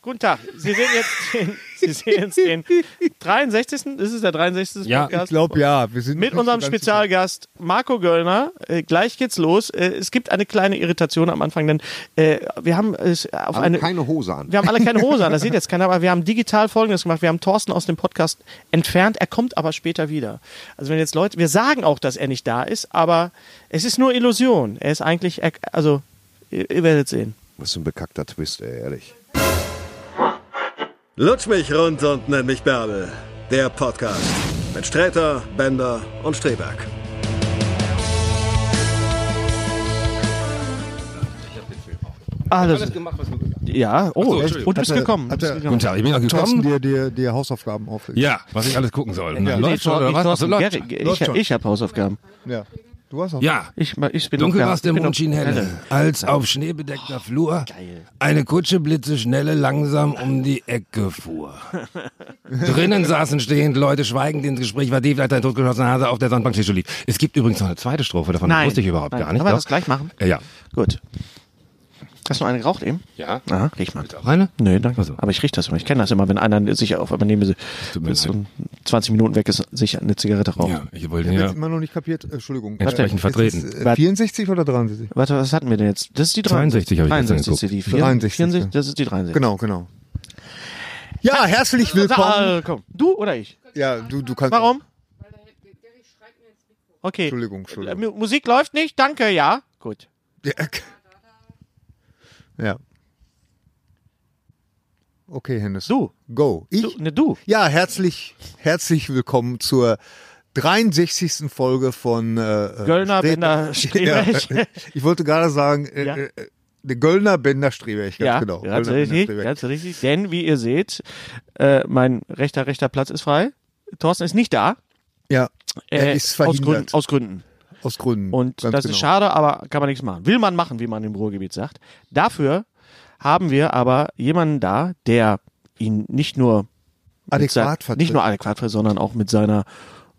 guten Tag. Sie sehen jetzt den, Sie sehen jetzt den 63. Ist es der 63. Ja, ich Podcast? glaube ja. Wir sind Mit noch nicht so unserem ganz Spezialgast Marco Göllner. Äh, gleich geht's los. Äh, es gibt eine kleine Irritation am Anfang, denn äh, wir haben es auf Alle eine. keine Hose an. Wir haben alle keine Hose an, das sieht jetzt keiner, aber wir haben digital Folgendes gemacht. Wir haben Thorsten aus dem Podcast entfernt, er kommt aber später wieder. Also wenn jetzt Leute, wir sagen auch, dass er nicht da ist, aber es ist nur Illusion. Er ist eigentlich, er, also ihr, ihr werdet sehen. Was für ein bekackter Twist, ey, ehrlich. Lutsch mich rund und nenn mich Bärbel. Der Podcast mit Sträter, Bender und Streberg. Alles gemacht, was Ah, ja, oh, du bist Hat er- gekommen. hat Du bist er- gekommen. Guten Guten Tag, ich bin ja Thorsten, gekommen. dir, dir, dir Hausaufgaben auflegt. Ja, was ich alles gucken soll. Ja. Nee, Läuft schon, Thor- oder nee, was? Thorsten, Achso, läuft Gary, schon. ich Läuft schon. ich habe Hausaufgaben. Ja. Du hast auch. Ja. Ich, ma- ich bin Dunkel noch da. war's der Ich bin noch- Mond schien Ah. helle, Helle. als auf schneebedeckter Flur eine Kutsche blitzeschnelle langsam um die Ecke fuhr. Drinnen saßen stehend Leute schweigend, ins Gespräch war tief, als ein totgeschossener Hase auf der Sandbank Tisch lief. Es gibt übrigens noch eine zweite Strophe, davon Nein. wusste ich überhaupt Nein. gar nicht. Können wir doch? das gleich machen? Äh, Ja. Gut. Hast du noch einen geraucht eben? Ja. Aha, riech mal. Auch eine? Nee, danke. Also. Aber ich riech das immer. Ich kenne das immer, wenn einer sich auf einmal neben tut mir bis leid. um 20 Minuten weg ist, sich eine Zigarette raucht. Ja, ich wollte Ich ja hab's immer noch nicht kapiert. Äh, Entschuldigung. entsprechend vertreten. Ist, äh, 64 oder 63? Warte, was hatten wir denn jetzt? Das ist die 63 habe ich jetzt 63. Die 4, 63, 64, ja. das ist die 63. Genau, genau. Ja, herzlich willkommen. Ah, komm. Du oder ich? Ja, du, du kannst. Warum? Okay. Entschuldigung, Äh, Entschuldigung. Mu- Musik läuft nicht, danke, ja. Gut. Ja. ja. Okay, Hennes. Du. Go. Ich? Du, ne, du. Ja, herzlich, herzlich willkommen zur 63. Folge von äh, Göllner, Bender, Ja, Streberg. äh, ich wollte gerade sagen, äh, Ja. äh, der Göllner Bender Streberg, ganz Ja, genau. ganz Göllner, Bender, richtig, Streberg. ganz richtig. Denn, wie ihr seht, äh, mein rechter, rechter Platz ist frei. Thorsten ist nicht da. ja, er Äh, ist aus verhindert. Gründen, aus Gründen. Aus Gründen. Und ganz das genau. ist schade, aber kann man nichts machen. Will man machen, wie man im Ruhrgebiet sagt. Dafür haben wir aber jemanden da, der ihn nicht nur mit Adäquat sein, vertritt. nicht nur adäquat vertritt, sondern auch mit seiner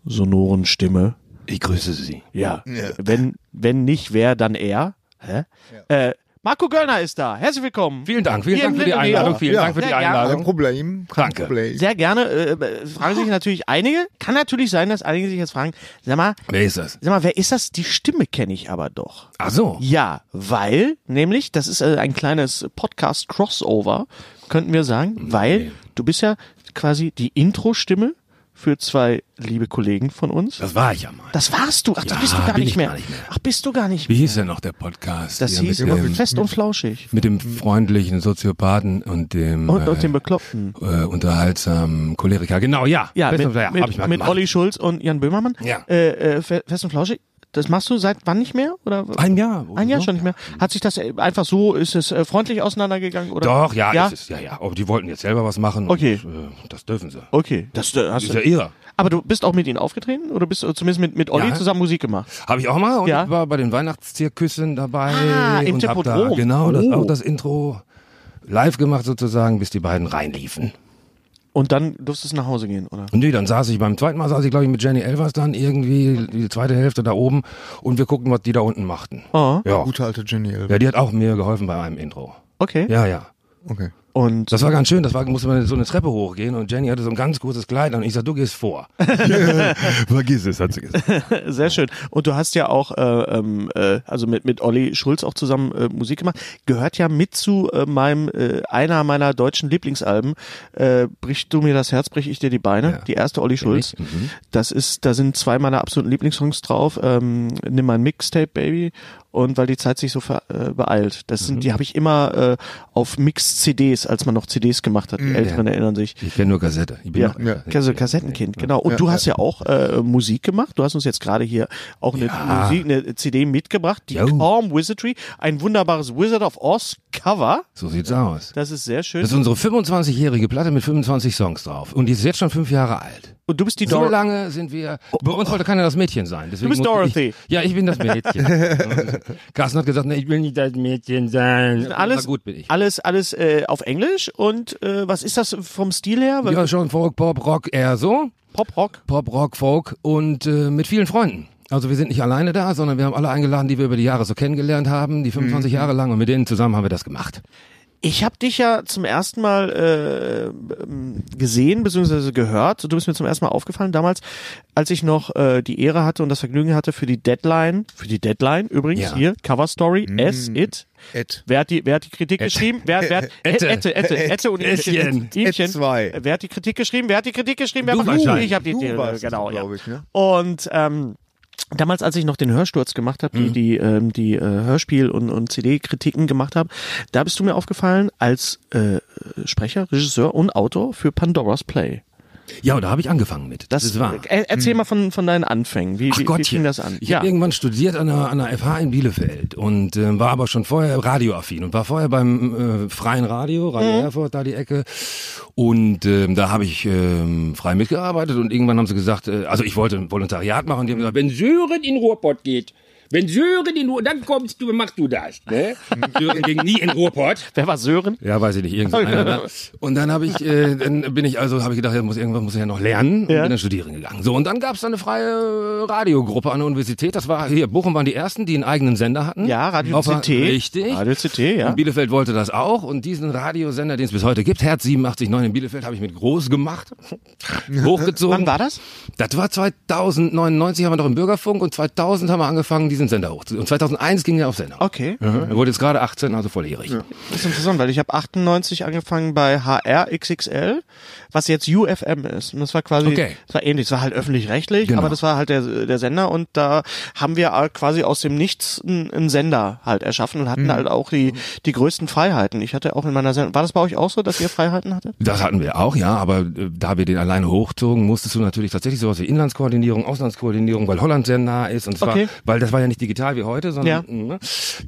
sonoren Stimme. Ich grüße Sie. Ja. Wenn, wenn nicht wer, dann er. Hä? Äh, Marco Göllner ist da. Herzlich willkommen. Vielen Dank, vielen Hier Dank im für die Mittelmeer. Einladung, vielen Ja, Dank für die sehr gerne. kein Einladung. Problem. Kein Danke. Problem. Sehr gerne. Äh, fragen sich natürlich einige. Kann natürlich sein, dass einige sich jetzt fragen, sag mal, Wer ist das? sag mal, wer ist das? Die Stimme kenne ich aber doch. Ach so. Ja, weil, nämlich, das ist äh, ein kleines Podcast-Crossover, könnten wir sagen, weil du bist ja quasi die Intro-Stimme für zwei liebe Kollegen von uns. Das war ich ja mal. Das warst du. Ach, das Ja, bist du gar bin nicht, ich mehr. gar nicht mehr. Ach, bist du gar nicht Wie mehr. hieß denn noch der Podcast? Das hier mit hieß dem- fest und flauschig. mit dem freundlichen Soziopathen und dem, Und, äh, und den Bekloppten. äh, unterhaltsamen Choleriker. Genau, ja. Ja, Fest mit, und- ja, hab ich mit, mal mit gemacht. Olli Schulz und Jan Böhmermann. Ja. Äh, äh, fe- fest und flauschig. Das machst du seit wann nicht mehr? Oder? Ein Jahr. oder Ein Jahr so. schon nicht mehr. Hat sich das äh, einfach so, ist es äh, freundlich auseinandergegangen? Oder? Doch, ja, Ja? ja, ist, es, ja, ja. Aber die wollten jetzt selber was machen. Okay. Und, äh, das dürfen sie. Okay, das äh, hast Ist du. ja eh ihr. Aber du bist auch mit ihnen aufgetreten oder bist du zumindest mit, mit Olli Ja. zusammen Musik gemacht? Habe ich auch mal. Und Ja. ich war bei den Weihnachtszirküssen dabei. Ah, im und hab da, Tempodrom. Genau, das, Oh. auch das Intro live gemacht sozusagen, bis die beiden reinliefen. Und dann durftest du nach Hause gehen, oder? Und nee, dann saß ich beim zweiten Mal, saß ich glaube ich mit Jenny Elvers dann irgendwie die zweite Hälfte da oben und wir guckten, was die da unten machten. Oh, Ja. Gute alte Jenny Elbe. Ja, die hat auch mir geholfen bei einem Intro. okay. Ja, ja. Okay. Und Das war ganz schön, das war, musste man so eine Treppe hochgehen und Jenny hatte so ein ganz kurzes Kleid an und ich sag, du gehst vor. Vergiss es, hat sie gesagt. sehr schön. Und du hast ja auch, äh, ähm, äh, also mit, mit Olli Schulz auch zusammen äh, Musik gemacht. Gehört ja mit zu äh, meinem, äh, einer meiner deutschen Lieblingsalben. Äh, brichst du mir das Herz, brich ich dir die Beine. Die erste Olli Schulz. Das ist, da sind zwei meiner absoluten Lieblingssongs drauf. Ähm, Nimm mein Mixtape, Baby. Und weil die Zeit sich so ver, äh, beeilt. Das sind, die habe ich immer äh, auf Mix-CDs, als man noch CDs gemacht hat. Die Älteren erinnern sich. Ich kenne nur Kassette. Ich bin Ja, noch- ja. Also Kassettenkind, genau. Und du hast ja auch äh, Musik gemacht. Du hast uns jetzt gerade hier auch eine, Musik, eine CD mitgebracht, die Jo. Calm Wizardry, ein wunderbares Wizard of Oz Cover. So sieht's aus. Das ist sehr schön. Das ist unsere 25-jährige Platte mit 25 Songs drauf. Und die ist jetzt schon fünf Jahre alt. Und du bist die So Dor lange sind wir. Bei uns wollte keiner das Mädchen sein. Deswegen bist musste Dorothy. Ich, ja, ich bin das Mädchen. Carsten hat gesagt, nee, ich will nicht das Mädchen sein. alles, Na gut bin ich. alles, alles äh, auf Englisch. Und äh, was ist das vom Stil her? Ja, schon Folk, Pop, Rock, eher so. Pop Rock. Pop, Rock, Folk und äh, mit vielen Freunden. Also wir sind nicht alleine da, sondern wir haben alle eingeladen, die wir über die Jahre so kennengelernt haben, die 25 Jahre lang und mit denen zusammen haben wir das gemacht. Ich habe dich ja zum ersten Mal äh, ähm, gesehen bzw. gehört. Du bist mir zum ersten Mal aufgefallen damals, als ich noch äh, die Ehre hatte und das Vergnügen hatte für die Deadline, für die Deadline übrigens Ja. hier Cover Story, S it. Ed. Wer hat die, wer hat die Kritik geschrieben? Wer, wer, hat- Ette. Ette, Ette, Ette und Ihmchen. Ätzchen. Ihmchen. Ed zwei. Wer hat die Kritik geschrieben? Wer hat die Kritik geschrieben? Wer Du macht- wahrscheinlich. Ich habe die Du Theorie, warst es, genau, ja. glaub ich, ne? Und ähm, damals, als ich noch den Hörsturz gemacht habe, Mhm. die die, ähm, die äh, Hörspiel- und, und CD-Kritiken gemacht habe, da bist du mir aufgefallen als äh, Sprecher, Regisseur und Autor für Pandora's Play. Ja, und da habe ich angefangen mit. Das, ist wahr. Mhm. Äh, erzähl mal von, von deinen Anfängen. Wie, Ach wie, wie Gottchen. fing das an? Ich hab habe irgendwann studiert an der, an der FH in Bielefeld und ähm, war aber schon vorher radioaffin und war vorher beim äh, freien Radio, Radio Erfurt, da die Ecke. Und ähm, da habe ich ähm, frei mitgearbeitet und irgendwann haben sie gesagt, äh, also ich wollte ein Volontariat machen und die haben gesagt, wenn Sören in Ruhrpott geht, wenn Sören in Ruhrpott, dann kommst du, machst du das. Ne? Sören ging nie in Ruhrpott. Wer war Sören? Ja, weiß ich nicht, irgendeiner. ne? Und dann habe ich, äh, dann bin ich also, habe ich gedacht, ja, muss irgendwas muss ich ja noch lernen und Ja. bin dann studieren gegangen. So und dann gab's da eine freie äh, Radiogruppe an der Universität. Das war hier Bochum waren die ersten, die einen eigenen Sender hatten. Ja, Radio Auf der- CT. Richtig. Radio CT, ja. Und Bielefeld wollte das auch und diesen Radiosender, den es bis heute gibt, Herz 879 in Bielefeld, habe ich mit groß gemacht, hochgezogen. Wann war das? Das war 2099 haben wir noch im Bürgerfunk und 2000 haben wir angefangen, diesen Sender hochzuziehen. Und 2001 ging er auf Sender. Okay. Mhm. Er wurde jetzt gerade 18, also volljährig. Das ist interessant, weil ich habe 98 angefangen bei HR XXL, was jetzt UFM ist. Und das war quasi, Okay. das war ähnlich, das war halt öffentlich-rechtlich, Genau. aber das war halt der, der Sender und da haben wir all- quasi aus dem Nichts einen, einen Sender halt erschaffen und hatten Mhm. halt auch die, die größten Freiheiten. Ich hatte auch in meiner Sendung, war das bei euch auch so, dass ihr Freiheiten hattet? Das hatten wir auch, ja, aber äh, da wir den alleine hochzogen, musstest du natürlich tatsächlich sowas wie Inlandskoordinierung, Auslandskoordinierung, weil Holland sehr nah ist und zwar, Okay. weil das war ja nicht digital wie heute, sondern Ja. ne,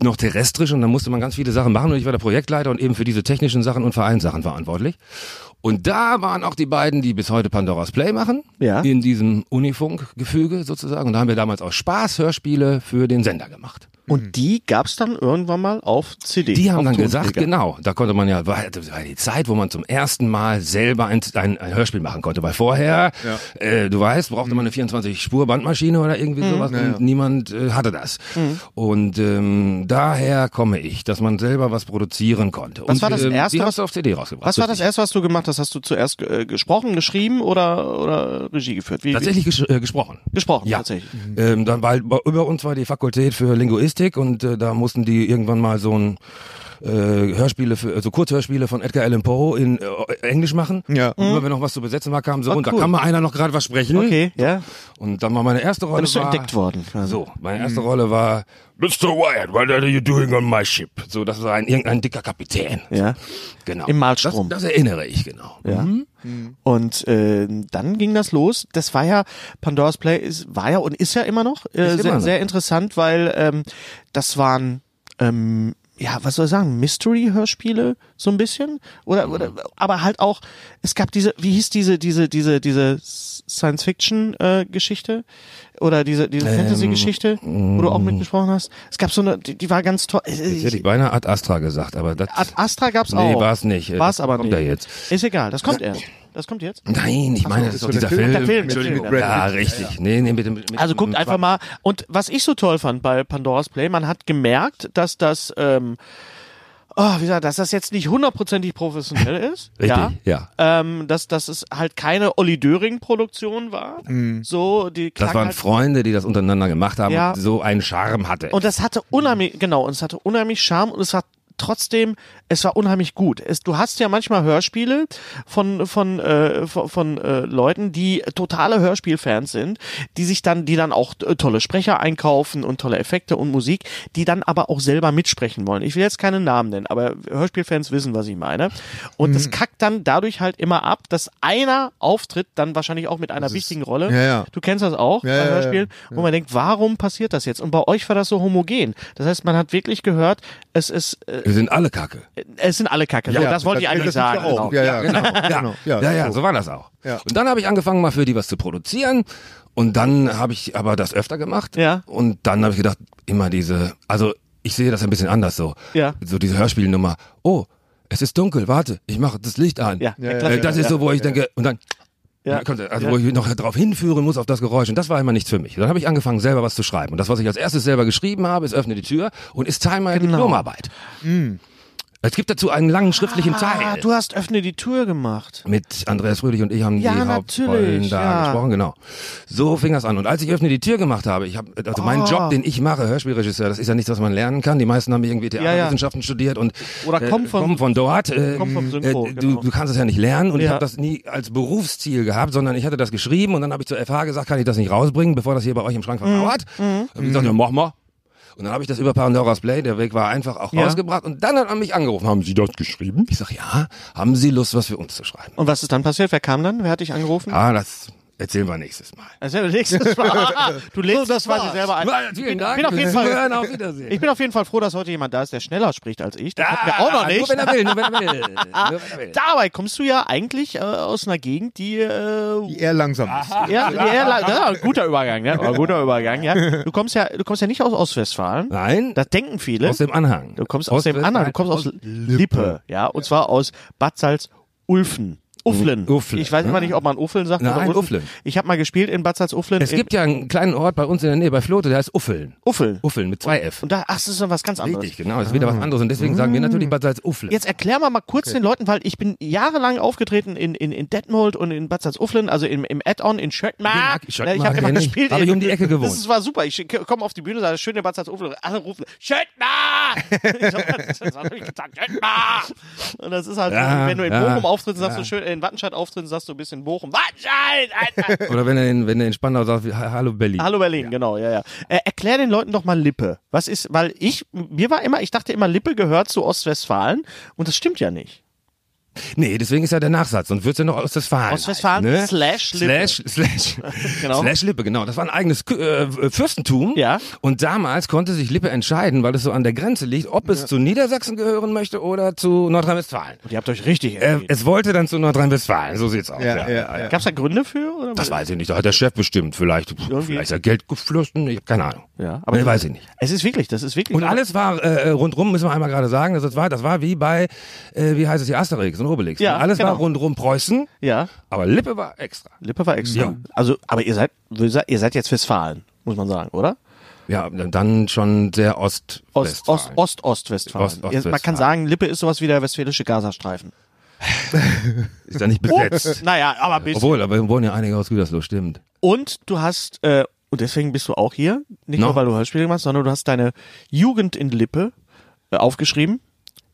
noch terrestrisch und dann musste man ganz viele Sachen machen und ich war der Projektleiter und eben für diese technischen Sachen und Vereinssachen verantwortlich. Und da waren auch die beiden, die bis heute Pandoras Play machen, Ja. in diesem Unifunk-Gefüge sozusagen. Und da haben wir damals auch Spaß-Hörspiele für den Sender gemacht. Und die gab's dann irgendwann mal auf CD. Die haben auf dann gesagt, Tonträger. genau, da konnte man ja, war, das war die Zeit, wo man zum ersten Mal selber ein, ein, ein Hörspiel machen konnte, weil vorher, äh, du weißt, brauchte Mhm. man eine 24-Spur-Bandmaschine oder irgendwie sowas und niemand äh, hatte das. Mhm. Und ähm, daher komme ich, dass man selber was produzieren konnte. Was und, war das ähm, Erste, Die was- hast du auf CD rausgebracht. Was war das Richtig. erste, was du gemacht hast? Hast du zuerst äh, gesprochen, geschrieben oder, oder Regie geführt? Wie, Tatsächlich gesch äh, gesprochen. Wie? Gesprochen, Ja, tatsächlich. ähm, dann weil über uns war die Fakultät für Linguistik und äh, da mussten die irgendwann mal so ein äh, Hörspiele, für, also Kurzhörspiele von Edgar Allan Poe in äh, Englisch machen. Ja. Und wenn wir noch was zu besetzen war, kamen sie Ah, runter. Mhm. cool. Kann mal einer noch gerade was sprechen? Okay, ja. Und dann war meine erste Rolle Dann bist du war, entdeckt worden. Also, Mhm. quasi. So, meine erste Rolle war Mr. Wyatt, what are you doing on my ship? So, das war ein irgendein dicker Kapitän. Ja. Genau. Im Malstrom. Das, das erinnere ich genau. Ja. Und äh, dann ging das los. Das war ja, Pandora's Play ist, war ja und ist ja immer noch äh, Ist sehr, immer noch. sehr interessant, weil ähm, das waren, ähm, ja, was soll ich sagen, Mystery-Hörspiele so ein bisschen. Oder, oder Mhm. aber halt auch, es gab diese, wie hieß diese, diese, diese, diese Science-Fiction-Geschichte? oder diese, diese Ähm, Fantasy-Geschichte, wo mm. du auch mitgesprochen hast. Es gab so eine, die, die war ganz toll. Jetzt hätte ich beinahe Ad Astra gesagt, aber das Ad Astra gab's Nee, auch. war's nicht. War's Das aber kommt nicht. ja jetzt. Ist egal, das kommt erst. Das kommt jetzt. Nein, ich meine, das ist doch dieser Film. Der Film, Entschuldigung. der Ja, richtig. Nee, nee, bitte. Mit, Also guckt mit- einfach mal. Und was ich so toll fand bei Pandora's Play, man hat gemerkt, dass das, ähm, oh, wie gesagt, dass das jetzt nicht hundertprozentig professionell ist. Richtig, ja. Ähm, dass, dass es halt keine Olli Döring-Produktion war. So, die Das klang waren halt- Freunde, die das untereinander gemacht haben Ja. und so einen Charme hatte. Und das hatte unheimlich, genau, und es hatte unheimlich Charme und es war trotzdem, es war unheimlich gut. Es, du hast ja manchmal Hörspiele von, von, äh, von, von äh, Leuten, die totale Hörspielfans sind, die sich dann, die dann auch äh, tolle Sprecher einkaufen und tolle Effekte und Musik, die dann aber auch selber mitsprechen wollen. Ich will jetzt keine Namen nennen, aber Hörspielfans wissen, was ich meine. Und das kackt dann dadurch halt immer ab, dass einer auftritt, dann wahrscheinlich auch mit einer wichtigen Rolle. ja, ja. Du kennst das auch bei ja, ja. Hörspielen, wo man denkt, warum passiert das jetzt? Und bei euch war das so homogen. Das heißt, man hat wirklich gehört, es ist, äh, Wir sind alle Kacke. es sind alle Kacke. so, das wollte ich eigentlich das sind wir sagen. auch. Genau. Ja, ja, genau. Ja, Ja, ja, ja, so war das auch. Und dann habe ich angefangen, mal für die was zu produzieren. Und dann habe ich aber das öfter gemacht. Ja. Und dann habe ich gedacht, immer diese, also ich sehe das ein bisschen anders so. Ja. So diese Hörspielnummer. Oh, es ist dunkel, warte, ich mache das Licht an. Ja, ja, äh, Klassiker, das ist so, wo ich denke, und dann, Ja. ja. kommt, also Ja. wo ich noch darauf hinführen muss, auf das Geräusch. Und das war immer nichts für mich. Dann habe ich angefangen, selber was zu schreiben. Und das, was ich als erstes selber geschrieben habe, ist Öffne die Tür und ist Teil meiner Genau. Diplomarbeit. Es gibt dazu einen langen schriftlichen Hm. Ah, Teil. du hast öffne die Tür gemacht. Mit Andreas Fröhlich und ich haben Ja, die Hauptrollen natürlich, da ja. gesprochen, genau. So fing das an. Und als ich öffne die Tür gemacht habe, ich habe also Ah. meinen Job, den ich mache, Hörspielregisseur, das ist ja nichts, was man lernen kann. Die meisten haben irgendwie Theaterwissenschaften studiert und äh, Oder kommen von- kommen von dort. Äh, kommen vom Synchro, äh, genau. du, du kannst es ja nicht lernen und ich Ja. habe das nie als Berufsziel gehabt, sondern ich hatte das geschrieben und dann habe ich zur FH gesagt, kann ich das nicht rausbringen, bevor das hier bei euch im Schrank vermauert. Mhm. Und gesagt, ja, mach mal. Und dann habe ich das über Pandora's Play, der Weg war einfach auch Ja. rausgebracht. Und dann hat man mich angerufen. Haben Sie das geschrieben? Ich sage, ja. Haben Sie Lust, was für uns zu schreiben? Und was ist dann passiert? Wer kam dann? Wer hat dich angerufen? Ah, das erzählen wir nächstes Mal. Also nächstes Mal. Du lädst das quasi selber ein. Vielen Dank. Äh, bin auf jeden Fall- Wir hören auf Wiedersehen. Ich bin auf jeden Fall froh, dass heute jemand da ist, der schneller spricht als ich. Das hatten wir Ah, auch noch nicht. Nur wenn er will, nur wenn er will. Nur wenn er will. Dabei kommst du ja eigentlich äh, aus einer Gegend, die äh, Die eher langsam ist. Ja, ja, ja, das war ein guter Übergang, ne? War ein guter Übergang, ja. Du kommst ja, du kommst ja nicht aus Ostwestfalen. Nein, Das denken viele. aus dem Anhang. du kommst aus, dem anderen, du kommst aus Lippe, ja, und zwar aus Bad Salz-Ulfen. Ufflen. Ufflen. Ich weiß immer nicht, ob man Uffeln sagt Nein, oder Ufflen. Ich habe mal gespielt in Bad Salz-Ufflen. Es gibt ja einen kleinen Ort bei uns in der Nähe, bei Flote, der heißt Uffeln. Uffeln. Uffeln mit zwei F. Und da, ach, das ist dann was ganz anderes. Ah. Mm. Richtig, genau. Das ist wieder was anderes. Und deswegen sagen wir natürlich Bad Salz Uffeln. Jetzt erklär mal, mal kurz den Leuten, weil ich bin jahrelang aufgetreten in, in, in Detmold und in Bad Salzuflen, also im, im Add-on in Schöckmar. Den mag- Schöckmar ich habe kenn immer ich. gespielt. Hab ich um die Ecke gewohnt. Das war super. Ich komme auf die Bühne, sage, schöne Bad Salzuflen, alle rufen, Schöckmar! Ich hab- das hab ich getan, Schöckmar! Und das ist halt, Ja, wenn du in ja, Bochum auftrittst, sagst du schön, in Wattenscheid auftrittst, sagst du ein bisschen Bochum, Wattenscheid! Alter! Oder wenn er in, wenn er in Spandau sagt, ha- hallo Berlin. Hallo Berlin, genau, ja, ja. Äh, erklär den Leuten doch mal Lippe. Was ist, weil ich, mir war immer, ich dachte immer, Lippe gehört zu Ostwestfalen und das stimmt ja nicht. Nee, deswegen ist ja der Nachsatz. Sonst wird's ja noch Ostwestfalen. Ostwestfalen heißen, ne? slash Lippe. Slash, slash, Genau. slash Lippe, genau. Das war ein eigenes Kö- äh, Fürstentum. Ja. Und damals konnte sich Lippe entscheiden, weil es so an der Grenze liegt, ob es zu Niedersachsen gehören möchte oder zu Nordrhein-Westfalen. Und ihr habt euch richtig Äh, entschieden. es wollte dann zu Nordrhein-Westfalen. So sieht's aus. Ja, ja, ja. Gab es da Gründe für? Oder Das weiß ich nicht. Da hat der Chef bestimmt. Vielleicht, vielleicht ist ja Geld geflossen. Ich habe keine Ahnung. Ja, aber- nee, weiß ich nicht. es ist wirklich, das ist wirklich. Und alles war äh, rundrum, müssen wir einmal gerade sagen, also das war, das war wie bei, äh, wie heißt es hier, Asterix und Obelix. ne? Ja, alles war genau. rundrum Preußen, Ja, aber Lippe war extra. Lippe war extra. Ja. Also, aber ihr seid, ihr seid jetzt Westfalen, muss man sagen, oder? Ja, dann schon sehr Ost. Ost, Ost, Ost, Ostwestfalen. Ost- Ihr- Man kann Ostwestfalen. sagen, Lippe ist sowas wie der westfälische Gazastreifen. Ist ja nicht besetzt. Naja, aber ein bisschen. Obwohl, aber wir wohnen ja einige aus Gütersloh, stimmt. Und du hast, äh, und deswegen bist du auch hier, nicht No. nur weil du Hörspiele gemacht hast, sondern du hast deine Jugend in Lippe äh, aufgeschrieben.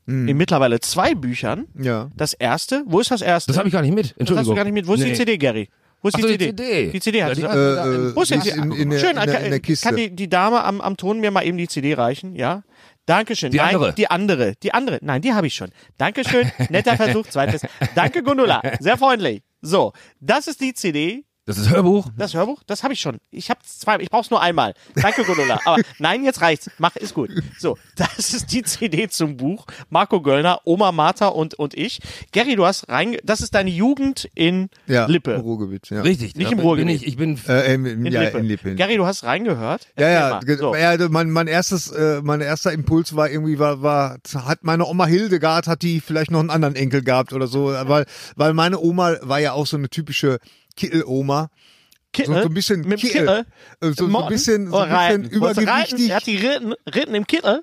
Hm. In mittlerweile zwei Büchern. Ja. Das erste, wo ist das erste? Das habe ich gar nicht mit. Entschuldigung. Das hast du gar nicht mit. Wo ist Nee. die CD, Gary? Wo ist Ach die, so, CD? Die CD Ja, hat die sie- hast du da Äh, im- Wo ist die ist CD? in, in, der, Schön, in, der, kann- in der Kiste. kann die, die Dame am, am Ton mir mal eben die CD reichen, ja? Dankeschön. Die Nein, andere. Die andere. Die andere. Nein, die habe ich schon. Dankeschön. Netter Versuch. Zweites. Danke, Gundula. Sehr freundlich. So, das ist die CD, Das ist Hörbuch. Das Hörbuch, das habe ich schon. Ich habe zwei, ich brauch's nur einmal. Danke, Gunula. Aber nein, jetzt reicht's. Mach, ist gut. So, das ist die CD zum Buch. Marco Göllner, Oma Martha und, und ich. Gary, du hast rein, das ist deine Jugend in Ja, im Lippe. Ruhrgebiet. Ja. Richtig. Nicht da im bin- Ruhrgebiet. Bin ich, ich bin Äh, in, in, In ja, Lippe. in Lippe. Gary, du hast reingehört. Ja, ja, Erzähl ge- mal. So. ja du, mein, mein, erstes, äh, mein erster Impuls war irgendwie, war, war, hat meine Oma Hildegard, hat die vielleicht noch einen anderen Enkel gehabt oder so, weil, weil meine Oma war ja auch so eine typische Kittel-Oma. So, so ein bisschen äh, mit dem Kittel. Kittel. Äh, So, so ein Motten bisschen, so und ein bisschen Reiten. Wolltest du Reiten? übergewichtig. Er hat die Ritten, Ritten im Kittel.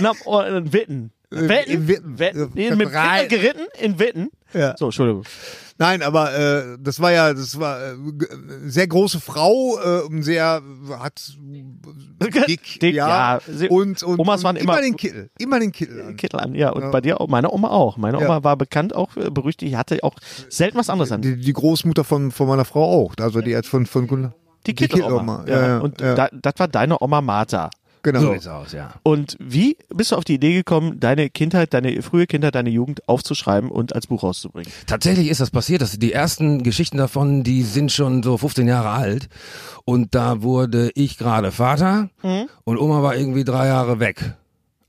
Na, und in Witten. Äh, in Witten? Witten. Witten. Nee, Äh, Mit dem Kittel Reiten. geritten in Witten. Ja. So, Entschuldigung. Nein, aber äh, das war ja, das war äh, g- sehr große Frau, äh, sehr hat dick, Dick, ja. ja. Sie- Und, und Omas waren und immer- den Kittel, immer den Kittel an. Kittel an, ja. Und bei dir auch, meine Oma auch. Meine Oma war bekannt auch, äh, berüchtigt, hatte auch selten was anderes an. Die, die Großmutter von, von meiner Frau auch, also die hat von von Gunnar. Die Kitteloma. Kitteloma, ja, ja, und ja. Da, das war deine Oma Martha. genau. so sieht's aus, ja. Und wie bist du auf die Idee gekommen, deine Kindheit, deine frühe Kindheit, deine Jugend aufzuschreiben und als Buch rauszubringen? Tatsächlich ist das passiert. Das, die ersten Geschichten davon, die sind schon so 15 Jahre alt. Und da wurde ich gerade Vater Mhm. und Oma war irgendwie drei Jahre weg.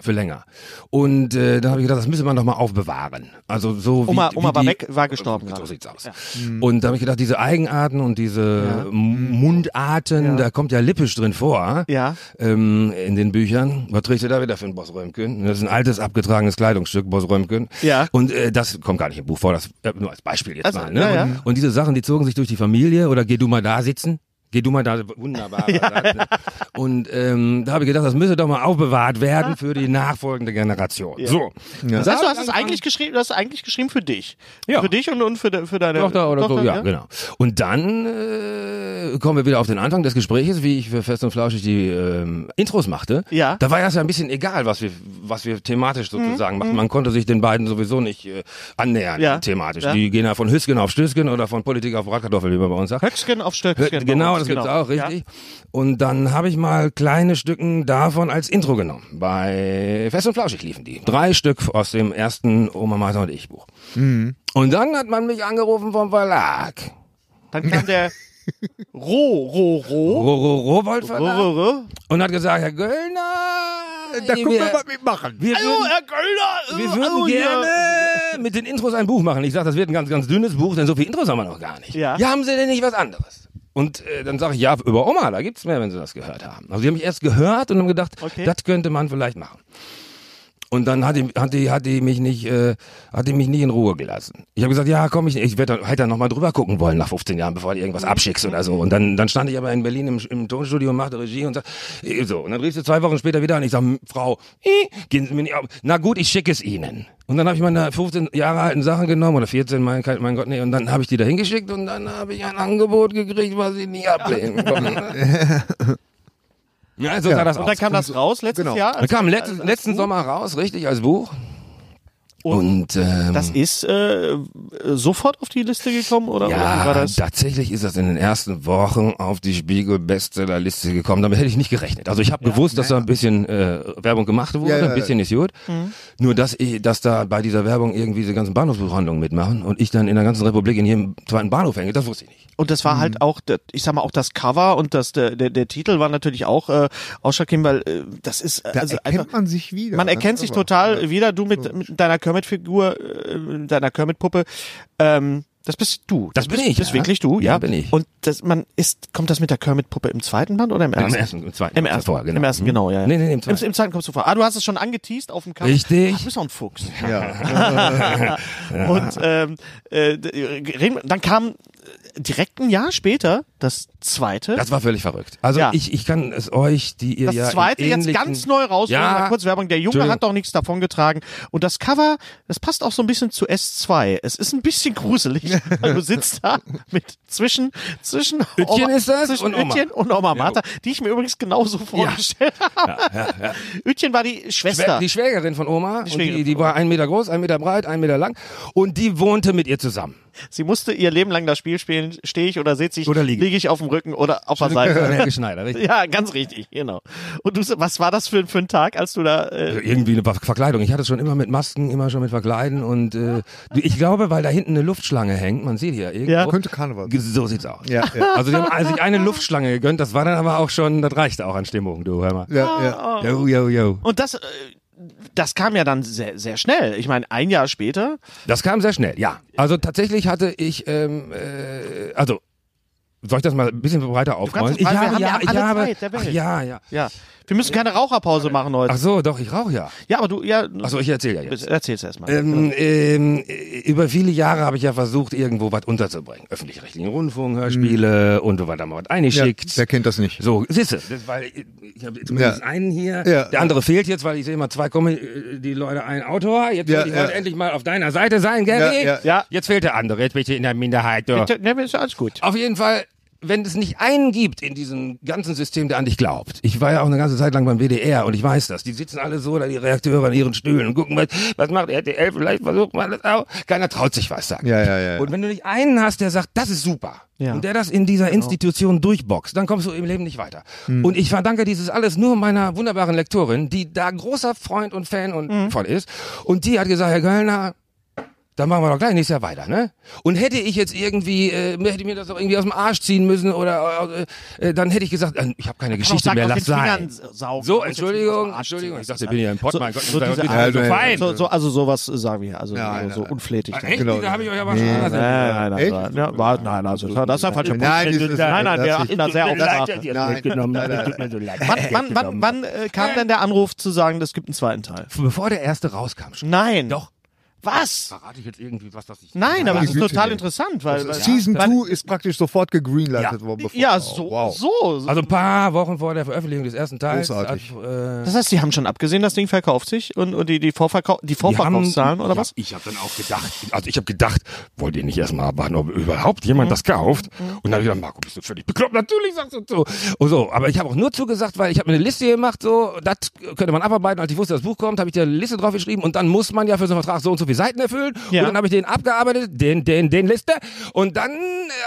Für länger. Und äh, dann habe ich gedacht, das müsste man doch mal aufbewahren. Also so wie, Oma- wie Oma war die, Also, weg, war gestorben So gerade. sieht's aus. Und da habe ich gedacht, diese Eigenarten und diese M- Mundarten, da kommt ja Lippisch drin vor. ah? Ja. Ähm, in den Büchern. Was trägst du da wieder für ein Boss Römken? Das ist ein altes, abgetragenes Kleidungsstück, Boss Römken. Ja. Und äh, das kommt gar nicht im Buch vor, das äh, nur als Beispiel jetzt Also, mal. Ne? ja, ja. Und, und diese Sachen, die zogen sich durch die Familie oder geh du mal da sitzen. Geh du mal da, wunderbar. Satz, ne? Und ähm, da habe ich gedacht, das müsse doch mal aufbewahrt werden für die nachfolgende Generation. So. Ja. Das heißt, du hast es eigentlich geschrieben, du hast es eigentlich geschrieben für dich. Ja. Für dich und, und für, de, für deine Tochter oder so, ja, ja. genau. Und dann äh, kommen wir wieder auf den Anfang des Gespräches, wie ich für Fest und Flauschig die ähm, Intros machte. Ja. Mhm, Da war ja so ein bisschen egal, was wir, was wir thematisch sozusagen machen. Man konnte sich den beiden sowieso nicht äh, annähern, Ja. thematisch. Ja. Die gehen ja von Hüsken auf Stößken oder von Politik auf Bratkartoffel, wie man bei uns sagt. Höcksken auf Stöcksken. Genau, bei das uns, gibt's auch, richtig. Ja. Und dann habe ich mal kleine Stücken davon als Intro genommen. Bei Fest und Flauschig liefen die. Drei Stück aus dem ersten Oma, Martha und ich Buch. Und dann hat man mich angerufen vom Verlag. Dann kam der Ro, Ro, Ro. Rororo Rowold Ro, Verlag. Ro, Ro. Und hat gesagt, Herr Göllner, Da gucken wir, was wir machen. wir würden, Herr Göllner! wir würden gerne mit den Intros ein Buch machen. Ich sage, das wird ein ganz, ganz dünnes Buch, denn so viele Intros haben wir noch gar nicht. Ja. ja haben Sie denn nicht was anderes? Und äh, dann sage ich, ja, über Oma, da gibt's mehr, wenn Sie das gehört haben. Also die haben mich erst gehört und haben gedacht, Okay. das könnte man vielleicht machen. Und dann hat die, hat die, hat die mich nicht, äh, hat die mich nicht in Ruhe gelassen. Ich habe gesagt, ja, komm, ich, ich werde halt da nochmal drüber gucken wollen nach 15 Jahren, bevor du irgendwas Mhm. abschickst oder so. Und dann, dann stand ich aber in Berlin im, im Tonstudio und machte Regie und sag, äh, so. Und dann rief sie zwei Wochen später wieder an. Ich sage, Frau, äh, gehen Sie mir nicht auf. Na gut, ich schicke es Ihnen. Und dann habe ich meine 15 Jahre alten Sachen genommen oder 14, mein, kein- mein Gott, nee. Und dann habe ich die da hingeschickt und dann habe ich ein Angebot gekriegt, was ich nicht ablehnen konnte. ja, so sah das Und aus. dann kam das raus letztes Genau. Jahr. Dann als- kam als- letzten, als letzten Buch. Sommer raus, richtig, als Buch. Und Und ähm, Das ist äh, sofort auf die Liste gekommen oder, oder ja, war das? tatsächlich ist das in den ersten Wochen auf die Spiegel-Bestsellerliste gekommen. Damit hätte ich nicht gerechnet. Also ich habe gewusst, dass da ein bisschen äh, Werbung gemacht wurde, Ja, ja, ein bisschen ist gut. Mhm. Nur dass ich, dass da bei dieser Werbung irgendwie diese ganzen Bahnhofsbuchhandlungen mitmachen und ich dann in der ganzen Republik in jedem zweiten Bahnhof hänge, das wusste ich nicht. Und das war Mhm. halt auch, der- ich sag mal, auch das Cover und das, der, der, der Titel war natürlich auch äh, ausschlaggebend, weil äh, das ist äh, Da also einfach, erkennt man sich wieder. man ne? erkennt sich Aber- total wieder. Du mit, mit deiner Kermit-Figur, äh, mit deiner Kermit-Puppe, ähm, das bist du. Das bin bist, ich, Bist ja. wirklich du, ja. Ja, bin ich. Und das, man ist, kommt das mit der Kermit-Puppe im zweiten Band oder im ersten? Im ersten, im zweiten. Im ersten, Vorher, genau. im ersten, Mhm. genau, ja. ja. Nee, nee, nee, im Im, zweiten. im zweiten kommst du vor. Ah, du hast es schon angeteased auf dem Cover. Richtig. Ach, du bist auch ein Fuchs. Ja. Und ähm, äh, d- reden wir- dann kam äh, direkt ein Jahr später das zweite. Das war völlig verrückt. Also Ja. ich, ich kann es euch, die ihr Das ja in zweite jetzt ähnlichen- ganz neu raus. Ja. Mal kurz Werbung. Der Junge Entschuldigung. hat doch nichts davon getragen. Und das Cover, das passt auch so ein bisschen zu S2. Es ist ein bisschen gruselig. weil du sitzt da mit zwischen, zwischen Ötchen ist das zwischen und Oma. Ötchen und Oma Martha, die ich mir übrigens genauso vorgestellt habe. Ötchen war die Schwester. Die Schwägerin von Oma, die, und Schwägerin die, die war ein Meter groß, ein Meter breit, ein Meter lang und die wohnte mit ihr zusammen. Sie musste ihr Leben lang das Spiel spielen, stehe ich oder sitze ich. Oder liege liege ich auf dem Rücken oder auf der Von Seite. Helge Schneider, richtig? Ja, ganz richtig, genau. Und du, was war das für, für ein Tag, als du da... Äh, Irgendwie eine Ver- Verkleidung. Ich hatte es schon immer mit Masken, immer schon mit Verkleiden und äh, ich glaube, weil da hinten eine Luftschlange hängt, man sieht hier irgendwo. Ja. Könnte Karneval sein. So sieht's aus. Ja, ja, Also die haben sich eine Luftschlange gegönnt, das war dann aber auch schon, das reichte auch an Stimmung, du, hör mal. ja, ja. Yo, yo, yo. und das... Äh, das kam ja dann sehr, sehr schnell. Ich meine, ein Jahr später. Das kam sehr schnell, ja. Also tatsächlich hatte ich, ähm, äh, also soll ich das mal ein bisschen breiter aufrollen? kannst Ich es- weil wir habe, haben ja ja, ich alle habe, Zeit der Welt. ach, ja, ja. Ja. Wir müssen keine Raucherpause machen heute. Ach so, doch, ich rauche ja. ja, aber du, ja. Ach so, Also ich erzähle ja jetzt. Erzähl's erstmal. Ähm, ähm, äh, über viele Jahre habe ich ja versucht, irgendwo was unterzubringen. Öffentlich-rechtlichen Rundfunk, Hörspiele und so weiter, mal was eingeschickt. Wer kennt das nicht? so, siehste, das, weil ich, ich habe zumindest Ja. einen hier, Ja. der andere fehlt jetzt, weil ich sehe immer zwei kommen äh, die Leute, ein Autor. Jetzt Ja, will ich ja. heute endlich mal auf deiner Seite sein, Gary. Ja, ja. Ja. Jetzt fehlt der andere, jetzt bin ich hier in der Minderheit. Ja. Ne, ist ja alles gut. Auf jeden Fall, wenn es nicht einen gibt in diesem ganzen System, der an dich glaubt. Ich war ja auch eine ganze Zeit lang beim WDR und ich weiß das. Die sitzen alle so, da die Redakteure an ihren Stühlen und gucken, was, was macht RTL, vielleicht versucht man das auch. Keiner traut sich was sagen. Ja, ja, ja, ja. Und wenn du nicht einen hast, der sagt, das ist super, Ja. Genau. und der das in dieser Institution durchboxt, dann kommst du im Leben nicht weiter. Hm. Und ich verdanke dieses alles nur meiner wunderbaren Lektorin, die da großer Freund und Fan und Hm. voll ist. Und die hat gesagt, Herr Göllner, dann machen wir doch gleich nächstes Jahr weiter, ne? Und hätte ich jetzt irgendwie, äh, hätte mir das doch irgendwie aus dem Arsch ziehen müssen oder äh, äh, dann hätte ich gesagt, äh, ich habe keine Geschichte mehr, lass sein. So, Entschuldigung, Entschuldigung, ich dachte, ich bin ja im Pott, so, mein Gott, so, das ist diese, doch Ja, du- fein. So, so, also sowas sagen wir, also Ja, so, ja, so ja. unflätig. Ah, Echt? Genau. Da habe ich euch aber Nee. schon Nein, nein, nein, Echt? nein, ja, war, nein, also, das ist ja falsche Nein, das ist- nein, nein, wir das ist- achten da sehr auf Sprache. Nein. Wann, wann, wann, wann äh, kam denn der Anruf zu sagen, es gibt einen zweiten Teil? Bevor der erste rauskam, schon. Nein. Doch. Was? Verrate ich jetzt irgendwie was, das ich. Nein, aber Ja, das ist Güte, total ey. interessant, weil, weil Season 2 ist praktisch sofort gegreelintet worden. bevor- ja, Oh, so, wow. so. Also ein paar Wochen vor der Veröffentlichung des ersten Teils. Großartig. hat, äh, Das heißt, die haben schon abgesehen, das Ding verkauft sich und, und die, die, Vorverkau die Vorverkaufszahlen oder ja, was? Ich habe dann auch gedacht, also ich habe gedacht, wollt ihr nicht erstmal abwarten, ob überhaupt Mhm. jemand das kauft? Und dann habe ich gedacht, Marco, bist du völlig bekloppt? Natürlich sagst du so. Und so, aber ich habe auch nur zugesagt, weil ich habe mir eine Liste gemacht, so, das könnte man abarbeiten. Als ich wusste, das Buch kommt, habe ich dir eine Liste drauf geschrieben und dann muss man ja für so einen Vertrag so und so viele Seiten erfüllen. Ja. Und dann habe ich den abgearbeitet, den, den, den Liste. Und dann äh,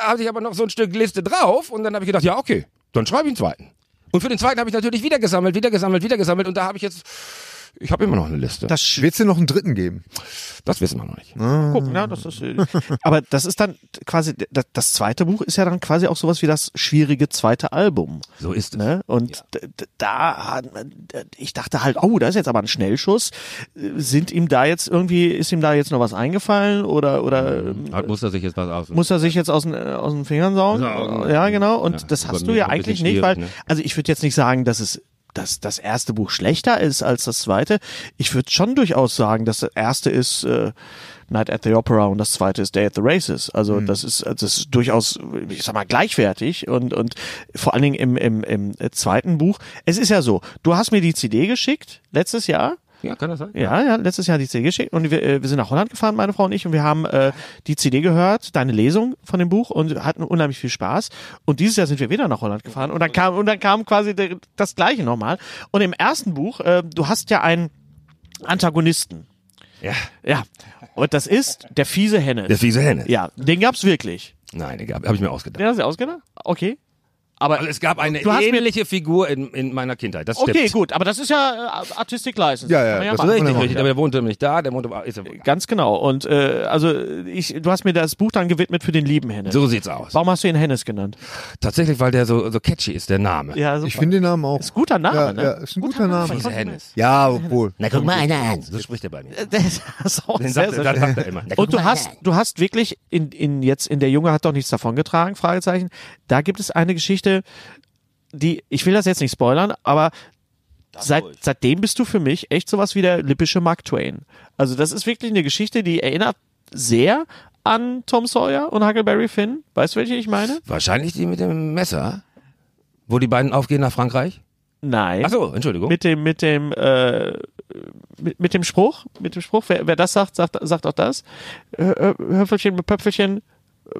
hatte ich aber noch so ein Stück Liste drauf und dann habe ich gedacht, ja, okay, dann schreibe ich einen zweiten. Und für den zweiten habe ich natürlich wieder gesammelt, wieder gesammelt, wieder gesammelt und da habe ich jetzt, ich habe immer noch eine Liste. Das sch- Wird es denn noch einen dritten geben? das wissen wir noch nicht. gucken, ne? Das ist, äh, aber das ist dann quasi, das, das zweite Buch ist ja dann quasi auch sowas wie das schwierige zweite Album. So ist es. Ne? Und d- d- da, hat man- d- ich dachte halt, oh, das ist jetzt aber ein Schnellschuss. Äh, Sind ihm da jetzt irgendwie, ist ihm da jetzt noch was eingefallen oder, oder ähm, Hat, muss er sich jetzt was aus. muss er sich jetzt aus den, äh, aus den Fingern saugen? Saugen. Ja, genau. Und Ja, das über hast du mich ja ein bisschen eigentlich nicht, weil, schwierig, ne? also ich würde jetzt nicht sagen, dass es dass das erste Buch schlechter ist als das zweite. Ich würde schon durchaus sagen, dass das erste ist äh, Night at the Opera und das zweite ist Day at the Races. Also Hm. das ist das ist durchaus, ich sag mal, gleichwertig und und vor allen Dingen im, im, im äh, zweiten Buch. Es ist ja so, du hast mir die CD geschickt letztes Jahr. ja, kann das sein? Ja, ja, letztes Jahr die CD geschickt und wir, äh, wir sind nach Holland gefahren, meine Frau und ich, und wir haben äh, die CD gehört, deine Lesung von dem Buch und hatten unheimlich viel Spaß. Und dieses Jahr sind wir wieder nach Holland gefahren und dann kam und dann kam quasi der, das Gleiche nochmal. Und im ersten Buch, äh, du hast ja einen Antagonisten. Ja. Ja. Und das ist der fiese Henne. Der fiese Henne. ja, den gab's wirklich. Nein, egal. Habe ich mir ausgedacht. Den hast du ausgedacht? Okay. Aber Also es gab eine Du hast mir- ähnliche Figur in, in meiner Kindheit. Das okay, stimmt. gut, aber das ist ja äh, Artistic License. Ja, ja, Kann man das machen. Richtig, Wunderbar. richtig. Aber der wohnte nicht da, der wohnte ist ja wohl- Ganz genau. Und äh, also ich, du hast mir das Buch dann gewidmet für den lieben Hennes. So sieht's aus. Warum hast du ihn Hennes genannt? Tatsächlich, weil der so, so catchy ist, der Name. Ja, Ich finde den Namen auch. Also ist ein guter Name, ja, ne? ja, ist ein guter Name. Fiese Hennes. Ja, obwohl. Na, guck mal einer an. So spricht er bei mir. Das ist auch Den Äh, sehr, sagt, sehr er- das schön. sagt er immer. Na, guck und du mal hast, einer an. du hast wirklich in, in jetzt in der Junge hat doch nichts davon getragen, Fragezeichen. Da gibt es eine Geschichte, die, ich will das jetzt nicht spoilern, aber seit, seitdem bist du für mich echt sowas wie der lippische Mark Twain. Also das ist wirklich eine Geschichte, die erinnert sehr an Tom Sawyer und Huckleberry Finn. Weißt du, welche ich meine? Wahrscheinlich die mit dem Messer, wo die beiden aufgehen nach Frankreich. Nein. Ach so, Entschuldigung. mit dem mit dem äh, mit, mit dem Spruch mit dem Spruch wer, wer das sagt sagt sagt auch das Hö- Hö- Höffelchen mit Pöpfelchen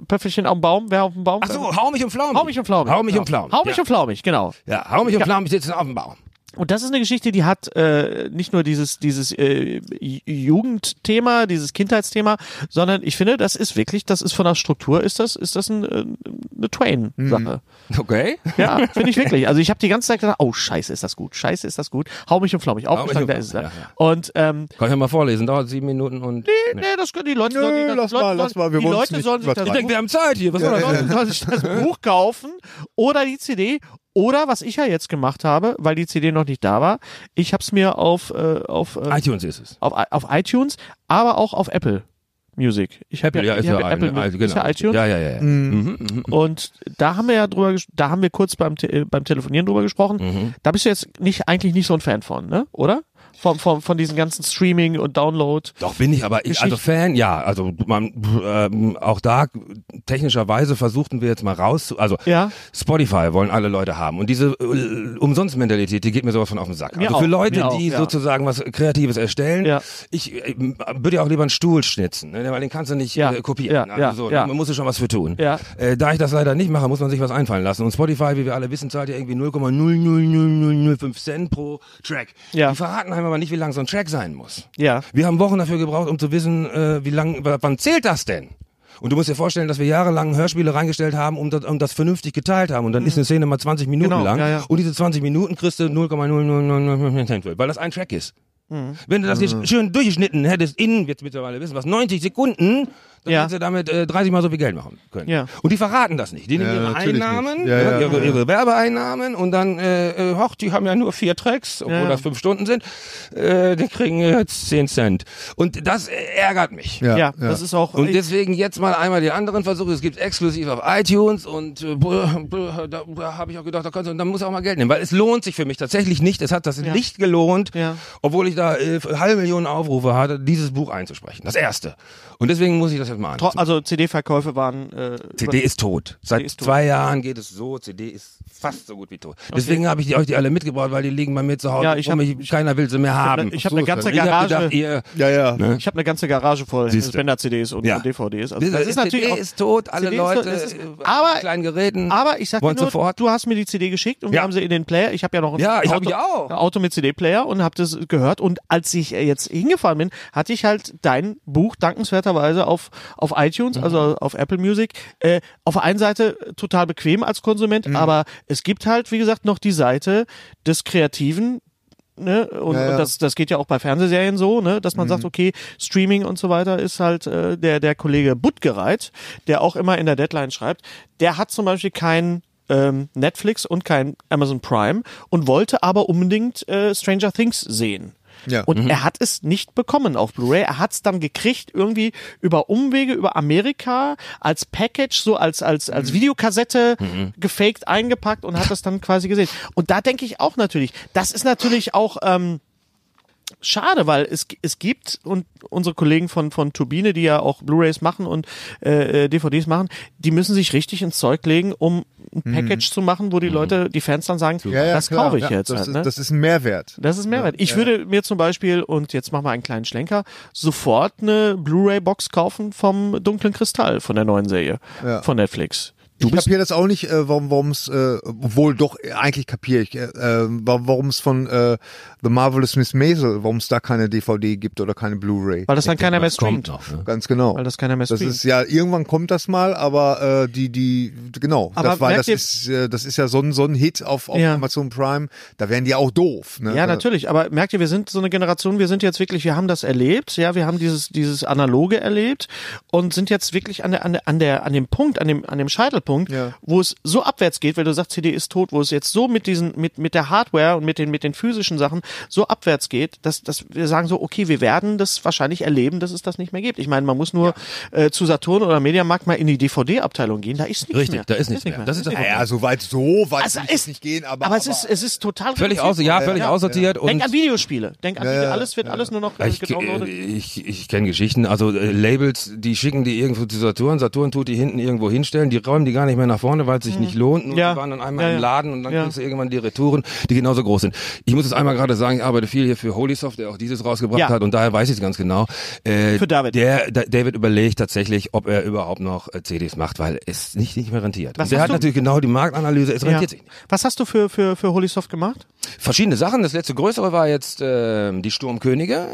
Pöpfelchen auf dem Baum wer auf dem Baum Ach so, hau mich und Pflaumen. hau mich und Pflaumen Hau mich genau. und Pflaumen. hau mich ja. und Pflaumen genau Ja, hau mich und Pflaumen sitzen auf dem Baum. Und das ist eine Geschichte, die hat äh, nicht nur dieses, dieses äh, J- Jugendthema, dieses Kindheitsthema, sondern ich finde, das ist wirklich, das ist von der Struktur, ist das, ist das ein, äh, eine Mhm. Twain-Sache. Okay. Ja, finde ich wirklich. Also ich habe die ganze Zeit gedacht, oh Scheiße, ist das gut, Scheiße, ist das gut. Hau mich und flau mich auf, Hau ich mich sag, und da flau ist es. mich, Ja, ja, ja. Und ähm, Kann ich ja mal vorlesen, dauert sieben Minuten und. nee, nee, das können die Leute, Nö, sollen die, lass Leute, mal, lass mal, wir die wollen's Leute nicht sollen sich das übertreiben. Ich Buch- wir haben Zeit hier. Was soll die das? Leute sollen sich das Buch kaufen oder die CD oder was ich ja jetzt gemacht habe, weil die CD noch nicht da war, ich habe es mir auf äh, auf äh, iTunes ist es. auf, auf iTunes, aber auch auf Apple Music. Ich habe ja, ich hab ja ein- Apple also Music, ist genau. ja iTunes. Hm. Ja, ja, ja. ja. Mhm, Und da haben wir ja drüber, ges- da haben wir kurz beim, Te äh, beim Telefonieren drüber gesprochen. Mhm. Da bist du jetzt nicht, eigentlich nicht so ein Fan von, ne? Oder? Von, von, von diesen ganzen Streaming und Download. Doch bin ich, aber ich, also Fan, ja, also man, ähm, auch da technischerweise versuchten wir jetzt mal raus, also Ja. Spotify wollen alle Leute haben und diese äh, Umsonstmentalität, die geht mir sowas von auf den Sack. Mir also auch, für Leute, mir auch, die ja. sozusagen was Kreatives erstellen, Ja. ich äh, würde ja auch lieber einen Stuhl schnitzen, ne, weil den kannst du nicht Ja, äh, kopieren. ja, also ja, so, ja. man muss schon was für tun. Ja. Äh, da ich das leider nicht mache, muss man sich was einfallen lassen und Spotify, wie wir alle wissen, zahlt ja irgendwie 0,00005 Cent pro Track. Ja. Die verraten einem aber nicht, wie lang so ein Track sein muss. Ja. Wir haben Wochen dafür gebraucht, um zu wissen, äh, wie lang, w- wann zählt das denn? Und du musst dir vorstellen, dass wir jahrelang Hörspiele reingestellt haben und das, und das vernünftig geteilt haben. Und dann ist eine Szene mal 20 Minuten Genau, lang. ja, ja. Und diese 20 Minuten kriegst du 0,000 Cent für, weil das ein Track ist. Wenn du das nicht schön durchgeschnitten hättest, in, jetzt mittlerweile wissen was, 90 Sekunden, dann Ja. hättest du damit äh, 30 Mal so viel Geld machen können. Ja. Und die verraten das nicht. Die nehmen ihre natürlich nicht. Einnahmen, Ja, ja, ihre, ihre Werbeeinnahmen und dann, äh, äh, hoch, die haben ja nur vier Tracks, obwohl Ja, ja. das fünf Stunden sind, äh, die kriegen jetzt 10 Cent. Und das äh, ärgert mich. Ja, ja. das ist auch. Und ich- deswegen jetzt mal einmal die anderen Versuche. Es gibt exklusiv auf iTunes und äh, brr, brr, da, da habe ich auch gedacht, da, kannst, du- da muss auch mal Geld nehmen, weil es lohnt sich für mich tatsächlich nicht. Es hat das nicht gelohnt, Ja. obwohl ich da äh, halbe Millionen Aufrufe hatte, dieses Buch einzusprechen. Das erste. Und deswegen muss ich das jetzt mal tro- an. also CD-Verkäufe waren. Äh, CD ist tot. Seit ist tot. zwei Jahren geht es so. CD ist fast so gut wie tot. Deswegen habe ich die, euch die alle mitgebracht, weil die liegen bei mir zu Hause. Ja, ich um hab- mich, keiner will sie mehr haben. ich habe eine ganze Ich hab Garage. gedacht, ihr Ja, ja. ich habe eine ganze Garage voll Siehste. Spender-CDs und, Ja. und DVDs. Also Das, das ist natürlich. CD Auch, ist tot, alle CD ist tot, Leute das ist- äh, aber- mit kleinen Geräten. aber ich sag dir wollen nur, sofort. du hast mir die CD geschickt und wir Ja. haben sie in den Player. Ich habe ja noch ein Ja, ich hab Auto, die auch. ein Auto mit CD-Player und habe das gehört. Und als ich äh, jetzt hingefahren bin, hatte ich halt dein Buch dankenswerterweise auf, auf iTunes, Mhm. also auf Apple Music. Äh, auf der einen Seite total bequem als Konsument, Mhm. aber es gibt halt, wie gesagt, noch die Seite des Kreativen, ne? Und, Ja, Mhm. ja. und das, das geht ja auch bei Fernsehserien so, ne? Dass man sagt, okay, Streaming und so weiter ist halt äh, der, der Kollege Buttgereit, der auch immer in der Deadline schreibt, der hat zum Beispiel kein ähm, Netflix und kein Amazon Prime und wollte aber unbedingt äh, Stranger Things sehen. Ja. Mhm. Und er hat es nicht bekommen auf Blu-ray. Er hat es dann gekriegt irgendwie über Umwege über Amerika als Package, so als als Mhm. als Videokassette gefaked eingepackt und hat das dann quasi gesehen. Und da denke ich auch natürlich, das ist natürlich auch ähm, schade, weil es, es gibt und unsere Kollegen von, von Turbine, die ja auch Blu-rays machen und äh, äh, DVDs machen, die müssen sich richtig ins Zeug legen, um ein Package zu machen, wo die Leute, die Fans dann sagen, Mhm. Ja, ja, das klar. kaufe ich Ja, jetzt. Das, halt, ist, ne? das ist ein Mehrwert. Das ist Mehrwert. Ich würde mir zum Beispiel, und jetzt machen wir einen kleinen Schlenker, sofort eine Blu-ray-Box kaufen vom Dunklen Kristall, von der neuen Serie, von Netflix. Du ich bist. kapiere das auch nicht, äh, warum es, äh, obwohl doch, äh, eigentlich kapiere ich, äh, äh, warum es von äh, The Marvelous Miss Maisel, warum es da keine DVD gibt oder keine Blu-ray. Weil das dann keiner mehr kommt streamt. noch. Ne? Ganz genau. Weil das keiner mehr Das streamt. ist ja, irgendwann kommt das mal, aber äh, die, die, genau, Aber das, war, merkt das, ihr- ist, äh, das ist ja so ein, so ein Hit auf, auf Ja. Amazon Prime, da wären die auch doof. Ne? Ja, Äh, natürlich. Aber merkt ihr, wir sind so eine Generation, wir sind jetzt wirklich, wir haben das erlebt, ja, wir haben dieses, dieses Analoge erlebt und sind jetzt wirklich an der, an der, an der, an dem Punkt, an dem, an dem Scheitelpunkt, Ja. wo es so abwärts geht, weil du sagst, CD ist tot, wo es jetzt so mit diesen, mit, mit der Hardware und mit den, mit den physischen Sachen so abwärts geht, dass, dass wir sagen so, okay, wir werden das wahrscheinlich erleben, dass es das nicht mehr gibt. Ich meine, man muss nur äh, zu Saturn oder Mediamarkt mal in die DVD-Abteilung gehen, da ist nichts mehr. Richtig, da ist nichts mehr. Das ist der Naja, so weit, so weit also will ich es, das nicht gehen, aber. aber es ist es ist total Völlig aus, reduziert ja, worden. völlig aussortiert und Denk an Videospiele. Denk an Video. alles wird alles nur noch äh, ich, gedownloadet. äh, ich, ich kenne Geschichten, also äh, Labels, die schicken die irgendwo zu Saturn, Saturn tut die hinten irgendwo hinstellen, die räumen die gar nicht mehr nach vorne, weil es sich nicht lohnt. Nur Mhm. Ja. Die waren dann einmal Ja, ja. im Laden und dann Ja. kriegst du irgendwann die Retouren, die genauso groß sind. Ich muss jetzt einmal gerade sagen, ich arbeite viel hier für Holysoft, der auch dieses rausgebracht Ja. hat und daher weiß ich es ganz genau. Äh, Für David. Der, da, David überlegt tatsächlich, ob er überhaupt noch äh, CDs macht, weil es nicht, nicht mehr rentiert. Was Und der hast hat du- natürlich genau die Marktanalyse, es Ja. rentiert sich nicht. Was hast du für, für, für Holy Soft gemacht? Verschiedene Sachen. Das letzte größere war jetzt ähm, die Sturmkönige,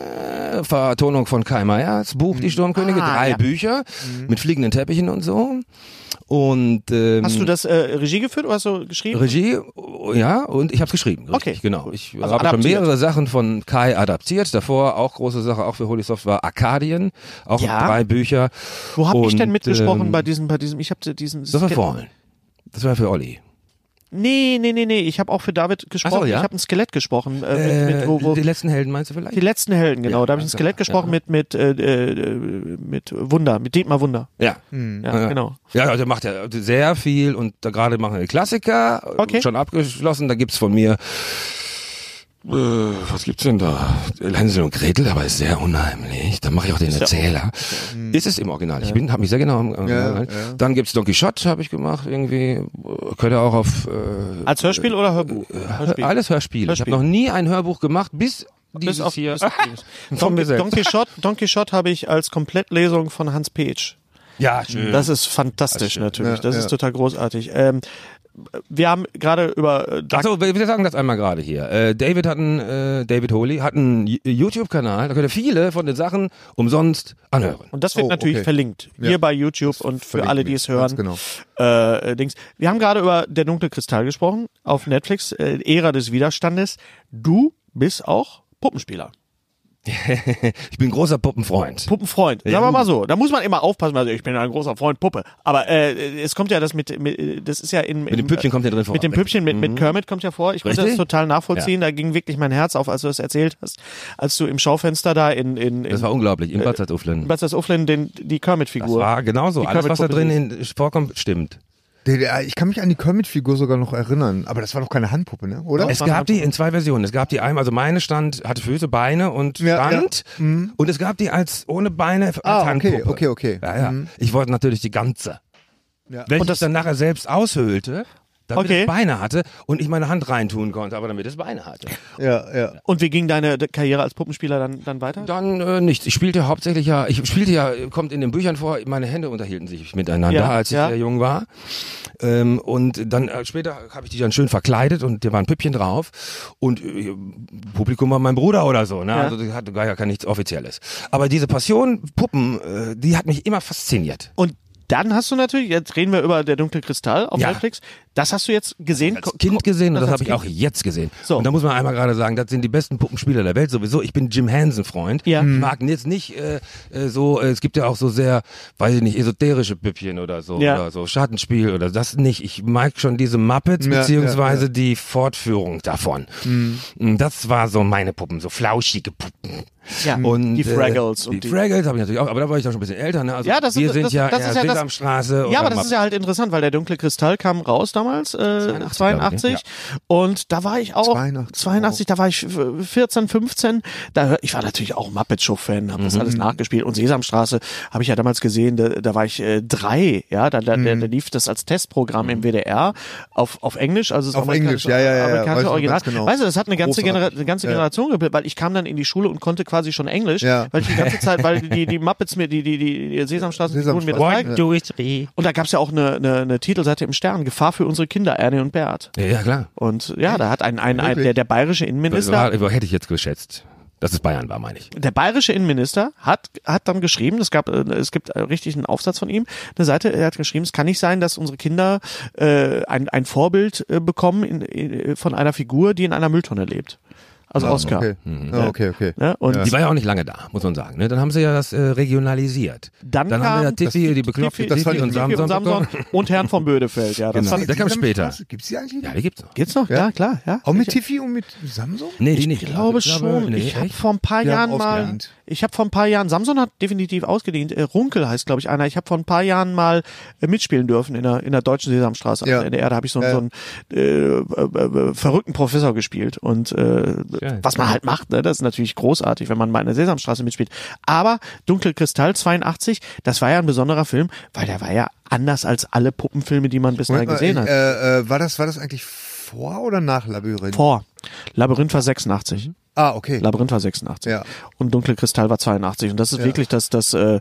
äh, Vertonung von Kai Meyers Buch Die Sturmkönige, Ah, drei ja. Mhm. Bücher mit fliegenden Teppichen und so. Und ähm, Hast du das äh, Regie geführt oder hast du geschrieben? Regie, ja, und ich habe es geschrieben. Richtig, Okay. genau. Ich Also habe schon adaptiert. mehrere Sachen von Kai adaptiert. Davor auch große Sache, auch für Holy Soft war Arkadien, auch Ja. drei Bücher. Wo habe ich Und, denn mitgesprochen ähm, bei diesem, bei diesem, ich habe diesen... Das war vorhin. Das war für Olli. Nee, nee, nee, nee, ich habe auch für David gesprochen, ja? ich habe ein Skelett gesprochen. Äh, mit, mit, wo, wo, die letzten Helden meinst du vielleicht? die letzten Helden, genau, Ja, da habe ich ein also, Skelett ja. gesprochen mit, mit, äh, äh, mit Wunder, mit Dietmar Wunder. Hm, Ja. Ja, genau. Ja, ja, der macht ja sehr viel und da gerade machen wir Klassiker, Okay. schon abgeschlossen. Da gibt's von mir, äh, was gibt's denn da? Hänsel und Gretel, aber ist sehr unheimlich. Dann mache ich auch den Erzähler. Mhm. Ist es im Original? Ich bin, habe mich sehr genau am am- Ja, am- ja. Dann gibt's Don Quixote, habe ich gemacht irgendwie. Könnte auch auf äh, Als Hörspiel oder Hörbuch? Hörspiel. alles Hörspiele. Ich habe Hörspiel. noch nie ein Hörbuch gemacht, bis dieses Bis auf, hier. bis auf dieses. Von Don, mir selbst. Don Quixote, Don Quixote habe ich als Komplettlesung von Hans Petsch. ja, Mhm. schön. Das ist fantastisch natürlich. das ist total großartig. Ähm, wir haben gerade über äh, Dark Achso, wir wir sagen das einmal gerade hier. Äh, David hat einen, äh, David Holy hat einen Y- YouTube-Kanal, da könnt ihr viele von den Sachen umsonst anhören. und das wird Oh, natürlich okay. verlinkt. Hier bei YouTube und für verlinken alle, wir. die es hören. Ganz genau. Äh, äh, Dings. Wir haben gerade über Der dunkle Kristall gesprochen auf Netflix, äh, Ära des Widerstandes. Du bist auch Puppenspieler. Ich bin großer Puppenfreund. Puppenfreund. Sagen wir mal so. Da muss man immer aufpassen. Also ich bin ein großer Freund Puppe. Aber äh, es kommt ja das mit, mit das ist ja in, Mit dem Püppchen kommt der drin vor. Mhm. Mit dem Püppchen, mit, mit Kermit kommt ja vor. Ich konnte Richtig? das total nachvollziehen. Da ging wirklich mein Herz auf, als du das erzählt hast. Als du im Schaufenster da in, in, in Das war unglaublich, im Bad Salzuflen. was ist das Ufflen, den, die Das Kermit-Figur. war genauso. Die Alles, was da Kermit-Puppe drin in, vorkommt, stimmt. Der, der, ich kann mich an die Kermit-Figur sogar noch erinnern, aber das war doch keine Handpuppe, ne? Oder? Es gab die in zwei Versionen. Es gab die einmal, also meine stand, hatte Füße, Beine und Ja, Mhm. Stand. Und es gab die als ohne Beine als Ah, okay, Handpuppe. okay, okay. Mhm. Ja, ja. Ich wollte natürlich die ganze. Welche und das dann nachher selbst aushöhlte, damit Okay. es Beine hatte und ich meine Hand reintun konnte, aber damit es Beine hatte. ja, ja. Und wie ging deine Karriere als Puppenspieler dann, dann weiter? Dann äh, nichts. Ich spielte hauptsächlich ja, ich spielte ja, kommt in den Büchern vor, meine Hände unterhielten sich miteinander, Ja, als ich ja. sehr jung war. Ähm, und dann äh, später habe ich die dann schön verkleidet und da war ein Püppchen drauf und äh, Publikum war mein Bruder oder so. Ne? Also das hat gar ja kein nichts Offizielles. Aber diese Passion, Puppen, äh, die hat mich immer fasziniert. Und dann hast du natürlich, jetzt reden wir über der dunkle Kristall auf Ja. Netflix. Das hast du jetzt gesehen. als Kind gesehen und das, als habe ich Kind. auch jetzt gesehen. So. Und da muss man einmal gerade sagen, das sind die besten Puppenspieler der Welt sowieso. Ich bin Jim Hansen Freund. Ja. Mhm. Ich mag jetzt nicht äh, äh, so, äh, es gibt ja auch so sehr, weiß ich nicht, esoterische Püppchen oder so Ja. oder so Schattenspiel oder das nicht. Ich mag schon diese Muppets Ja, beziehungsweise die Fortführung davon. Und Das war so meine Puppen, so flauschige Puppen. Mhm. Ja, Und, die äh, Fraggles die, und die. Fraggles habe ich natürlich auch, aber da war ich ja schon ein bisschen älter. Ne? Also Ja, das wir ist- sind das- ja das eher ist ja das- Sesamstraße Ja, oder aber das ist ja halt interessant, weil der dunkle Kristall kam raus damals, äh, ne? 82, 82, glaub und da war ich auch, 82, 82, da war ich äh, 14, 15, da, hör- ich war natürlich auch Muppet Show Fan, habe Mhm. das alles nachgespielt und Sesamstraße habe ich ja damals gesehen, da, da war ich äh, drei, ja, da, da, Mhm. da, da lief das als Testprogramm im WDR auf, auf Englisch, also das Auf amerikanische- Englisch, ja, ja, ja, weiß ich amerikanische noch Original. ganz genau. Weißt du, das hat eine ganze, Genera Großartig. eine ganze Generation gebildet, weil ich kam dann in die Schule und konnte quasi schon Englisch, Ja. weil ich die ganze Zeit, weil die, die Muppets mir, die, die, die Sesamstraßen mir das Sesamstraße, zeigen. Und da gab's ja auch eine, eine, eine Titelseite im Stern, Gefahr für unsere Kinder, Erne und Bert. ja, ja, klar. Und ja, da hat ein, ein, ein Wirklich? der, der bayerische Innenminister, War- hätte ich jetzt geschätzt, dass es Bayern war, meine ich. der bayerische Innenminister hat, hat dann geschrieben, es gab, äh, es gibt äh, richtig einen Aufsatz von ihm, eine Seite, er hat geschrieben, es kann nicht sein, dass unsere Kinder äh, ein, ein Vorbild äh, bekommen in, in, von einer Figur, die in einer Mülltonne lebt. Also Oscar. Okay. Ah, okay, okay. Ne? Und Die war ja auch nicht lange da, muss man sagen. Ne? Dann haben sie ja das äh, regionalisiert. Dann haben wir ja kam- Tiffy, die bekloppte Tiffy- Tiffy und Tiffy und Samson. Samson bekommen. und Herrn von Bödefeld, ja. Das Genau. fand, Der kam Die später. Sammelstraße, Gibt's die eigentlich? Ja, noch? die gibt's noch. geht's noch? Ja, klar, ja. Auch mit Tiffy und mit Samsung? Nee, die Ich nicht. glaube Ich schon. nee, ich habe echt? vor ein paar Die haben Jahren mal. ausgedient. Ich habe vor ein paar Jahren. Samson hat definitiv ausgedient. Äh, Runkel heißt, glaube ich, einer. Ich habe vor ein paar Jahren mal äh, mitspielen dürfen in der, in der deutschen Sesamstraße. Ja. Also in der Erde habe ich so, Ja, ja. so einen äh, äh, äh, verrückten Professor gespielt. Und äh, Geil. was man halt macht, ne? das ist natürlich großartig, wenn man mal in der Sesamstraße mitspielt. Aber Dunkelkristall 82, das war ja ein besonderer Film, weil der war ja anders als alle Puppenfilme, die man bislang Moment mal, gesehen hat. äh, äh, war, das, war das eigentlich vor oder nach Labyrinth? Vor. Labyrinth war 86. Ah, okay. Labyrinth war 86 Ja. und Dunkle Kristall war 82 und das ist wirklich das das äh,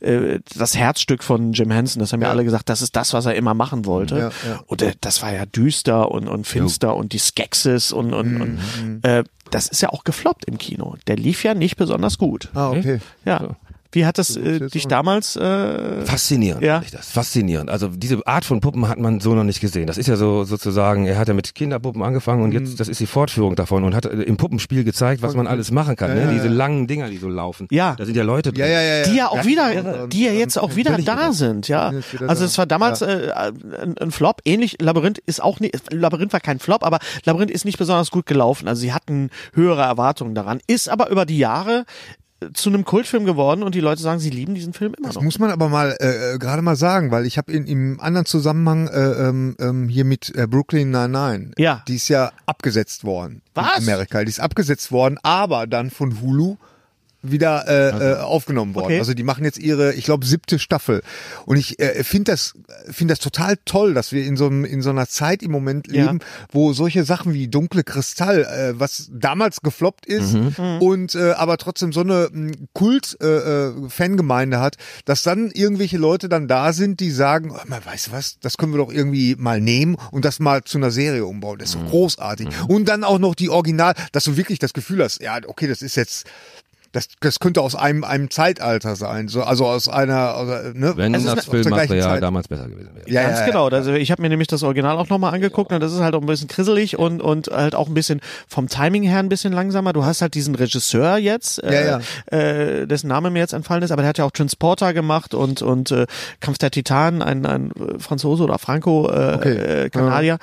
äh, das Herzstück von Jim Henson. Das haben ja alle gesagt, das ist das, was er immer machen wollte. Und äh, das war ja düster und und finster und die Skeksis und und, und äh, das ist ja auch gefloppt im Kino. Der lief ja nicht besonders gut. ah, okay. Ja. Wie hat das äh, dich damals äh, Faszinierend, Ja. ja. das. Faszinierend. Also diese Art von Puppen hat man so noch nicht gesehen. Das ist ja so sozusagen, er hat ja mit Kinderpuppen angefangen und jetzt, das ist die Fortführung davon und hat äh, im Puppenspiel gezeigt, was man alles machen kann. ne? Diese langen Dinger, die so laufen. Ja. Da sind ja Leute drin. Ja, ja, ja. ja. die ja auch wieder, die ja jetzt auch wieder da sind, ja. Also es war damals äh, ein, ein Flop, ähnlich Labyrinth ist auch nicht, Labyrinth war kein Flop, aber Labyrinth ist nicht besonders gut gelaufen. Also sie hatten höhere Erwartungen daran, ist aber über die Jahre äh, zu einem Kultfilm geworden und die Leute sagen, sie lieben diesen Film immer Das noch. muss man aber mal äh, äh, gerade mal sagen, weil ich habe in im anderen Zusammenhang äh, ähm, ähm, hier mit äh, Brooklyn Nine-Nine, Ja. die ist ja abgesetzt worden Was? in Amerika, die ist abgesetzt worden, aber dann von Hulu wieder äh, äh, aufgenommen worden. Okay. Also die machen jetzt ihre, ich glaube, siebte Staffel. Und ich äh, finde das, finde das total toll, dass wir in so einem in so einer Zeit im Moment Ja. leben, wo solche Sachen wie dunkle Kristall, äh, was damals gefloppt ist Mhm. und äh, aber trotzdem so eine Kult-Fangemeinde äh, Fangemeinde hat, dass dann irgendwelche Leute dann da sind, die sagen, oh, man weiß was, das können wir doch irgendwie mal nehmen und das mal zu einer Serie umbauen. Das ist Mhm. doch großartig. Und dann auch noch die Original, dass du wirklich das Gefühl hast, ja, okay, das ist jetzt. Das, das könnte aus einem, einem Zeitalter sein, so, also aus einer, aus, einer- ne? Wenn aus, das aus der gleichen Filmmaterial Zeit. damals besser gewesen wäre. ja, ja, Ganz ja. genau. Also ich habe mir nämlich das Original auch nochmal angeguckt und das ist halt auch ein bisschen krisselig und, und halt auch ein bisschen vom Timing her ein bisschen langsamer. Du hast halt diesen Regisseur jetzt, äh, Ja, Äh, dessen Name mir jetzt entfallen ist, aber der hat ja auch Transporter gemacht und, und äh, Kampf der Titanen, ein, ein äh, Franzose oder Franco, äh, Okay. äh, Kanadier.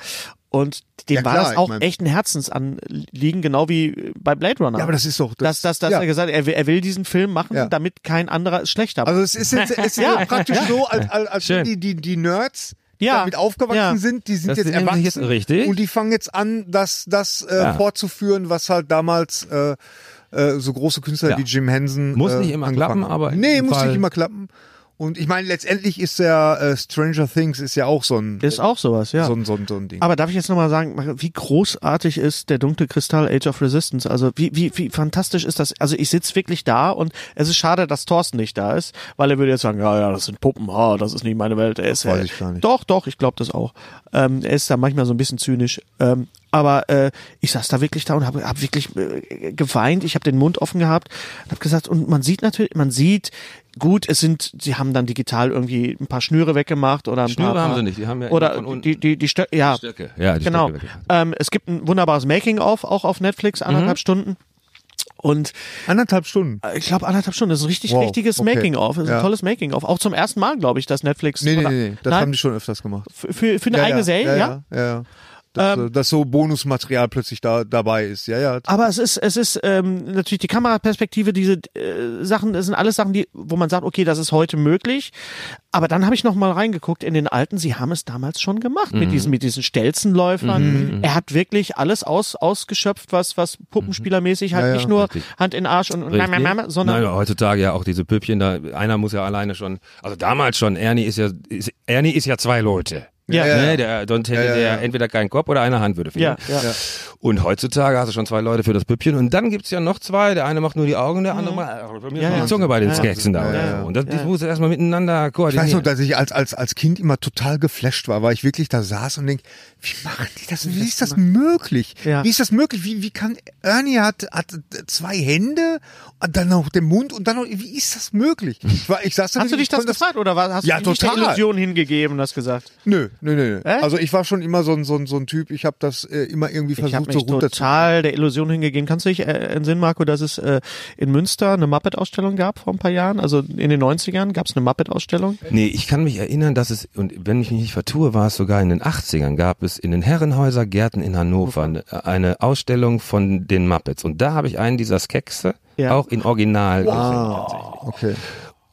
Und dem Ja, war klar, das auch ich mein- echt ein Herzensanliegen, genau wie bei Blade Runner. Ja, aber das ist doch- das- dass, dass, dass ja. er gesagt hat, er will, er will diesen Film machen, Ja. damit kein anderer es schlechter Also es ist jetzt es ist jetzt praktisch so, als, als, als Schön. die, die, die Nerds, die Ja. damit aufgewachsen Ja. sind, die sind Das jetzt nehmen sich erwachsen jetzt richtig. und die fangen jetzt an, das, das äh, Ja. fortzuführen, was halt damals äh, äh, so große Künstler Ja. wie Jim Henson Muss äh, nicht immer angefangen klappen, haben. aber in nee, jedem muss nicht Fall- immer klappen. Und ich meine, letztendlich ist ja äh, Stranger Things ist ja auch so ein, ist auch sowas, ja. so ein, so ein, so ein Ding. Aber darf ich jetzt nochmal sagen, wie großartig ist der dunkle Kristall Age of Resistance? Also wie, wie, wie fantastisch ist das? Also ich sitz wirklich da und es ist schade, dass Thorsten nicht da ist, weil er würde jetzt sagen, ja, ja, das sind Puppen, ha, das ist nicht meine Welt. Er ist, weiß äh, ich gar nicht. Doch, doch, ich glaube das auch. Ähm, er ist da manchmal so ein bisschen zynisch. Ähm, aber äh, ich saß da wirklich da und habe hab wirklich äh, geweint. Ich habe den Mund offen gehabt und habe gesagt, und man sieht natürlich, man sieht, gut, es sind, sie haben dann digital irgendwie ein paar Schnüre weggemacht oder ein Schnüre paar, haben sie nicht, die haben ja oder von unten. die die die Stö ja Stöcke, ja, die genau. Stöcke weggemacht. ähm, es gibt ein wunderbares Making of auch auf Netflix Mhm. anderthalb Stunden und Anderthalb Stunden. äh, ich glaube anderthalb Stunden. Das ist ein richtig Wow, richtiges okay. Making of. Das ist Ja. ein tolles Making of. Auch zum ersten Mal glaube ich, dass Netflix Nee, nee, oder- nee, nee. Das Nein, haben die schon öfters gemacht. für, für für eine eigene Serie, ja. Ähm, ja. ja, ja. Dass, äh, dass so Bonusmaterial plötzlich da dabei ist. Ja, ja. Aber es ist es ist ähm, natürlich die Kameraperspektive, diese äh, Sachen, das sind alles Sachen, die wo man sagt, okay, das ist heute möglich. Aber dann habe ich noch mal reingeguckt in den alten. Sie haben es damals schon gemacht mit diesen mit diesen Stelzenläufern. Er hat wirklich alles aus ausgeschöpft, was was Puppenspielermäßig halt Ja, ja, nicht nur richtig. Hand in Arsch und, und Richtig. sondern Nein, aber heutzutage ja auch diese Püppchen da, einer muss ja alleine schon, also damals schon, Ernie ist ja, ist, Ernie ist ja zwei Leute. Ja. Ne, der, sonst hätte ja, der ja. entweder keinen Kopf oder eine Hand würde ja, fehlen. ja. Und heutzutage hast du schon zwei Leute für das Püppchen und dann gibt's ja noch zwei. Der eine macht nur die Augen, der andere macht Mhm. Ja, ja. die Zunge bei den Ja, ja. Skeksen da. Ja, ja. Und das, das muss ja erstmal miteinander Ich weiß nur, koordinieren. dass ich als, als, als Kind immer total geflasht war, weil ich wirklich da saß und denk, wie machen die das? Wie ist das möglich? Ja. Wie ist das möglich? Wie, wie kann Ernie hat, hat zwei Hände und dann noch den Mund und dann noch, wie ist das möglich? Ich, war, ich saß da Hast du dich wirklich, das ich konnte gefragt oder war, hast Ja, du dich der total. Illusion hingegeben und hast gesagt? Nö, nö, nö. nö. Äh? Also ich war schon immer so ein, so ein, so ein Typ, ich habe das äh, immer irgendwie Ich habe versucht, so mich runter total der Illusion hingegeben. Kannst du dich äh, entsinnen, Marco, dass es äh, in Münster eine Muppet-Ausstellung gab vor ein paar Jahren? Also in den 90ern gab es eine Muppet-Ausstellung. Nee, ich kann mich erinnern, dass es, und wenn ich mich nicht vertue, war es sogar in den 80ern, gab es in den Herrenhäusergärten in Hannover eine- eine Ausstellung von den Muppets. Und da habe ich einen dieser Skekse Ja. auch in Original gesehen. Okay.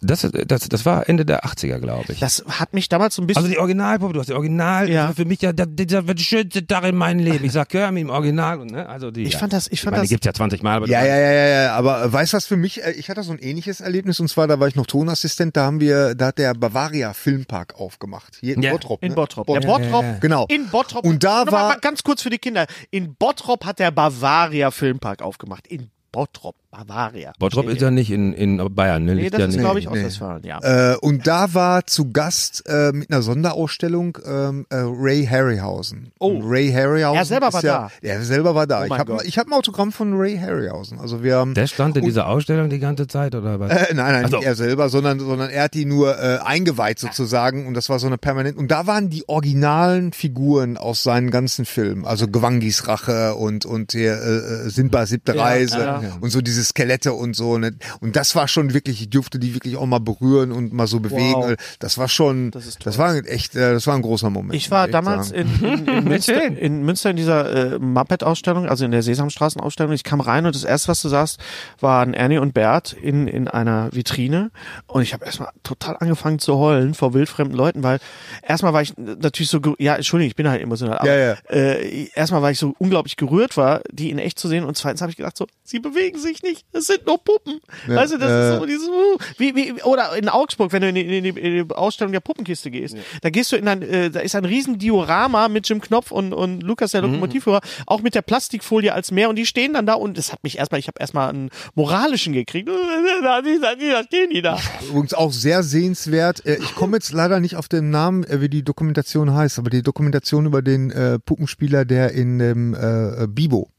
Das, das, das war Ende der 80er, glaube ich. Das hat mich damals so ein bisschen. Also die Originalpuppe, du hast die Original, Ja. das war für mich ja, das, das war der schönste Tag in meinem Leben. Ich sag, gehör mir im Original und ne, also die. ich ja. fand das, ich ich fand meine, die das. gibt's ja 20 Mal, aber Ja, ja, ja, ja, ja, aber äh, weißt du was für mich? Äh, Ich hatte so ein ähnliches Erlebnis und zwar, da war ich noch Tonassistent, da haben wir, da hat der Bavaria Filmpark aufgemacht. Hier in Ja, Bottrop. In ne? Bottrop. Der Bottrop, Genau. In Bottrop. Und da Nochmal war- mal ganz kurz für die Kinder. In Bottrop hat der Bavaria Filmpark aufgemacht. In Bottrop, Bavaria. Bottrop ist ja nicht in, in Bayern, ne? Nee, Liegt das ja ist nicht. glaube ich aus Westfalen, ja. Äh, und da war zu Gast äh, mit einer Sonderausstellung ähm, äh, Ray Harryhausen. Oh. Und Ray Harryhausen. Er selber ist war ja, da. Er selber war da. Oh ich mein habe Gott. ich hab ein Autogramm von Ray Harryhausen. Also wir haben. Der stand oh. in dieser Ausstellung die ganze Zeit oder was? Äh, nein, nein, Also- nicht er selber, sondern, sondern er hat die nur äh, Ah. eingeweiht sozusagen und das war so eine permanent. Und da waren die originalen Figuren aus seinen ganzen Filmen, also Gwangis Rache und, und hier, äh, äh, Simba siebte Reise und so diese Skelette und so. Ne? Und das war schon wirklich, ich durfte die wirklich auch mal berühren und mal so bewegen. Wow. Das war schon, Das das, ist toll. war echt, äh, das war ein großer Moment. Ich war muss echt damals sagen. in, in, in, Münster, in Münster in dieser äh, Muppet-Ausstellung, also in der Sesamstraßen-Ausstellung. Ich kam rein und das erste, was du sahst, waren Ernie und Bert in, in einer Vitrine. Und ich habe erstmal total angefangen zu heulen vor wildfremden Leuten, weil erstmal war ich natürlich so, ge- ja, Entschuldigung, ich bin halt emotional. Aber, Ja, ja. Äh, erstmal war ich so unglaublich gerührt war, die in echt zu sehen. Und zweitens habe ich gedacht so, sie bewegen sich nicht, es sind nur Puppen. also das äh. ist so dieses, uh, wie, wie, oder in Augsburg, wenn du in die, in die, in die Ausstellung der Puppenkiste gehst, da gehst du in ein, äh, da ist ein riesen Diorama mit Jim Knopf und, und Lukas, Mhm. der Lokomotivführer, auch mit der Plastikfolie als Meer und die stehen dann da und das hat mich erstmal, ich habe erstmal einen moralischen gekriegt. Da, die- da, die- da stehen die da. Übrigens auch sehr sehenswert. Äh, Ich komme jetzt leider nicht auf den Namen, äh, wie die Dokumentation heißt, aber die Dokumentation über den äh, Puppenspieler, der in dem äh, äh, Bibo,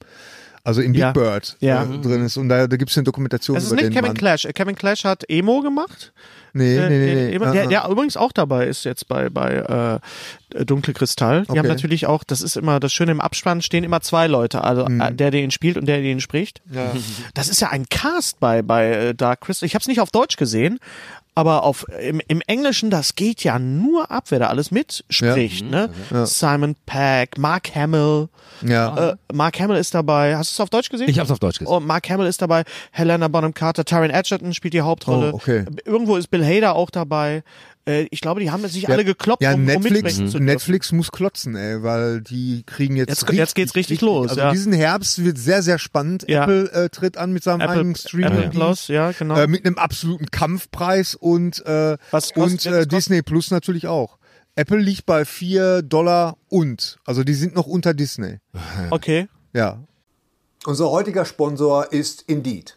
also in Big Ja. Bird Ja. Äh, drin ist. Und da, da gibt es eine Dokumentation Das ist über nicht den Kevin Mann. Clash. Äh, Kevin Clash hat Emo gemacht. Nee, nee, nee. nee. Der, der, Ah, der übrigens auch dabei ist jetzt bei, bei äh, Dunkle Kristall. Die haben natürlich auch, das ist immer das Schöne im Abspann, stehen immer zwei Leute, also Mhm. äh, der, der ihn spielt und der, der ihn spricht. Das ist ja ein Cast bei, bei äh, Dark Crystal. Ich habe es nicht auf Deutsch gesehen, aber auf, im, im Englischen, das geht ja nur ab, wer da alles mitspricht. Ne? Simon Peck, Mark Hamill. ah. ja. Äh, Mark Hamill ist dabei. Hast du es auf Deutsch gesehen? Ich hab's auf Deutsch gesehen. Und Oh, Mark Hamill ist dabei, Helena Bonham Carter, Taron Edgerton spielt die Hauptrolle. Oh, okay. Irgendwo ist Bill Hader auch dabei. Äh, Ich glaube, die haben sich alle gekloppt, ja, um, um Netflix, mitsprechen zu dürfen. Netflix muss klotzen, ey, weil die kriegen jetzt. Jetzt- jetzt geht's richtig los, Also ja. diesen Herbst wird sehr, sehr spannend. Ja. Apple äh, tritt an mit seinem Apple, eigenen Apple Streaming. Plus, ja, genau. äh, mit einem absoluten Kampfpreis und, äh, Was kostet- und was äh, kostet- Disney Plus natürlich auch. Apple liegt bei 4 Dollar und. Also die sind noch unter Disney. okay. Ja. Unser heutiger Sponsor ist Indeed.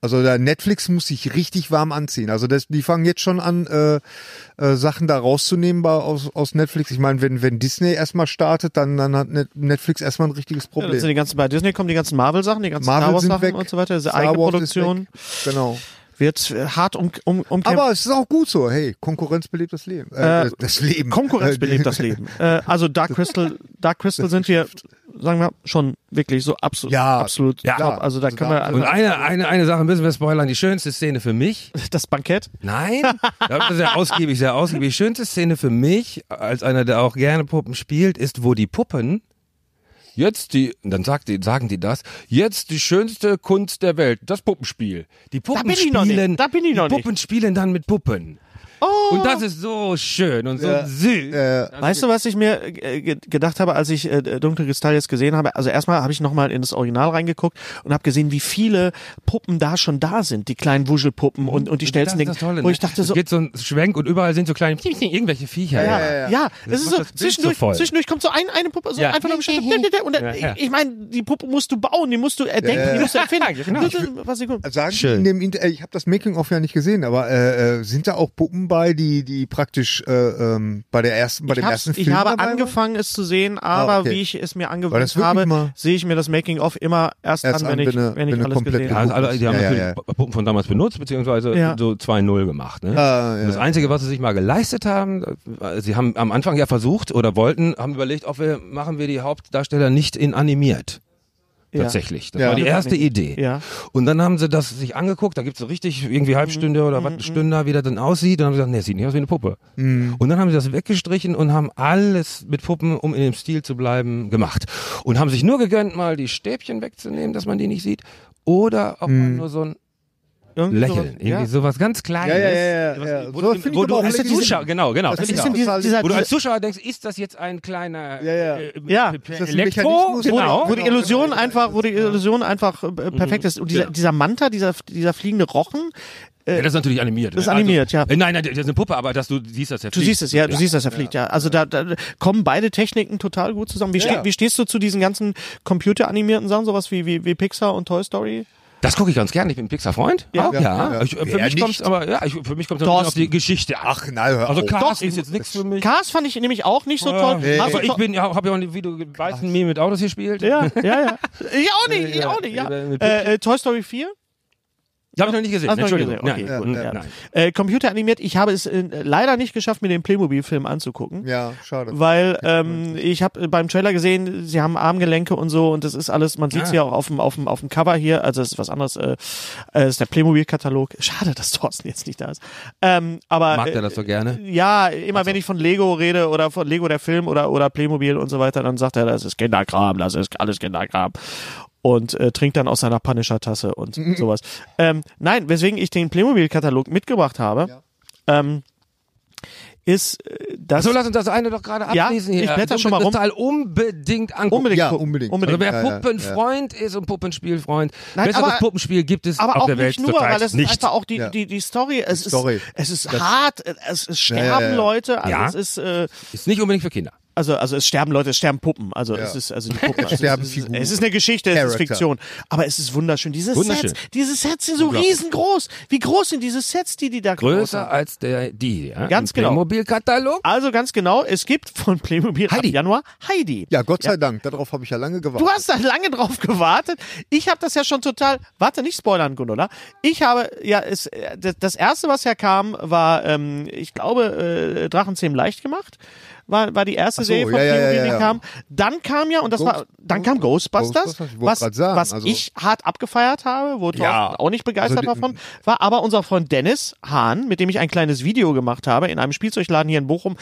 Also der Netflix muss sich richtig warm anziehen. Also das, die fangen jetzt schon an, äh, äh, Sachen da rauszunehmen bei, aus, aus Netflix. Ich meine, wenn, wenn Disney erstmal startet, dann, dann hat Net- Netflix erstmal ein richtiges Ja, dann Problem. sind die ganzen, bei Disney kommen die ganzen Marvel-Sachen, die ganzen Star Marvel sind Wars-Sachen weg, und so weiter. Diese Star Wars ist Eigenproduktion weg. Genau. wird äh, hart um, um, umkämpft. Aber es ist auch gut so. Hey, Konkurrenz belebt das Leben. Äh, Äh, das Leben. Konkurrenz Äh, belebt das Leben. Äh, also Dark Crystal, Dark Crystal sind wir, sagen wir, schon wirklich so absolut, Ja, absolut ja. top. Also da Also können da- wir Und eine, eine, eine Sache müssen wir spoilern. Die schönste Szene für mich. das Bankett. Nein? Das ist sehr ausgiebig, sehr ausgiebig. Die schönste Szene für mich, als einer, der auch gerne Puppen spielt, ist, wo die Puppen jetzt die, und dann sagt die, sagen die das, jetzt die schönste Kunst der Welt, das Puppenspiel. Die Puppen bin ich noch nicht. spielen, Da bin ich noch die nicht. Oh. Puppen spielen dann mit Puppen. Und das ist so schön und so süß. Weißt du, was ich mir äh, ge- gedacht habe, als ich äh, Dunkle Kristall jetzt gesehen habe? Also erstmal habe ich nochmal in das Original reingeguckt und habe gesehen, wie viele Puppen da schon da sind, die kleinen Wuschelpuppen und, und die Das schnellsten ist Dinge. das Tolle, Wo ich ne? dachte so, Es geht so ein Schwenk und überall sind so kleine irgendwelche Viecher. ja, ja, es ist macht so, das Bild zwischendurch, so voll. zwischendurch kommt so ein, eine Puppe, so Ja. einfach nur bestimmt. Und dann, Ja, ja. ich, ich meine, die Puppe musst du bauen, die musst du erdenken, die musst du erfinden. genau. Das ist, was ich, Sagen die Schön. in dem Inter äh, ich habe das Making-of ja nicht gesehen, aber äh, äh, sind da auch Puppen bei, die, die praktisch äh, ähm, bei, der ersten, bei dem hab's- ersten ich Film habe dabei waren? angefangen, es zu sehen, aber Ah, okay. wie ich es mir Weil das angewöhnt wirklich habe, mal- sehe ich mir das Making-of immer erst, Erst an, wenn an, ich, wenn du- wenn ich wenn du alles komplett gesehen Ja, also, habe. alle, die haben Ja, ja, natürlich ja. P- Puppen von damals benutzt, beziehungsweise Ja. so 2-0 gemacht. Ne? Ah, ja. Und Das Einzige, was sie sich mal geleistet haben, äh, sie haben am Anfang ja versucht oder wollten, haben überlegt, ob wir, machen wir die Hauptdarsteller nicht in animiert. Ja. Tatsächlich. Das Ja. war die erste nicht. Idee. Ja. Und dann haben sie das sich angeguckt, da gibt's so richtig irgendwie Mhm. Halbstunde oder was, eine Stunde, da, wie das dann aussieht. Und haben sie gesagt, nee, sieht nicht aus wie eine Puppe. Mhm. Und dann haben sie das weggestrichen und haben alles mit Puppen, um in dem Stil zu bleiben, gemacht. Und haben sich nur gegönnt, mal die Stäbchen wegzunehmen, dass man die nicht sieht. Oder ob Mhm. man nur so ein Irgendwie sowas. Lächeln, irgendwie Ja. sowas ganz Kleines. Ja, ja, ja, ja, Was- ja. Wo, So du, finde ich wo aber du auch als lecker, diese- Zuschauer, genau, genau. Das finde ich ist auch. in dieser, total- dieser, Wo du dieser als Zuschauer denkst, ist das jetzt ein kleiner Ja, ja. äh, Ja. P- P- Ist das ein Elektro? Mechanismus? Genau. Mhm. wo die Illusion einfach, wo die Illusion einfach äh, perfekt ist. Und dieser, dieser Manta, dieser, dieser fliegende Rochen, Ja, das ist natürlich animiert. Das ist ne? animiert, ja. äh, Nein, nein, das ist eine Puppe, aber dass du siehst das ja. du siehst es, ja, du siehst, dass er fliegt, ja. Also da, da kommen beide Techniken total gut zusammen. Wie, ste wie stehst du zu diesen ganzen computeranimierten Sachen, sowas wie, wie, wie Pixar und Toy Story? Das gucke ich ganz gerne. Ich bin ein Pixar-Freund. Ja. Auch, ja. Ich, äh, für Wer mich nicht? kommt's aber, ja, ich, für mich kommt es Thorsten. auf die Geschichte an. Ach, oh, nein, hör also auf. klar, Thorsten. ist jetzt nichts für mich. Cars fand ich nämlich auch nicht so toll. Hast du Ja. Ah. Aber ich to- bin, ja, habe ja auch, wie du weißt, ein Meme mit Autos gespielt. Hm. ja, ja, ja. Ich auch nicht, ich Ja, auch nicht, ja. ja, mit Äh, äh, Toy Story 4? Die habe ich noch nicht gesehen. Hast du noch nicht Entschuldigung. gesehen? Okay, nein, gut, ja. nein, nein. Äh, computeranimiert, ich habe es äh, leider nicht geschafft, mir den Playmobil-Film anzugucken. Ja, schade. Weil ähm, ich habe beim Trailer gesehen, sie haben Armgelenke und so und das ist alles, man sieht es Ah. ja auch auf dem, auf, dem, auf dem Cover hier, also das ist was anderes, äh, äh, ist der Playmobil-Katalog. Schade, dass Thorsten jetzt nicht da ist. Ähm, aber Mag äh, der das so gerne? ja, immer wenn ich von Lego rede oder von Lego der Film oder, oder Playmobil und so weiter, dann sagt er, das ist Kinderkram, das ist alles Kinderkram. Und äh, trinkt dann aus seiner Punisher-Tasse und Mhm. sowas. Ähm, nein, weswegen ich den Playmobil-Katalog mitgebracht habe, ähm, ist, äh, dass. So, lass uns das eine doch gerade Ja, abschließen ich hier. blätter Du schon mal musst rum. das Teil unbedingt angucken. unbedingt Ja, gucken. unbedingt. Also wer Ja, ja, Puppenfreund ist und Puppenspielfreund, Nein, besseres aber- Puppenspiel gibt es aber auf auch der Welt nicht nur, zurzeit weil es nicht. ist einfach auch die, Ja. die, die Story, es Story. ist, es ist hart, es, es sterben ja, ja. Leute, also Ja. es ist, äh, Ist nicht unbedingt für Kinder. also, also es sterben Leute, es sterben Puppen, also es ist, also die Puppen, also sterben es, ist, Figuren. es ist eine Geschichte, es ist Charakter. Fiktion, aber es ist wunderschön. Diese Wunderschön. Sets, diese Sets sind so riesengroß. Wie groß sind diese Sets, die die da gebaut Größer haben? als der die, ja? Ganz Im genau. Playmobil-Katalog. Also ganz genau, es gibt von Playmobil Heidi. ab Januar Heidi. Ja, Gott sei Dank. Darauf habe ich ja lange gewartet. Du hast da lange drauf gewartet. Ich habe das ja schon total. Warte, nicht spoilern, Gundula. Ich habe ja es, äh, das- das erste, was ja kam, war, ähm, ich glaube, äh, Drachenzähm leicht gemacht. War, war die erste so, Serie von ja, ja, Playmobil, ja, die ja. kam. Dann kam ja und das Ghost- war, dann kam Ghostbusters, Ghostbusters, ich wollte was, grad sagen, was also- ich hart abgefeiert habe, wo Thorsten auch nicht begeistert Also die- davon war. Aber unser Freund Dennis Hahn, mit dem ich ein kleines Video gemacht habe in einem Spielzeugladen hier in Bochum,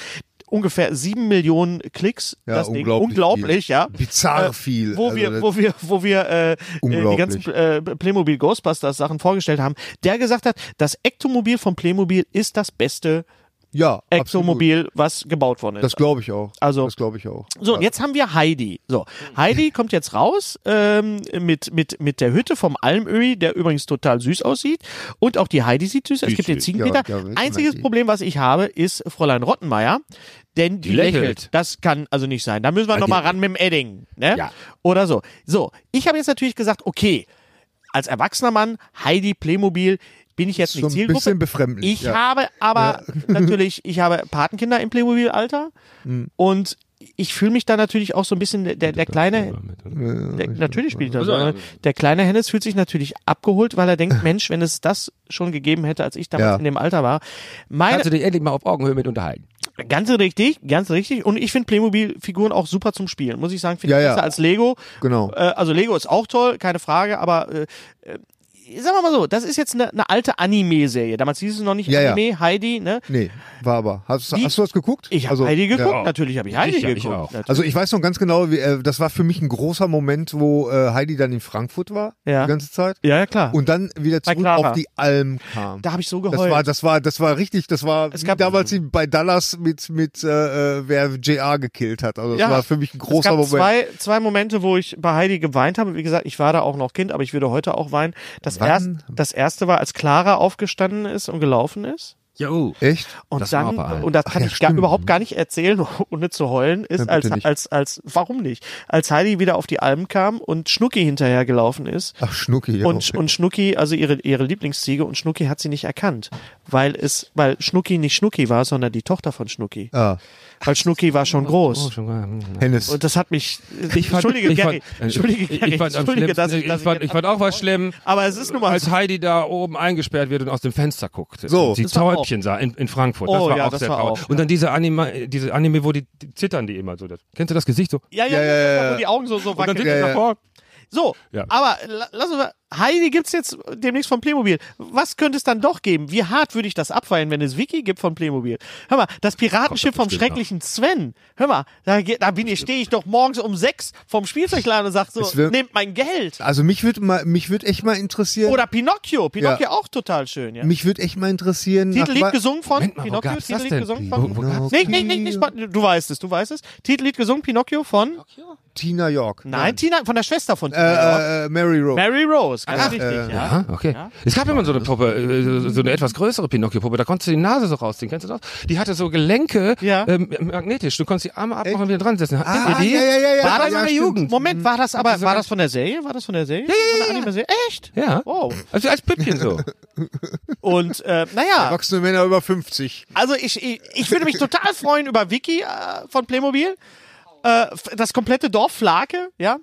ungefähr sieben Millionen Klicks. Ja, das Ding. unglaublich unglaublich viel. ja Äh, Bizarr viel. wo Also wir, das- wo wir, wo wir äh, äh, die Unglaublich. ganzen äh, Playmobil Ghostbusters Sachen vorgestellt haben, der gesagt hat, das Ektomobil von Playmobil ist das beste ja, absolut. Ektomobil, was gebaut worden ist. Das glaube ich auch. Also- das glaube ich auch. so, und jetzt haben wir Heidi. So, Heidi kommt jetzt raus ähm, mit, mit, mit der Hütte vom Almöhi, der übrigens total süß aussieht. Und auch die Heidi sieht süß aus. Es gibt den Ziegenpeter. Ja, ja, wir wissen Einziges Heidi. Problem, was ich habe, ist Fräulein Rottenmeier. Denn die, Die lächelt. lächelt. Das kann also nicht sein. Da müssen wir nochmal ran mit dem Edding. Ne? Ja. Oder so. So, ich habe jetzt natürlich gesagt, okay, als erwachsener Mann, Heidi Playmobil, bin ich jetzt Schon nicht ein Zielgruppe. bisschen befremdlich, Ich ja. habe aber natürlich, ich habe Patenkinder im Playmobil-Alter Hm. und ich fühle mich da natürlich auch so ein bisschen, der, der kleine, der, natürlich spielt er so, der kleine Hennes fühlt sich natürlich abgeholt, weil er denkt, Mensch, wenn es das schon gegeben hätte, als ich damals Ja. in dem Alter war. Meine, Kannst du dich endlich mal auf Augenhöhe mit unterhalten. Ganz richtig, ganz richtig. Und ich finde Playmobil-Figuren auch super zum Spielen, muss ich sagen. Finde Ja, ich ja. besser als Lego. Genau. Äh, also Lego ist auch toll, keine Frage, aber äh, äh, sagen wir mal so, das ist jetzt eine, eine alte Anime-Serie. Damals hieß es noch nicht Ja, ja. Anime, Heidi, ne? Nee, war aber. Hast, Die- hast du das geguckt? Ich habe Also, Heidi geguckt, ja. natürlich habe ich Heidi Sicher, ich geguckt. auch. natürlich. Also ich weiß noch ganz genau, wie, äh, das war für mich ein großer Moment, wo äh, Heidi dann in Frankfurt war, Ja. die ganze Zeit. ja, ja, klar. Und dann wieder Bei zurück Clara. auf die Alm kam. da habe ich so das geheult. war, das war, das war richtig, das war Es wie gab- damals die bei Dallas mit, mit äh, äh, wer JR gekillt hat. Also das Ja. war für mich ein es großer gab Moment. Zwei, zwei Momente, wo ich bei Heidi geweint habe. Wie gesagt, ich war da auch noch Kind, aber ich würde heute auch weinen. Das, Wann? erst, das erste war, als Clara aufgestanden ist und gelaufen ist. Jo. Echt? Und Das war dann, aber alt. und das kann ja, ich gar, stimmt. überhaupt gar nicht erzählen, ohne zu heulen, ist, bitte als, nicht. als, als, warum nicht? Als Heidi wieder auf die Alm kam und Schnucki hinterher gelaufen ist. Ach, Schnucki. ja, Und, okay. und Schnucki, also ihre, ihre Lieblingsziege, und Schnucki hat sie nicht erkannt, weil es, weil Schnucki nicht Schnucki war, sondern die Tochter von Schnucki. ah, Oh, Weil Schnucki war schon oh, groß. hm, Hennes. Und das hat mich. Entschuldige, ich Gary. fand, äh, Entschuldige, ich, Gary. ich fand, am Entschuldige, schlimmsten- dass ich- ich, dass ich fand, jetzt ich fand auch was schlimm, Aber es ist nun mal. halt als Heidi da oben eingesperrt wird und aus dem Fenster guckt. So. Und die Das war Täubchen sah in, in Frankfurt. Das Oh, war ja, auch das sehr war traurig. auch, Und dann diese Anime, diese Anime, wo die, die zittern die immer so. Das, kennst du das Gesicht so? Ja, ja, Ja, ja, ja, ja. ja. Wo die Augen so, so Und dann wackeln. Genau. sind die ja. davor. So, Ja. aber la- lassen wir. Heidi gibt's jetzt demnächst von Playmobil. Was könnte es dann doch geben? Wie hart würde ich das abfeiern, wenn es Wiki gibt von Playmobil? Hör mal, das Piratenschiff vom bestimmt schrecklichen Sven. Hör mal, da, ge- da bin ich, stehe ich doch morgens um sechs vom Spielzeugladen und sag so, wird- nehmt mein Geld. also mich würde mal, mich würde echt mal interessieren. Oder Pinocchio. Pinocchio Ja. auch total schön, ja. mich würde echt mal interessieren. nach Titellied wa- gesungen von Moment mal, wo Pinocchio. gab's das Titellied denn? gesungen von. Wo- wo gab's nee, nee, nee, nicht, Spot- du weißt es, du weißt es. Titellied gesungen Pinocchio von. Tina York. Nein, Tina, von der Schwester von Tina. York. Äh, äh, Mary Rose. Mary Rose, ganz Ach, äh, richtig. ja. Ja, okay. Es gab immer so eine Puppe, äh, so- so eine etwas größere Pinocchio-Puppe, da konntest du die Nase so rausziehen, kennst du das? Die hatte so Gelenke Ja. Ah, ähm, magnetisch, du konntest die Arme abmachen und wieder dran setzen. Kennt ihr die? Ah, ja, ja, ja, ja. War das Ja, in der stimmt. Jugend? Moment, war das aber sie war sogar- das von der Serie? War das von der Serie? Ja, ja, ja, Oh. Serie? Echt? Ja. Wow. Also als Püppchen so. Und äh, naja, Erwachsene Männer über 50. also ich, ich, ich würde mich total freuen über Vicky äh, von Playmobil. Äh, f- das komplette Dorf Flake, ja.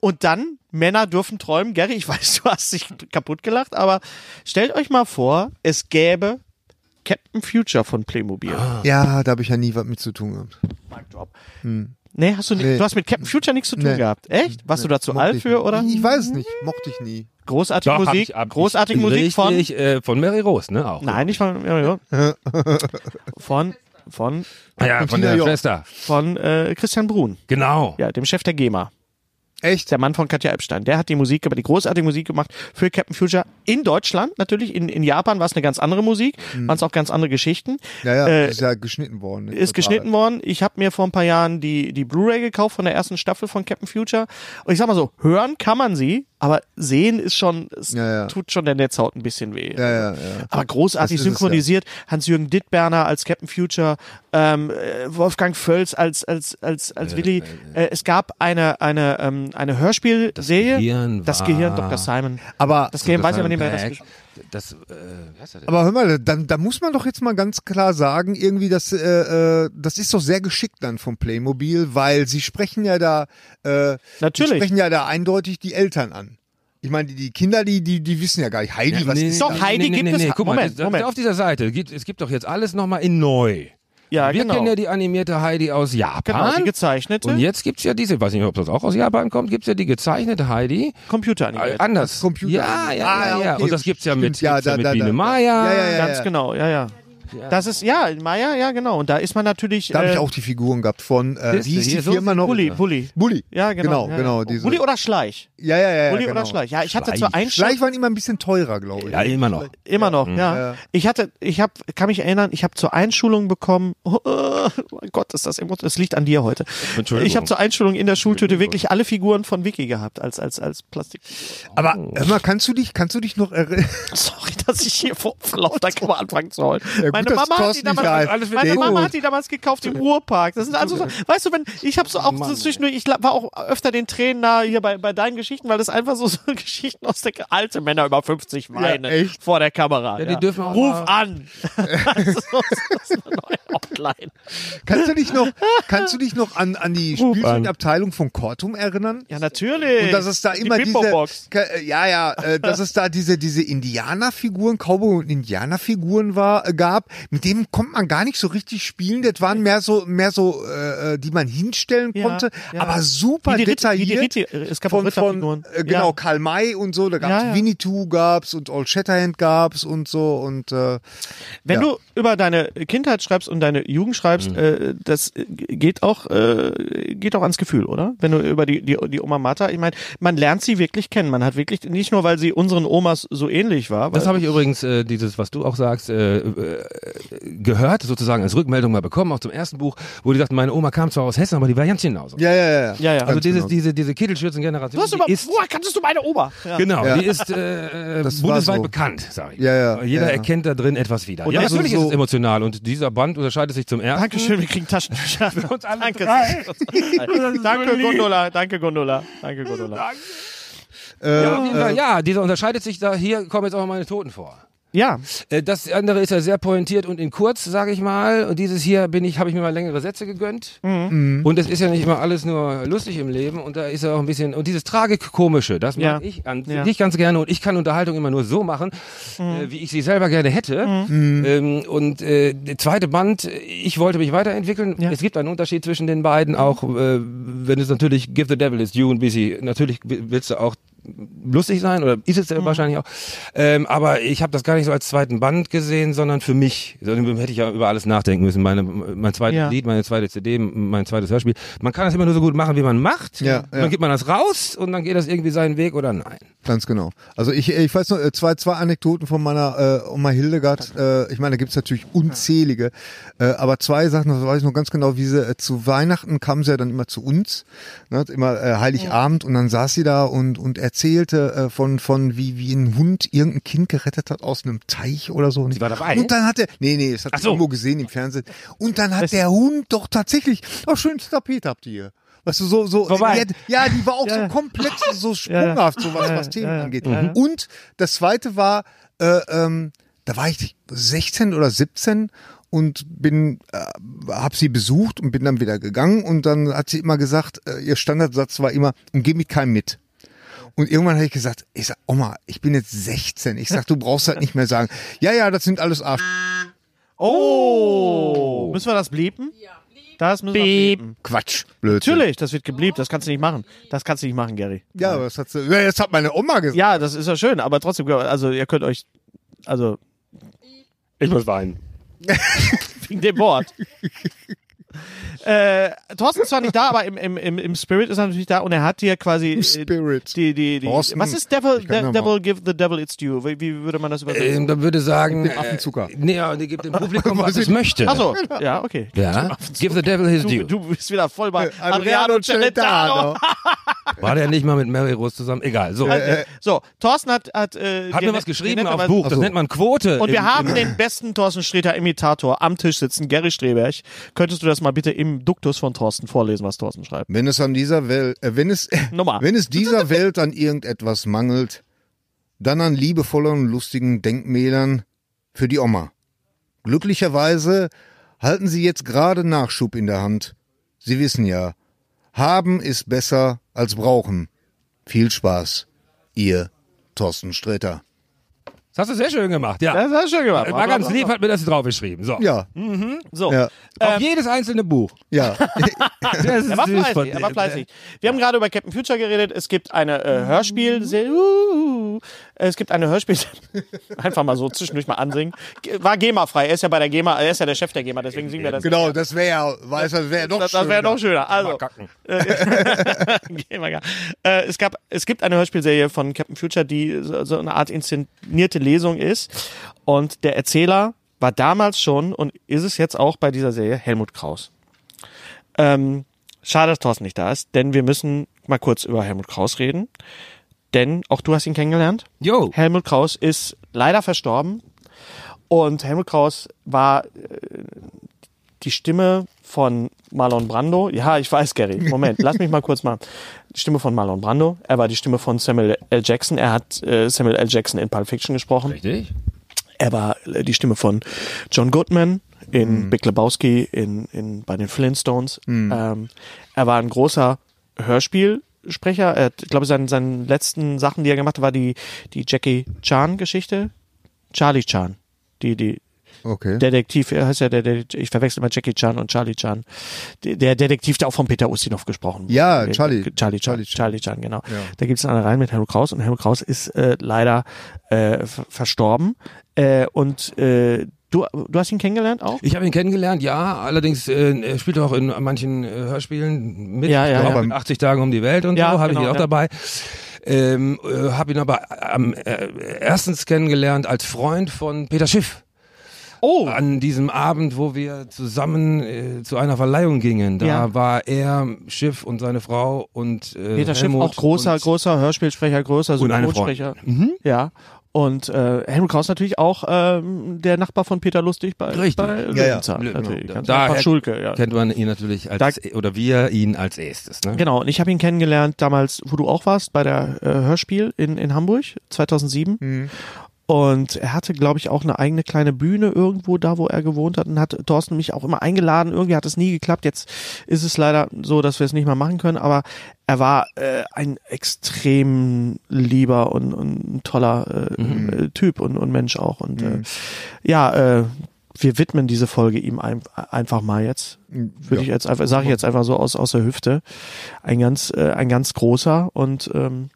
Und dann, Männer dürfen träumen. Gary, ich weiß, du hast dich kaputt gelacht, aber stellt euch mal vor, es gäbe Captain Future von Playmobil. Ja, da habe ich ja nie was mit zu tun gehabt. Nee, hast du nicht, Nee. du hast mit Captain Future nichts zu tun Nee. gehabt. Echt? Warst du da zu Mochte alt ich für, nie. oder? Ich weiß es nicht. Mochte ich nie. Großartige Musik, großartige Musik von Richtig, äh, von Mary Rose, ne? Auch. Nein, nicht von ja, ja. von von Ja, von Tina der York. Schwester. von äh, Christian Brun, Genau. ja, dem Chef der GEMA. Echt? Der Mann von Katja Epstein. Der hat die Musik, aber die großartige Musik gemacht für Captain Future in Deutschland natürlich. In, in Japan war es eine ganz andere Musik, waren es auch ganz andere Geschichten. Mhm. Ja, ja, Äh, ist ja geschnitten worden. ne? ist Total. geschnitten worden. Ich habe mir vor ein paar Jahren die, die Blu-ray gekauft von der ersten Staffel von Captain Future. Und ich sag mal so, hören kann man sie, aber sehen ist schon, es Ja, ja. tut schon der Netzhaut ein bisschen weh. Ja, ja, ja. Aber großartig Das ist es, synchronisiert. Hans-Jürgen Dittberner als Captain Future, ähm, äh, Wolfgang Völz als, als, als, als Willi. Äh, es gab eine, eine, ähm, eine Hörspielserie. Gehirn das war- Gehirn Dr. Simon. Aber, Das Gehirn weiß ich aber nicht mehr. wer Das Back. Das, äh, wie heißt er denn? aber hör mal, dann, da muss man doch jetzt mal ganz klar sagen, irgendwie, das, äh, äh, das ist doch sehr geschickt dann vom Playmobil, weil sie sprechen ja da, äh, Natürlich. Die sprechen ja da eindeutig die Eltern an. Ich meine, die, die Kinder, die, die, die wissen ja gar nicht. Heidi, was ist Doch, das? Heidi gibt es- Guck mal, Moment, das- Moment. auf dieser Seite, gibt, es gibt doch jetzt alles nochmal in neu. ja, Wir genau. kennen ja die animierte Heidi aus genau, Japan. die gezeichnete und jetzt gibt's ja diese, weiß nicht, ob das auch aus Japan kommt, gibt's ja die gezeichnete Heidi. Äh, Computeranimiert. anders. Computer. Ja, ja, Ah, ja. ja, ja. okay. Und das gibt's ja mit, Stimmt, ja, gibt's da, ja mit da, Biene da. Meier. Ja, ja, ja. Ganz genau, ja, ja. Das ist, ja, Maya, ja, genau. Und da ist man natürlich. Da habe äh, ich auch die Figuren gehabt von, äh, Siehste, wie hieß die hier, so Firma noch? Bulli, Bulli. Bulli. Ja, genau. Genau, ja, genau. ja. Diese. Bulli oder Schleich. Ja, ja, ja. ja Bulli genau. oder Schleich. Ja, ich hatte Schleich. zwar einen Schleich. Schleich waren immer ein bisschen teurer, glaube ich. Ja, immer noch. Immer noch, ja. Ich hatte, ich habe, kann mich erinnern, ich habe zur Einschulung bekommen. Oh, oh mein Gott, ist das emotional. Es liegt an dir heute. Entschuldigung. Ich habe zur Einschulung in der Schultüte wirklich alle Figuren von Vicky gehabt als als als Plastik. Aber hör mal, kannst du dich, kannst du dich noch erinnern? Sorry, dass ich hier vor vor lauter Qual anfangen zu heulen. gut, meine dass Mama, hat die, Thorsten nicht da ist. damals, Alles wird meine halt. gut. Mama hat die damals gekauft im Ruhrpark. Das sind also, so, weißt du, wenn ich habe so auch so zwischendurch, ich war auch öfter den Tränen nahe hier bei, bei deinen Geschichten, weil das einfach so, so Geschichten aus der alte Männer über 50 weinen echt? vor der Kamera. Ja, die dürfen auch Ruf mal- an. das ist so, so, so, Hotline. Kannst du dich noch, kannst du dich noch an, an die Ruf an. Spielzeugabteilung von Kortum erinnern? Ja, natürlich. Und dass es da Die immer diese, Bimbo-Box. Ke- äh, ja, ja, äh, dass es da diese, diese Indianerfiguren, Cowboy- und Indianerfiguren war, äh, gab, mit denen konnte man gar nicht so richtig spielen. Das waren mehr so, mehr so, äh, äh, die man hinstellen Ja, konnte, ja. aber super Wie die Ritter- wie die detailliert. Ritter- es gab auch Ritterfiguren. äh, genau, Ja. Karl May und so, da gab's Ja, ja. Winnetou gab's und Old Shatterhand gab's und so und, äh, Wenn Ja. du über deine Kindheit schreibst und deine Jugend schreibst, äh, das äh, geht auch, äh, geht auch ans Gefühl, oder? Wenn du über die, die, die Oma Martha, ich meine, man lernt sie wirklich kennen. Man hat wirklich, nicht nur, weil sie unseren Omas so ähnlich war. Das weil- habe ich übrigens, äh, dieses, was du auch sagst, äh, äh, gehört, sozusagen als Rückmeldung mal bekommen, auch zum ersten Buch, wo die sagten, meine Oma kam zwar aus Hessen, aber die war ganz genauso. ja, ja, ja, ja. ja, ja. also dieses, diese, diese Kittelschürzen-Generation. du hast die über, ist, woher kanntest du meine Oma? Ja. Genau, Ja. die ist äh, äh, Das war bundesweit so. bekannt, sag ich. Ja, ja, Jeder ja, ja. erkennt da drin etwas wieder. Und ja, das natürlich ist ist so- es emotional und dieser Band unterscheidet sich zum ersten. Dankeschön, wir kriegen Taschentücher. Für uns alle danke. danke, Gondola. Danke, Gondola. Danke, Gondola. Äh, Ja, auf jeden Fall. ja, dieser unterscheidet sich da. Hier kommen jetzt auch meine Toten vor. Ja, Äh, Das andere ist ja sehr pointiert und in kurz, sage ich mal. Und dieses hier bin ich, habe ich mir mal längere Sätze gegönnt. Mhm. Und es ist ja nicht immer alles nur lustig im Leben. Und da ist ja auch ein bisschen und dieses tragikomische, das Ja. mag ich an Ja. ich ganz gerne. Und ich kann Unterhaltung immer nur so machen, Mhm. äh, wie ich sie selber gerne hätte. Mhm. Ähm, und äh, der zweite Band, ich wollte mich weiterentwickeln. Ja. Es gibt einen Unterschied zwischen den beiden, auch äh, wenn es natürlich Give the Devil is You und Busy. Natürlich willst du auch lustig sein oder ist es Mhm. ja wahrscheinlich auch. Ähm, aber ich habe das gar nicht so als zweiten Band gesehen, sondern für mich. Sondern hätte ich ja über alles nachdenken müssen. Meine, mein zweites Ja. Lied, meine zweite CD, mein zweites Hörspiel. Man kann das immer nur so gut machen, wie man macht. Ja, ja. Dann gibt man das raus und dann geht das irgendwie seinen Weg oder nein. Ganz genau. Also ich, ich weiß noch, äh, zwei, zwei Anekdoten von meiner äh, Oma Hildegard. Äh, ich meine, da gibt's natürlich unzählige, äh, aber zwei Sachen, das weiß ich noch ganz genau, wie sie äh, zu Weihnachten kam sie ja dann immer zu uns, ne, hat immer äh, Heiligabend und dann saß sie da und, und erzählte äh, von, von wie, wie ein Hund irgendein Kind gerettet hat aus einem Teich oder so. Sie war dabei? Und dann hat er, nee, nee, das hat Ach sie so. irgendwo gesehen im Fernsehen. Und dann hat der Hund doch tatsächlich, oh, schönes Tapet habt ihr hier. Weißt du, so, so, Vorbei. die hat- ja, die war auch Ja, ja. so komplett so sprunghaft, so was, was Themen ja, ja. angeht. Ja, ja. Und das zweite war, äh, ähm, da war ich 16 oder 17 und bin, äh, hab sie besucht und bin dann wieder gegangen und dann hat sie immer gesagt, äh, ihr Standardsatz war immer, und geh mit keinem mit. Und irgendwann habe ich gesagt, ich sag, Oma, ich bin jetzt 16. Ich sag, du brauchst halt nicht mehr sagen, ja, ja, das sind alles Arsch. Oh. Müssen wir das bliepen? Ja, Das müssen wir bliepen. Quatsch. Blödsinn. Natürlich, das wird gebliebt. Das kannst du nicht machen. Das kannst du nicht machen, Gary. Ja, aber das hat sie, ja, jetzt hat meine Oma gesagt. Ja, das ist ja schön, aber trotzdem, also ihr könnt euch, also Ich muss weinen. wegen dem Wort. äh, Thorsten ist zwar nicht da, aber im, im, im, im Spirit ist er natürlich da und er hat hier quasi äh, Spirit. die, die, die Thorsten, was ist Devil, ich kann De ja Äh, Devil give the devil its due? Wie, wie würde man das übersetzen? Ähm, dann würde sagen, dem Affen Zucker. Äh, nee, ja, die gibt dem Publikum, was es möchte. Achso, ja, okay. Ja, give the devil his Du, due. du bist wieder voll Äh, bei Adriano Celentano. Celentano. War der nicht mal mit Mary Rose zusammen? Egal, so. So, Thorsten hat... Hat, äh, Hat den- mir was den geschrieben hat er auf was- Buch, das Achso. nennt man Quote. Und im- wir haben im- den besten Thorsten Sträter Imitator am Tisch sitzen, Gary Streberg. Könntest du das mal bitte im Duktus von Thorsten vorlesen, was Thorsten schreibt? Wenn es an dieser Welt, äh, wenn es, Nochmal. wenn es dieser Welt an irgendetwas mangelt, dann an liebevollen und lustigen Denkmälern für die Oma. Glücklicherweise halten sie jetzt gerade Nachschub in der Hand. Sie wissen ja, haben ist besser als brauchen. Viel Spaß, ihr Thorsten Sträter. Das hast du sehr schön gemacht, ja. Äh, Das hast du schön gemacht. War ganz lieb, hat mir das draufgeschrieben. So. Ja, Hm. So. ja, Auf jedes einzelne Buch. ja. Das Ähm. ist Er war süß fleißig, von dir. Mhm. er war fleißig. Wir haben gerade über Captain Future geredet. Es gibt eine äh, Hörspiel. Uh, es gibt eine Hörspiel. Einfach mal so zwischendurch mal ansingen. Ge- War GEMA-frei. Er ist ja bei der GEMA, er ist ja der Chef der GEMA, deswegen singen wir das. genau, das wäre ja, weiß, das wäre doch Das, das wäre schöner. noch schöner. Also, GEMA kacken. äh, es, gab, es gibt eine Hörspielserie von Captain Future, die so, so eine Art inszenierte Lesung ist. Und der Erzähler war damals schon und ist es jetzt auch bei dieser Serie Helmut Kraus. Ähm, schade, dass Thorsten nicht da ist, denn wir müssen mal kurz über Helmut Kraus reden. Denn auch du hast ihn kennengelernt. Jo. Helmut Kraus ist leider verstorben. Und Helmut Kraus war äh, die Stimme von Marlon Brando. Ja, ich weiß, Gary. Moment, lass mich mal kurz mal. Die Stimme von Marlon Brando. Er war die Stimme von Samuel L. Jackson. Er hat äh, Samuel L. Jackson in Pulp Fiction gesprochen. Richtig? Er war äh, die Stimme von John Goodman. in Big Lebowski, in, in, bei den Flintstones. Ähm, er war ein großer Hörspielsprecher. Er hat, ich glaube, seine, seine letzten Sachen, die er gemacht hat, war die, die Jackie Chan-Geschichte. Charlie Chan. Die, die, Okay. Detektiv, er heißt ja der, der ich verwechsel immer Jackie Chan und Charlie Chan. Der, der Detektiv, der auch von Peter Ustinov gesprochen wurde. Ja, Der- Charlie. Charlie Chan. Charlie Charlie Chan. Chan, genau. Da gibt es eine rein mit Helmut Kraus und Helmut Kraus ist äh, leider äh, ver- verstorben. Äh, und äh, du, du hast ihn kennengelernt auch? Ich habe ihn kennengelernt, ja. Allerdings äh, er spielt er auch in manchen äh, Hörspielen mit. Ja, ja, Ich glaub, ja. mit 80 Tagen um die Welt und Ja, so habe ich genau, ihn auch ja. dabei. Ähm, äh, habe ihn aber am, äh, erstens kennengelernt als Freund von Peter Schiff. Oh! An diesem Abend, wo wir zusammen äh, zu einer Verleihung gingen, da Ja. war er, Schiff und seine Frau und äh, Peter Schiff, Helmut auch großer, und, großer Hörspielsprecher, großer Und eine Mhm. Synchronsprecher. Ja. Und äh, Helmut Kraus natürlich auch ähm, der Nachbar von Peter Lustig bei, Richtig. Genau. bei Ja, ja. Löwenzahn natürlich. Ganz Daher einfach Schulke, ja. Kennt man ihn natürlich als, oder wir ihn als erstes. Ne? Genau, und ich habe ihn kennengelernt damals, wo du auch warst, bei der äh, Hörspiel in, in Hamburg 2007. Und er hatte, glaube ich, auch eine eigene kleine Bühne irgendwo da, wo er gewohnt hat und hat Thorsten mich auch immer eingeladen. Irgendwie hat es nie geklappt. Jetzt ist es leider so, dass wir es nicht mehr machen können, aber er war äh, ein extrem lieber und, und ein toller äh, äh, Typ und, und Mensch auch. Und äh, ja, äh, wir widmen diese Folge ihm ein, einfach mal jetzt. Würde ich jetzt einfach, sage ich jetzt einfach so aus, aus der Hüfte. Ein ganz, äh, ein ganz großer und ähm,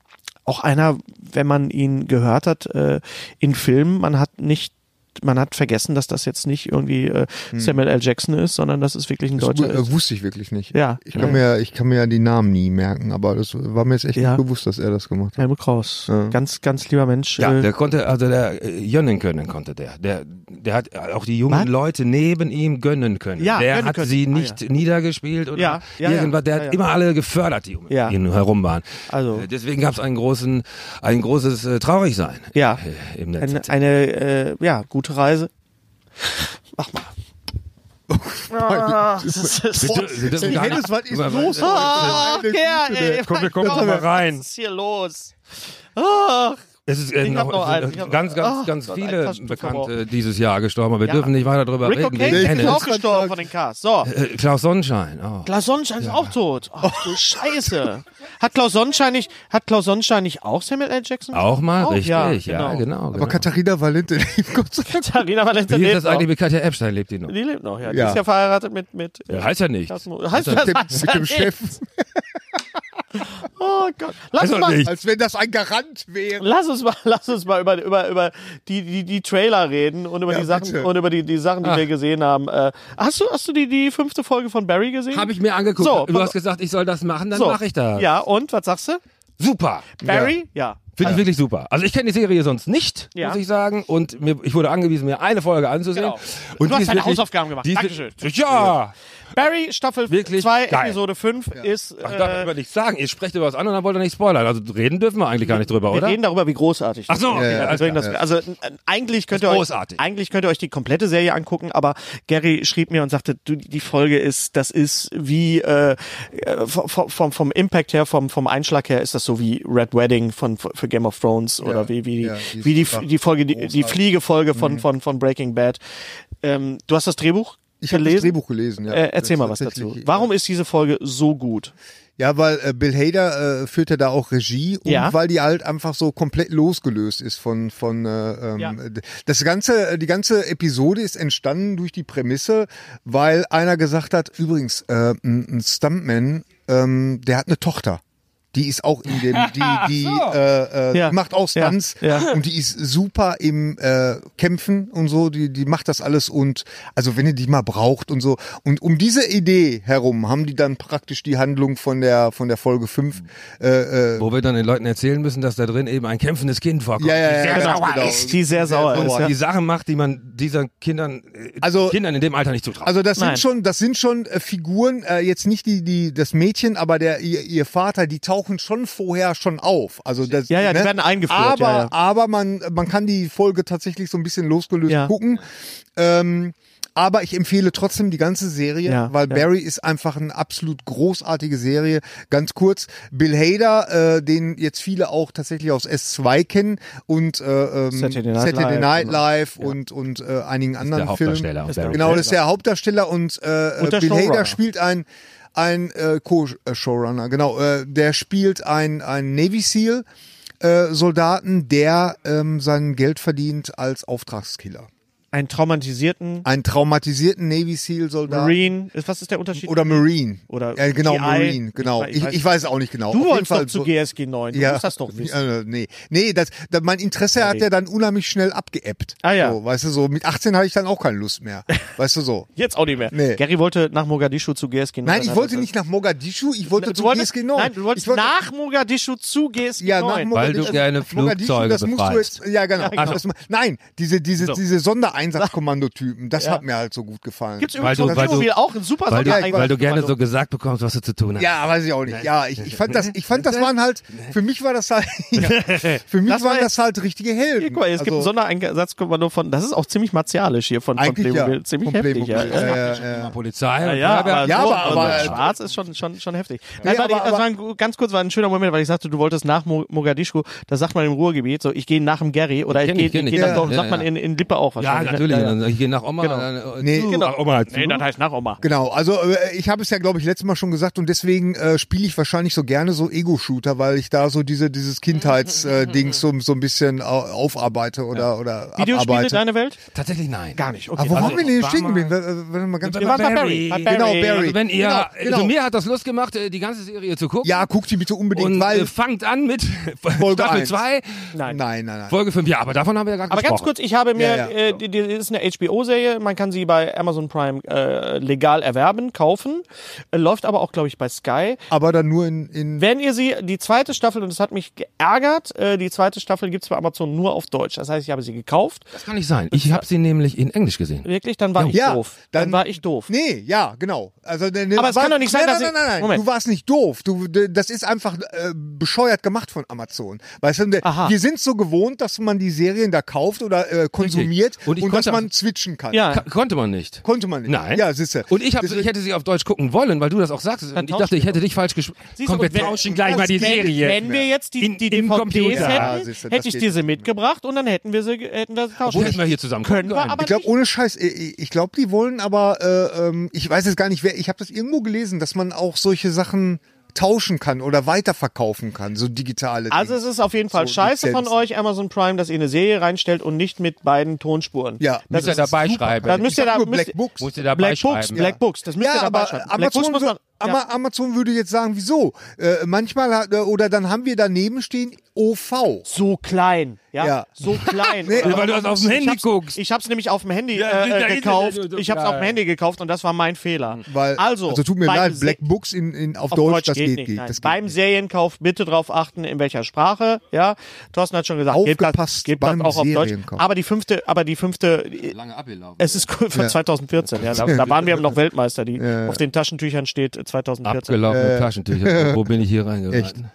auch einer, wenn man ihn gehört hat, äh, in Filmen, man hat nicht man hat vergessen, dass das jetzt nicht irgendwie äh, Hm. Samuel L. Jackson ist, sondern dass es wirklich ein Das Deutscher wu- äh, ist. wusste ich wirklich nicht. Ja. Ich kann, mir, ich kann mir ja die Namen nie merken, aber das war mir jetzt echt Ja. nicht bewusst, dass er das gemacht hat. Helmut Kraus. Ganz, ganz lieber Mensch. Ja, äh, der konnte, also der äh, gönnen können konnte der. Der, der hat auch die jungen Was? Leute neben ihm gönnen können. Ja, der gönnen hat können. sie Ah, nicht niedergespielt oder Ja, ja, ja. irgendwas. Der Ja, ja. hat immer alle gefördert, die um Ja. ihn herum waren. Also. Äh, Deswegen gab es einen großen, ein großes äh, Traurigsein ja. äh, im Eine, Netz. eine äh, ja, gute Reise. Mach mal. Ah, das ist- Wir dür- wir dürfen gar nicht- was ist los? Ach, ja, ey, Komm, wir kommen mein doch mal Gott, rein. Was ist hier los? Ach, Es ist äh, Ich hab noch, noch es sind, einen. Ich äh, hab- ganz, ganz, Ach, ganz Gott, ein viele Taschentuch Bekannte verbraucht. dieses Jahr gestorben, aber wir dürfen nicht weiter drüber Rick reden. O'Kane ist Dennis. auch gestorben von den Cars. So, Äh, Klaus Sonnenschein. auch. Klaus Sonnenschein ist auch tot. Ach Oh, du Scheiße. Hat Klaus Sonnenschein nicht, hat Klaus Sonnenschein nicht auch Samuel L. Jackson? Auch mal, Auch, richtig. ja, Ja, genau. genau. genau. Aber Katharina Valente, Gott sei Dank. Tarina Valente Wie ist das lebt noch. eigentlich mit Katja Epstein? Lebt die noch? Die lebt noch, ja. Die Ja. ist ja verheiratet mit, mit, Ja, heißt ja nicht. Klaus Mo- heißt das? Mit dem, Heißt mit dem das Chef. nicht? Oh Gott. Lass uns doch mal, nicht. Als wenn das ein Garant wäre. lass uns mal, lass uns mal über, über, über die, die, die Trailer reden und über Ja, die Sachen, bitte. und über die, die Sachen, die Ah. wir gesehen haben. Äh, hast du, hast du die, die fünfte Folge von Barry gesehen? Habe ich mir angeguckt. So, du hast gesagt, ich soll das machen, dann So. mache ich das. Ja, und was sagst du? Super. Barry? Ja. Finde ich wirklich super. Also ich kenne die Serie sonst nicht, Ja. muss ich sagen. Und mir, ich wurde angewiesen, mir eine Folge anzusehen. Genau. Und Du hast die ist deine wirklich- Hausaufgaben gemacht. die ist- Dankeschön. Ja. Barry Staffel Wirklich 2, geil. Episode 5 ist. Äh, Ach, ich darf darüber nichts sagen. Ihr sprecht über was an und dann wollt ihr nicht spoilern. Also reden dürfen wir eigentlich gar nicht drüber, wir oder? reden darüber, wie großartig. Ach so, okay. das alles ist. Deswegen klar. das, also n- eigentlich könnt ihr ist euch großartig. eigentlich könnt ihr euch die komplette Serie angucken, aber Gary schrieb mir und sagte, du, die Folge ist, das ist wie äh, äh, vom, vom, vom Impact her, vom, vom Einschlag her, ist das so wie Red Wedding von für Game of Thrones oder wie wie die, ja, die ist wie die, einfach Mhm. die Folge die, die Fliegefolge von, von von Breaking Bad. Ähm, du hast das Drehbuch Ich habe das gelesen. Drehbuch gelesen. Ja. Äh, erzähl Das mal ist was dazu. tatsächlich- Warum ist diese Folge so gut? Ja, weil äh, Bill Hader äh, führt ja da auch Regie und Ja. weil die halt einfach so komplett losgelöst ist von von äh, ähm, Ja. das ganze äh, die ganze Episode ist entstanden durch die Prämisse, weil einer gesagt hat, übrigens äh, ein, ein Stuntman, ähm, der hat eine Tochter. Die ist auch in dem, die, die äh, äh, Ja. macht auch Ja. Stunts Ja. und die ist super im äh, Kämpfen und so, die, die macht das alles und also wenn ihr die mal braucht und so. Und um diese Idee herum haben die dann praktisch die Handlung von der von der Folge 5. Äh, äh, Wo wir dann den Leuten erzählen müssen, dass da drin eben ein kämpfendes Kind vorkommt. Ja, ja, ja, Sehr ganz sauer genau. ist. Die sehr sauer ist. sauer. Ja. Die Sachen macht, die man dieser Kindern, äh, Also- Kindern in dem Alter nicht zutraut. also das Nein. sind schon, das sind schon äh, Figuren, äh, jetzt nicht die, die, das Mädchen, aber der, ihr, ihr Vater, die tauchen schon vorher schon auf. Also das, Ja, ja, die werden eingeführt, Aber, ja, ja. aber man, man kann die Folge tatsächlich so ein bisschen losgelöst Ja. gucken. Ähm, aber ich empfehle trotzdem die ganze Serie, Ja, weil ja. Barry ist einfach eine absolut großartige Serie. Ganz kurz, Bill Hader, äh, den jetzt viele auch tatsächlich aus S2 kennen und äh, ähm, Saturday Night Live, Night genau. Live und, und äh, einigen anderen der Hauptdarsteller. Filmen. Ist der Genau, das ist der Hauptdarsteller und, äh, Und der Bill Hader Showrunner. spielt ein ein äh, Co-Showrunner, genau. Äh, der spielt ein, ein Navy Seal äh, Soldaten, der ähm, sein Geld verdient als Auftragskiller. Einen traumatisierten Einen traumatisierten Navy Seal Soldaten. Marine. Ist- Was ist der Unterschied? Oder Marine. Oder ja, genau, GI. Marine, genau. Ich Ich, weiß- ich weiß auch nicht genau. Auf du jeden wolltest Fall doch zu so- GSG 9. Du ja, musst das doch wissen. Äh, nee, nee das, da, mein Interesse hat ja dann unheimlich schnell abgeebbt. Ah, ja. So, weißt du, so mit 18 hatte ich dann auch keine Lust mehr. Weißt du so. Jetzt auch nicht mehr. Nee. Gary wollte nach Mogadischu zu GSG 9. Nein, ich Hat wollte das- nicht nach Mogadischu, ich wollte Du zu wolltest, GSG 9. Nein, du wolltest ich wollte, nach Mogadischu zu GSG ja, 9. nach Mogadischu. Weil du gerne nach Mogadischu, Flugzeuge das musst du befreist. jetzt, Ja, genau. genau. Das, nein, diese, diese, diese Sondereinsatzkommandotypen, das Ja. hat mir halt so gut gefallen. Gibt's Weil übrigens du- vom weil du- Videospiel auch einen super Also, Weil du, Sondereingang- weil du gerne so gesagt bekommst, was du zu tun hast. Ja, weiß ich auch nicht. Ja, ich, ich fand das, ich fand das waren halt, für mich war das halt, ja, für mich Das war waren jetzt- das halt richtige Helden. Hier, guck mal, es gibt Also, ein Sondereinsatzkommando von, das ist auch ziemlich martialisch hier von, von Eigentlich ja. Playmobil. Ziemlich Von heftig, ja. Playmobil, ja, ja, ja. Immer Polizei. Ah, Ja, und ja, Feuerwehr. aber, Ja, so, aber- aber- also schwarz ist schon, schon, schon heftig. Nein, Nee, weil ich, aber- das war ein gu- ganz kurz war ein schöner Moment, weil ich sagte, du wolltest nach Mo- Mogadischu, das sagt man im Ruhrgebiet, so ich gehe nach dem Gary oder ich, kenn gehe ich, kenn ich ich. gehe nach Ja, Dorf, ja, sagt man ja. in, in Lippe auch Ja, wahrscheinlich. ne? natürlich. Ja, ja. Und dann Hier nach Oma. Genau. Dann, äh, Nee, zu, genau. Oma hat zu. Nee, das heißt nach Oma. Genau, also äh, ich habe es ja, glaube ich, letztes Mal schon gesagt und deswegen äh, spiele ich wahrscheinlich so gerne so Ego-Shooter, weil ich da so diese, dieses Kindheitsding so, so ein bisschen au- aufarbeite oder, oder Videospiele, abarbeite. deine Welt? Tatsächlich nein. Gar nicht. Okay. Aber wo Also- waren wir denn hier stehen geblieben? W- w- Warte mal ganz Wir waren bei Barry. Bei Barry. Genau, Barry. Also wenn ihr, Genau, genau. Also mir hat das Lust gemacht, äh, die ganze Serie zu gucken. Ja, guck die bitte unbedingt, Und weil. äh, fangt an mit Folge Staffel eins. 2, nein, nein, nein. Folge 5. Ja, aber davon haben wir ja gerade Aber ganz gesprochen. kurz, ich habe mir, Ja, ja. Äh, die, die ist eine HBO-Serie, man kann sie bei Amazon Prime äh, legal erwerben, kaufen, äh, läuft aber auch, glaube ich, bei Sky. Aber dann nur in, in Wenn ihr sie, die zweite Staffel, und das hat mich geärgert, äh, die zweite Staffel gibt's bei Amazon nur auf Deutsch. Das heißt, ich habe sie gekauft. Das kann nicht sein. Ich habe sie nämlich in Englisch gesehen. Wirklich, dann war ich Ja, doof. Dann, dann- war ich doof. Nee, ja, genau. Also, ne, Aber es kann doch nicht sein, nein, dass nein, ich- nein, nein, nein. Moment. Du warst nicht doof. Du, d- das ist einfach äh, bescheuert gemacht von Amazon. Weißt du, ne, Aha. wir sind so gewohnt, dass man die Serien da kauft oder äh, konsumiert Richtig. Und und, ich dass konnte- man switchen kann. Ja. Ka- Konnte man nicht. Konnte man nicht. Nein. Ja, siehst du. Und ich, hab, Deswegen- ich hätte sie auf Deutsch gucken wollen, weil du das auch sagst. Und ich tauschen dachte, ich wir hätte dich falsch gesprochen. Siehst du, Komm, wir und wenn- tauschen gleich mal die wenn, Serie. Wenn wir jetzt die, In- die im DVDs Computer. hätten, Ja, siehst du, das hätte ich geht diese mitgebracht und dann hätten wir sie, ge- hätten wir sie tauschen Obwohl hätten können. wir hier zusammen Können wir gucken aber Ich glaube, ohne Scheiß, ich, ich glaube, die wollen aber, äh, ähm, ich weiß jetzt gar nicht, wer, ich habe das irgendwo gelesen, dass man auch solche Sachen tauschen kann oder weiterverkaufen kann, so digitale Also Dinge. es ist auf jeden Fall So, scheiße von Lizenzen. euch, Amazon Prime, dass ihr eine Serie reinstellt und nicht mit beiden Tonspuren. Ja. das Müsst ihr ist dabei super. schreiben. Dann müsst Ich ihr sag da nur müsst, Black Books. Musst ihr dabei Black Books, schreiben. Black Books, das müsst ihr ja, dabei aber schreiben. Black Books Amazon, muss man, wür- Ama- Amazon würde jetzt sagen, wieso? Äh, manchmal hat, äh, oder dann haben wir daneben stehen OV. so klein, ja, Ja. so klein. Nee, weil du das auf dem Ich Handy hab's- guckst. Ich hab's nämlich auf dem Handy Ja, äh, da äh, ist- gekauft. so Ich hab's auf dem geil. Handy gekauft und das war mein Fehler. Weil, also, tut mir beim leid, Se- Black Books in, in, auf, auf Deutsch, das geht nicht. nicht. nein. Das geht beim nicht. Serienkauf bitte drauf achten, in welcher Sprache. Ja, Thorsten hat schon gesagt, gebt das, Aufgepasst gebt das beim auch auf Deutsch. Serienkauf. Aber die fünfte, aber die fünfte Lange abgelaufen. Es ist cool von 2014, ja. Da, da waren wir noch Weltmeister, die auf den Taschentüchern steht äh, 2014. Abgelaufene Taschentücher. Wo bin ich hier reingeraten?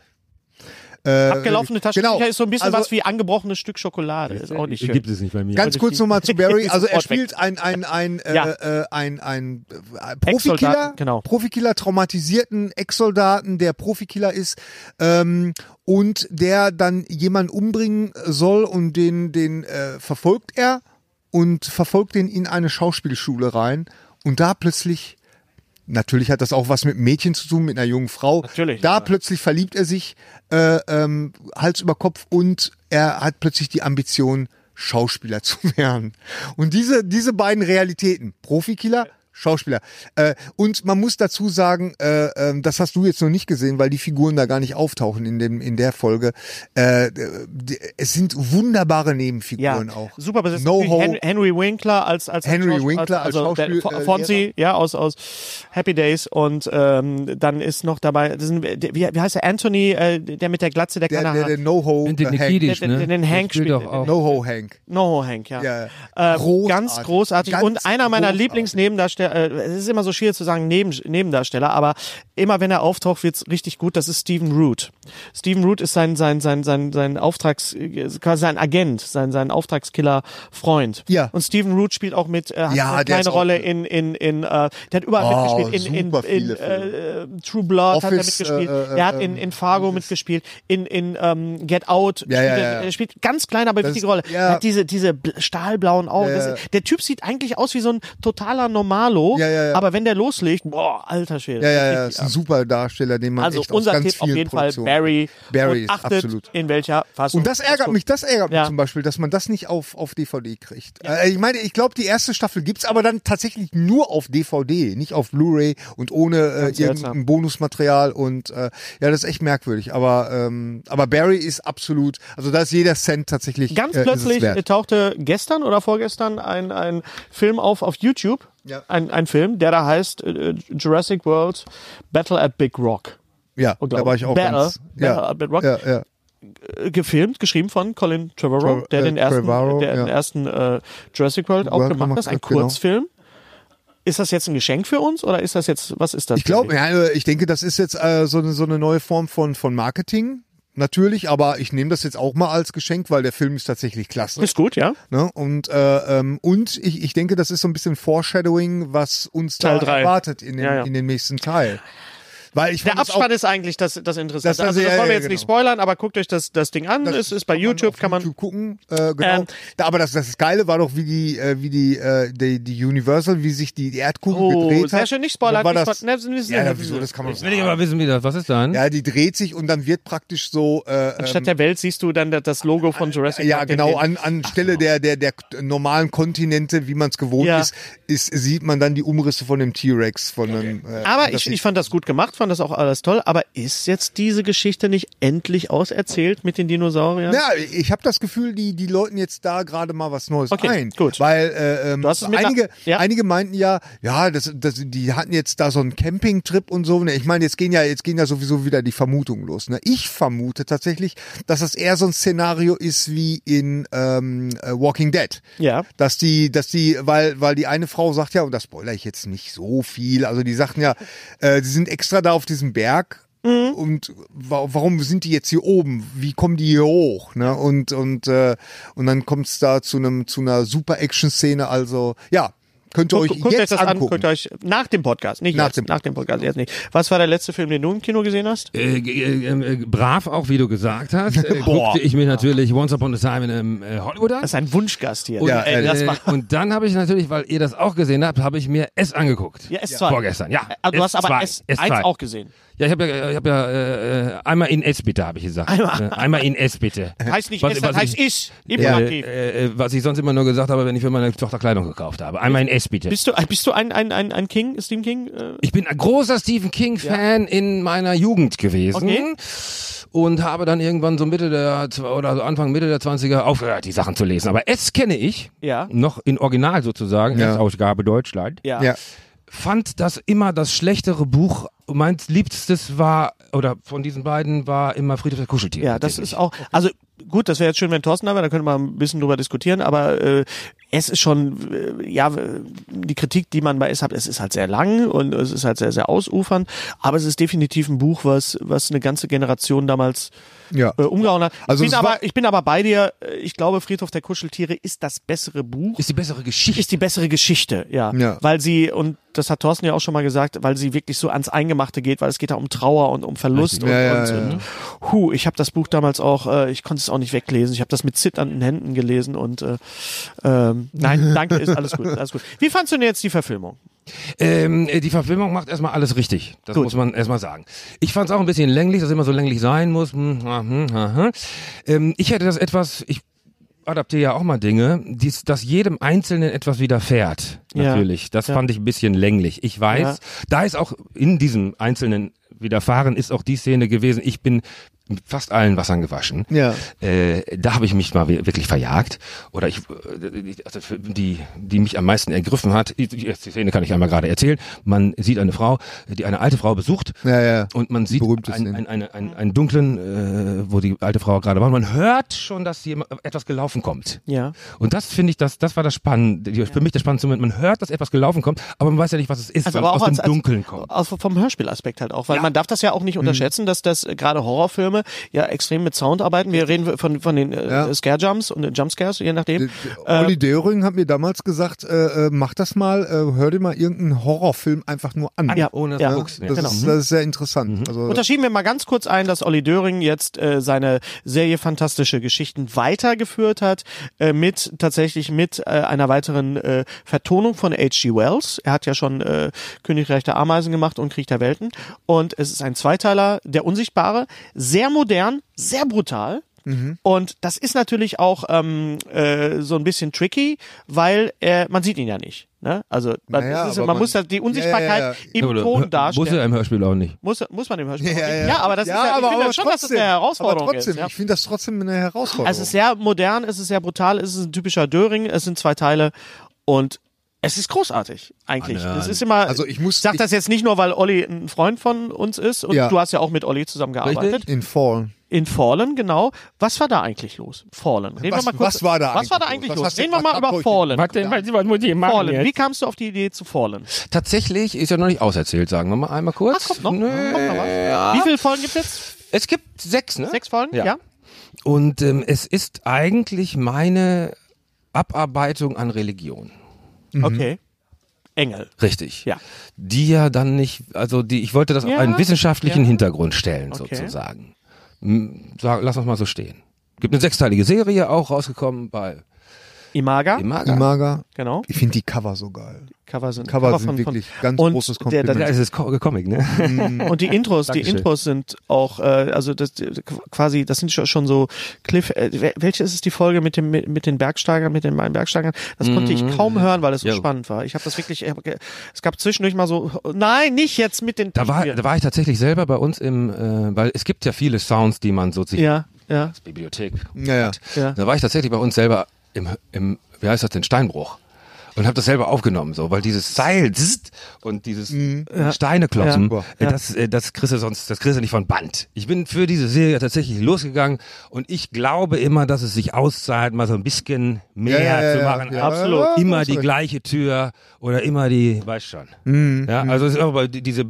Äh, Abgelaufene Taschentücher genau. ist so ein bisschen Also- was wie angebrochenes Stück Schokolade. Ist auch nicht schön. Gibt es nicht bei mir. Ganz kurz nochmal zu Barry. Also Sofort er weg. spielt ein, ein, ein, Ja. äh, äh, ein, ein, äh, Profikiller, Ex-Soldaten, genau. Profikiller, traumatisierten Ex-Soldaten, der Profikiller ist ähm, und der dann jemanden umbringen soll und den, den äh, verfolgt er und verfolgt den in eine Schauspielschule rein und da plötzlich Natürlich hat das auch was mit Mädchen zu tun, mit einer jungen Frau. Natürlich. Da plötzlich verliebt er sich äh, ähm, Hals über Kopf und er hat plötzlich die Ambition, Schauspieler zu werden. Und diese, diese beiden Realitäten, Profikiller, Schauspieler. Äh, und man muss dazu sagen, äh, ähm, das hast du jetzt noch nicht gesehen, weil die Figuren da gar nicht auftauchen in, dem, in der Folge. Äh, die, es sind wunderbare ja, Nebenfiguren auch. super besetzt. No Natürlich Hope. Hen- Henry Winkler als als als Henry Schauspiel- Winkler als also der Schauspiel- Fo- äh, Fonzie, ja aus aus Happy Days und ähm, dann ist noch dabei, das sind, der- wie, wie heißt der Anthony, äh, der mit der Glatze, der, Der, keine der, der Haare- No-Ho Den Hank. Nikidisch, Den- ne? den- den Hank Der spielt spielt- doch auch. No-Ho Hank. No Hank, ja. Ja, Äh, großartig. ganz großartig Ganz und einer meiner großartig. der, äh, es ist immer so schwierig zu sagen Neben, Nebendarsteller, aber immer wenn er auftaucht, wird's richtig gut. Das ist Steven Root. Steven Root ist sein, sein, sein, sein, sein Auftrags, äh, quasi sein Agent, sein, sein Auftragskiller-Freund. Ja. Und Steven Root spielt auch mit, äh, hat Ja, eine der ist kleine auch- Rolle in, in, in, äh, der hat überall Oh, mitgespielt. In, in, super in, viele äh, True Blood hat er Office, mitgespielt. äh, äh, er hat in, in Fargo mitgespielt. In, in ähm, Get Out. Ja, ja, spielt er- ja. Er spielt ganz klein, aber wichtige Rolle. ja. Er hat diese, diese bl- stahlblauen Augen. Ja, Das ja. ist, der Typ sieht eigentlich aus wie so ein totaler Normalo. Ja, ja, ja. Aber wenn der loslegt, boah, alter Schwede. Ja, ja, Richtig ja, äh, ist ein ab. super Darsteller, den man Also echt aus unser ganz Tipp auf vielen jeden Fall Produktionen- Barry. Barry und ist achtet, absolut. in welcher Fassung. Und das ärgert guckt. mich, das ärgert Ja. mich zum Beispiel, dass man das nicht auf, auf DVD kriegt. Äh, ich meine, ich glaube, die erste Staffel gibt's aber dann tatsächlich nur auf DVD, nicht auf Blu-ray und ohne äh, seltsam. irgendein Bonusmaterial. Und äh, ja, das ist echt merkwürdig. Aber, ähm, aber Barry ist absolut, also da ist jeder Cent tatsächlich. Ganz äh, ist es plötzlich wert. äh, tauchte gestern oder vorgestern ein, ein Film auf auf YouTube. Ja. Ein, ein Film, der da heißt äh, Jurassic World Battle at Big Rock. ja, da unglaublich. war ich auch Better, ganz. Better Ja, at Bedrock. ja, ja. Äh, Gefilmt, geschrieben von Colin Trevorrow, Tre- der äh, den ersten, Trevorrow, der den ja. ersten äh, Jurassic World auch World gemacht hat. gemacht Ein hat, genau. Kurzfilm. Ist das jetzt ein Geschenk für uns oder ist das jetzt, was ist das? Ich glaube, ja, also ich denke, das ist jetzt äh, so, eine, so eine neue Form von, von Marketing. Natürlich, aber ich nehme das jetzt auch mal als Geschenk, weil der Film ist tatsächlich klasse. Ist gut, ja? Ne? Und, äh, ähm, und ich, ich denke, das ist so ein bisschen Foreshadowing, was uns Teil da drei. erwartet in den, Ja, ja. in den nächsten Teil. Weil ich Der fand das Abspann auch, ist eigentlich das, das Interessante. Das- also, das ja, wollen ja, wir jetzt genau. nicht spoilern, aber guckt euch das, das Ding an. es ist bei YouTube, auf kann man. YouTube gucken. Äh, genau. Ähm, da, aber das, das Geile war doch, wie die, äh, wie die, äh, die, die Universal, wie sich die Erdkugel Oh, gedreht sehr hat. schön, nicht spoilern. War nicht das, spoilern. Ne, ne, ne, ja, ne, ja, wieso? Das kann man Jetzt will ich aber wissen, wie das, was ist dann? Ja, die dreht sich und dann wird praktisch so. Äh, ähm, Statt der Welt siehst du dann da- das Logo von Jurassic Ja, Park. genau, Den- an, anstelle der, der, der normalen Kontinente, wie man es gewohnt Ja. ist, ist, sieht man dann die Umrisse von dem T-Rex, von einem. Äh, Aber das ich, ich fand das gut gemacht, fand das auch alles toll. Aber ist jetzt diese Geschichte nicht endlich auserzählt mit den Dinosauriern? Ja, ich habe das Gefühl, die, die läuten jetzt da gerade mal was Neues Okay, ein. gut. Weil äh, ähm, Du hast es mit einige, einer- ja. einige meinten ja, ja, das, das, die hatten jetzt da so einen Campingtrip und so. Ne, Ich meine, jetzt gehen ja, jetzt gehen ja sowieso wieder die Vermutungen los. Ne? Ich vermute tatsächlich, dass das eher so ein Szenario ist wie in ähm, äh, Walking Dead. Ja. Dass die, dass die, weil, weil die eine Frau sagt ja, und das spoiler ich jetzt nicht so viel, also die sagten ja, äh, sie sind extra da auf diesem Berg. Mhm. Und wa warum sind die jetzt hier oben? Wie kommen die hier hoch? Ne? Und, und, äh, und dann kommt es da zu, einem, zu einer super Action-Szene. Also, ja, könnt ihr Guckt- euch guckt euch Oh, jetzt das an, angucken. guckt euch nach dem Podcast, nicht Nach jetzt, dem- nach dem Podcast, jetzt nicht. Was war der letzte Film, den du im Kino gesehen hast? Äh, äh, äh, brav auch, wie du gesagt hast, äh, Boah. guckte ich mir natürlich Once Upon a Time in ähm, äh, Hollywood an. Das ist ein Wunschgast hier. Und, Oh Ja, Ey, das äh, war, und dann habe ich natürlich, weil ihr das auch gesehen habt, habe ich mir S angeguckt. ja, S2. Vorgestern, ja. Ah, Du hast aber S1 S2, S2. auch gesehen. Ja, ich habe ja, ich hab ja äh, äh, einmal in S bitte, habe ich gesagt. Einmal, äh, einmal in S bitte. Heißt nicht Was- S, das was heißt ich- ich. Äh, Imperativ. äh, äh, was ich sonst immer nur gesagt habe, wenn ich für meine Tochter Kleidung gekauft habe. Einmal in S bitte. Bist du, bist du ein, ein, ein, ein King, Stephen King? Äh, Ich bin ein großer Stephen King-Fan in meiner Jugend gewesen Okay. und habe dann irgendwann so Mitte der zw- oder so Anfang Mitte der 20er aufgehört, die Sachen zu lesen. Aber S kenne ich, Ja. noch in Original sozusagen, Ja. S-Ausgabe Deutschland. ja. Ja. Fand das immer das schlechtere Buch. Mein liebstes war, oder von diesen beiden war immer Friedhof der Kuscheltiere. Ja, das tatsächlich. ist auch. Also gut, das wäre jetzt schön, wenn Thorsten da wäre, da könnte man ein bisschen drüber diskutieren, aber äh, es ist schon, äh, ja, äh, die Kritik, die man bei es hat, es ist halt sehr lang und es ist halt sehr, sehr ausufernd, aber es ist definitiv ein Buch, was, was eine ganze Generation damals Ja. äh, umgehauen hat. Also ich, es bin aber, war- ich bin aber bei dir, äh, ich glaube, Friedhof der Kuscheltiere ist das bessere Buch Ist die bessere Geschichte. ist die bessere Geschichte, ja. Ja. Weil sie, und das hat Thorsten ja auch schon mal gesagt, weil sie wirklich so ans Eingemachte geht, weil es geht da um Trauer und um Verlust und, Ja, ja, und, und Huh, ich habe das Buch damals auch, äh, ich konnte es auch nicht weglesen, ich habe das mit zitternden Händen gelesen und äh, ähm, nein, danke, ist alles gut, alles gut. Wie fandst du denn jetzt die Verfilmung? Ähm, äh, die Verfilmung macht erstmal alles richtig. Das muss man erstmal sagen. Ich fand es auch ein bisschen länglich, dass immer so länglich sein muss. Hm, ah, hm, ah, hm. Ähm, ich hätte das etwas, ich adaptiere ja auch mal Dinge, dies, dass jedem Einzelnen etwas widerfährt. Ja. Natürlich. Das Ja. fand ich ein bisschen länglich. Ich weiß, Ja. da ist auch in diesem Einzelnen widerfahren, ist auch die Szene gewesen. Ich bin mit fast allen Wassern gewaschen. Ja. Äh, da habe ich mich mal wir- wirklich verjagt. Oder ich, äh, also für die, die mich am meisten ergriffen hat, die die Szene kann ich einmal gerade erzählen. Man sieht eine Frau, die eine alte Frau besucht. Ja, ja. Und man sieht Berühmte ein, Szene. ein, eine, ein, einen dunklen, äh, wo die alte Frau gerade war. Und Man hört schon, dass jemand, etwas gelaufen kommt. Ja. Und das finde ich, das, das war das Spannende, die- für mich der spannendste Moment. Man hört, dass etwas gelaufen kommt, aber man weiß ja nicht, was es ist, Also weil es aus dem Dunkeln kommt. Aus, vom Hörspielaspekt halt auch, weil man darf das ja auch nicht unterschätzen, dass das äh, gerade Horrorfilme ja extrem mit Sound arbeiten. Wir reden von, von den äh, Ja. Scare-Jumps und den Jumpscares, je nachdem. Olli Döring hat mir damals gesagt, äh, äh, mach das mal, äh, hör dir mal irgendeinen Horrorfilm einfach nur an. Ja, ohne dass Ja. Genau. Mhm. du guckst. Das, ist, das ist sehr interessant. Also, Unterschieben wir mal ganz kurz ein, dass Olli Döring jetzt äh, seine Serie Fantastische Geschichten weitergeführt hat, äh, mit tatsächlich mit äh, einer weiteren äh, Vertonung von H.G. Wells. Er hat ja schon äh, Königreich der Ameisen gemacht und Krieg der Welten. Und es ist ein Zweiteiler, der Unsichtbare, sehr modern, sehr brutal. Mhm. Und das ist natürlich auch ähm, äh, so ein bisschen tricky, weil äh, man sieht ihn ja nicht. Ne? Also man, Naja, es ist, aber man, man- muss da die Ja, ja, Unsichtbarkeit ja. im Ton Muss darstellen. ja im Hörspiel auch nicht. Muss, muss man im Hörspiel. ja, auch ja, nicht. ja. ja, aber das ist ja, ich finde schon, dass das eine Herausforderung aber trotzdem, ist. Ja. Also Ich finde das trotzdem eine Herausforderung. Es ist sehr modern, es ist sehr brutal, es ist ein typischer Döring, es sind zwei Teile und es ist großartig eigentlich. Ah, nein. Es ist immer Also ich muss- sag ich- das jetzt nicht nur, weil Olli ein Freund von uns ist und Ja. du hast ja auch mit Olli zusammengearbeitet. Richtig. in Fall. In Fallen, genau. Was war da eigentlich los? Fallen. Reden Was- wir mal kurz. was war da was war da eigentlich eigentlich los? los? Was hast du- Reden wir mal was über habt ihr- Fallen. was muss ich Fallen. Wie kamst du auf die Idee zu Fallen? Tatsächlich ist ja noch nicht auserzählt, sagen wir mal einmal kurz. Ah, kommt noch. Nö, Kommt noch was. ja. Wie viele Folgen gibt es jetzt? Es gibt sechs, ne? Sechs Folgen? Ja. ja? Und ähm, es ist eigentlich meine Abarbeitung an Religion. Mhm. Okay. Engel. Richtig. Ja. Die ja dann nicht, also die, ich wollte das Ja. auf einen wissenschaftlichen Ja. Hintergrund stellen, Okay. sozusagen. M, Sag, lass uns mal so stehen. Gibt eine sechsteilige Serie, auch rausgekommen bei Imaga, Imaga. Imaga. genau. Ich finde die Cover so geil. Cover sind, Cover sind wirklich ganz und großes der, ja, der, es ist Co Comic, ne? Und die Intros, die Dankeschön. Intros sind auch, äh, also das quasi, das sind schon- schon so Cliff. Äh, wel- welche ist es die Folge mit dem mit, mit den Bergsteigern, mit den beiden Bergsteigern? Das konnte Mhm. ich kaum hören, weil es so Jo. spannend war. Ich habe das wirklich. Ich hab, ge- es gab zwischendurch mal so, nein, nicht jetzt mit den. Da war, da war ich tatsächlich selber bei uns im, äh, weil es gibt ja viele Sounds, die man so sich ja, ja, Bibliothek. Ja, ja. ja. Da war ich tatsächlich bei uns selber im, im wie heißt das denn, Steinbruch. Und habe das selber aufgenommen, so, weil dieses Seil zzt, und dieses Steine klopfen, Mhm. Ja. äh, das, äh, das kriegst du sonst, das kriegst du nicht von Band. Ich bin für diese Serie tatsächlich losgegangen und ich glaube immer, dass es sich auszahlt, mal so ein bisschen mehr Ja, ja, ja, zu ja. machen. Ja, Absolut. ja, Immer hast die recht. gleiche Tür oder immer die, weißt schon. Mhm. Ja, also es ist auch bei die- diese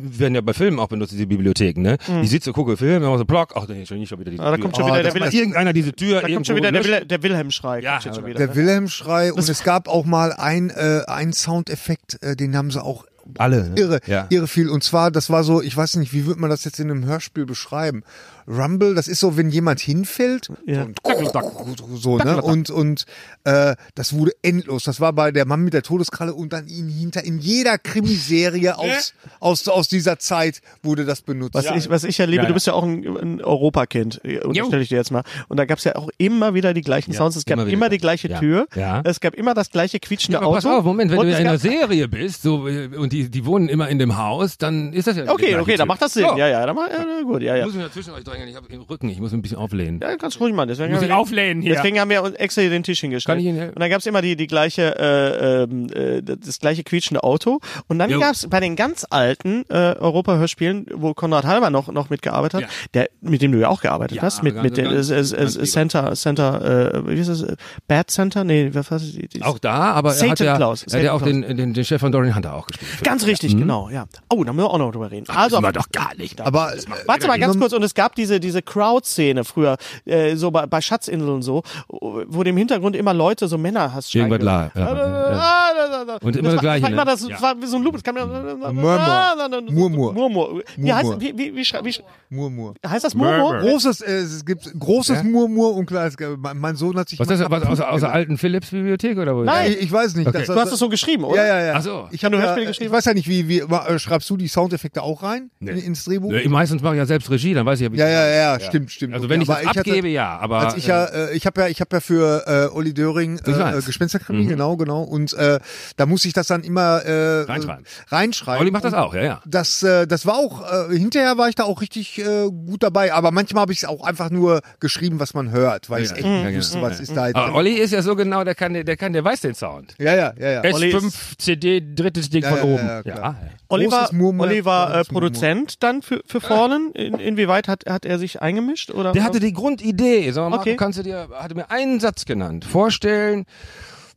werden ja bei Filmen auch benutzt, diese Bibliotheken, ne? Mhm. Ich sitze, gucke Filme, mache so Block, ach nee, schon nicht schon wieder die Ah, da kommt schon Tür. Oh, wieder der dass Wille- mal irgendeiner diese Tür Da kommt irgendwo schon wieder der, löscht. Wil der Wilhelm-Schrei. Ja, kommt jetzt schon aber- wieder, Der Wilhelmschrei und es gab auch mal ein, äh, ein Soundeffekt, äh, den haben sie auch Alle. Ne? irre, Ja. irre viel. Und zwar, das war so, ich weiß nicht, wie würde man das jetzt in einem Hörspiel beschreiben? Rumble, das ist so, wenn jemand hinfällt Ja. und so, ne? Und, und äh, das wurde endlos. Das war bei der Mann mit der Todeskralle und dann ihn hinter in jeder Krimiserie aus, aus, aus dieser Zeit wurde das benutzt. Was, ich, was ich erlebe, Ja, du ja. bist ja auch ein, ein Europakind, äh, stelle ich dir jetzt mal. Und da gab es ja auch immer wieder die gleichen Sounds. Es gab immer immer, wieder. die gleiche Ja. Tür. Ja. Es gab immer das gleiche quietschende Aber Auto. pass auf, Moment, wenn Und du in es einer gab- Serie bist so, äh, und die, die wohnen immer in dem Haus, dann ist das ja. die Okay, gleiche okay, da Tür. macht das Sinn. So. Ja, ja, da macht, ja, gut, ja, Ich ja. muss mich dazwischen euch drängen, ich habe im Rücken, ich muss ein bisschen auflehnen. Ja, ganz ruhig, Mann. Deswegen Ich muss haben ihn wir- auflehnen hier. Deswegen haben wir uns extra hier den Tisch Kann ich hingestellt. Ihnen helfen? Und dann gab es immer die, die gleiche, äh, ähm, äh, das gleiche quietschende Auto. Und dann Jo. gab es bei den ganz alten äh, Europa-Hörspielen, wo Konrad Halber noch, noch mitgearbeitet hat, Ja. der, mit dem du ja auch gearbeitet Ja, hast, mit, ganz- mit der ganz- äh, äh, ganz äh, lieber. Center, Center, äh, wie ist das? äh, Bad Center? Nee, was war das? Die- die- Auch da, aber er hat Satan ja, Claus, er hat ja auch Satan den, Mhm. den, den Chef von Dorian Hunter auch gespielt. Ganz richtig, genau, ja. Oh, da müssen wir auch noch drüber reden. also, war doch gar nicht. Aber äh, Genau, Warte mal ganz Nun- kurz, und es gab diese, diese Crowd-Szene früher, äh, so bei, bei Schatzinseln so, wo dem Hintergrund immer Leute, so Männer hast schreien Irgendwas gehört. la- ja, ja, Ah, da, da, da. Und immer das war- Gleiche, War immer ne? das, Ja. war so ein Loop, das kam ja- Murmur. Ah, da, da, so- Murmur. Murmur. Wie heißt, Murmur. wie, wie, wie, schrei- wie, sch- Murmur. heißt das Murmur? Großes, äh, es gibt großes Murmur und kleines. äh, Mein mein Sohn hat sich. Was ist das, was, aus, aus der alten Philips-Bibliothek oder wo? Nein. Ich, ich weiß nicht. Okay. dass- Du hast es so geschrieben, oder? Ja, ja, ja. Ach so. Ich habe Wenn du ja, äh, Hörspiele ich geschrieben weiß ja nicht, wie, wie wa- äh, schreibst du die Soundeffekte auch rein in, ins Drehbuch? Äh, Meistens mache ich ja selbst Regie, dann weiß ich ja, wie Ja, ja, ja, stimmt, stimmt. Also wenn ich Aber das abgebe, hatte, ja, aber. Als ich ja, äh, ich habe ja, ich habe ja für äh, Olli Döring äh, Ich weiß. Mhm. äh, Gespensterkrimi, genau, genau. Und äh, Da muss ich das dann immer äh, Reinschreiben. äh, reinschreiben. Olli macht das Und auch, ja, ja. Das, äh, das war auch, äh, hinterher war ich da auch richtig äh, gut dabei, aber manchmal habe ich es auch einfach nur geschrieben, was man hört, weil ich Ja, echt ja, nicht genau. wusste, was ist da jetzt. Aber Olli ist ja so genau, der kann, der kann, der weiß den Sound. ja, ja, ja, ja. Olli ist- S5 CD, drittes Ding Ja, von ja, oben. ja, klar. Oliver, Großes Murmel, Oliver äh, großes Murmel. Produzent dann für, für Fallen? In, inwieweit hat, hat er sich eingemischt? Oder? Der hatte die Grundidee. Sag mal, Genau. Okay. okay. kannst du dir, hatte mir einen Satz genannt. Vorstellen,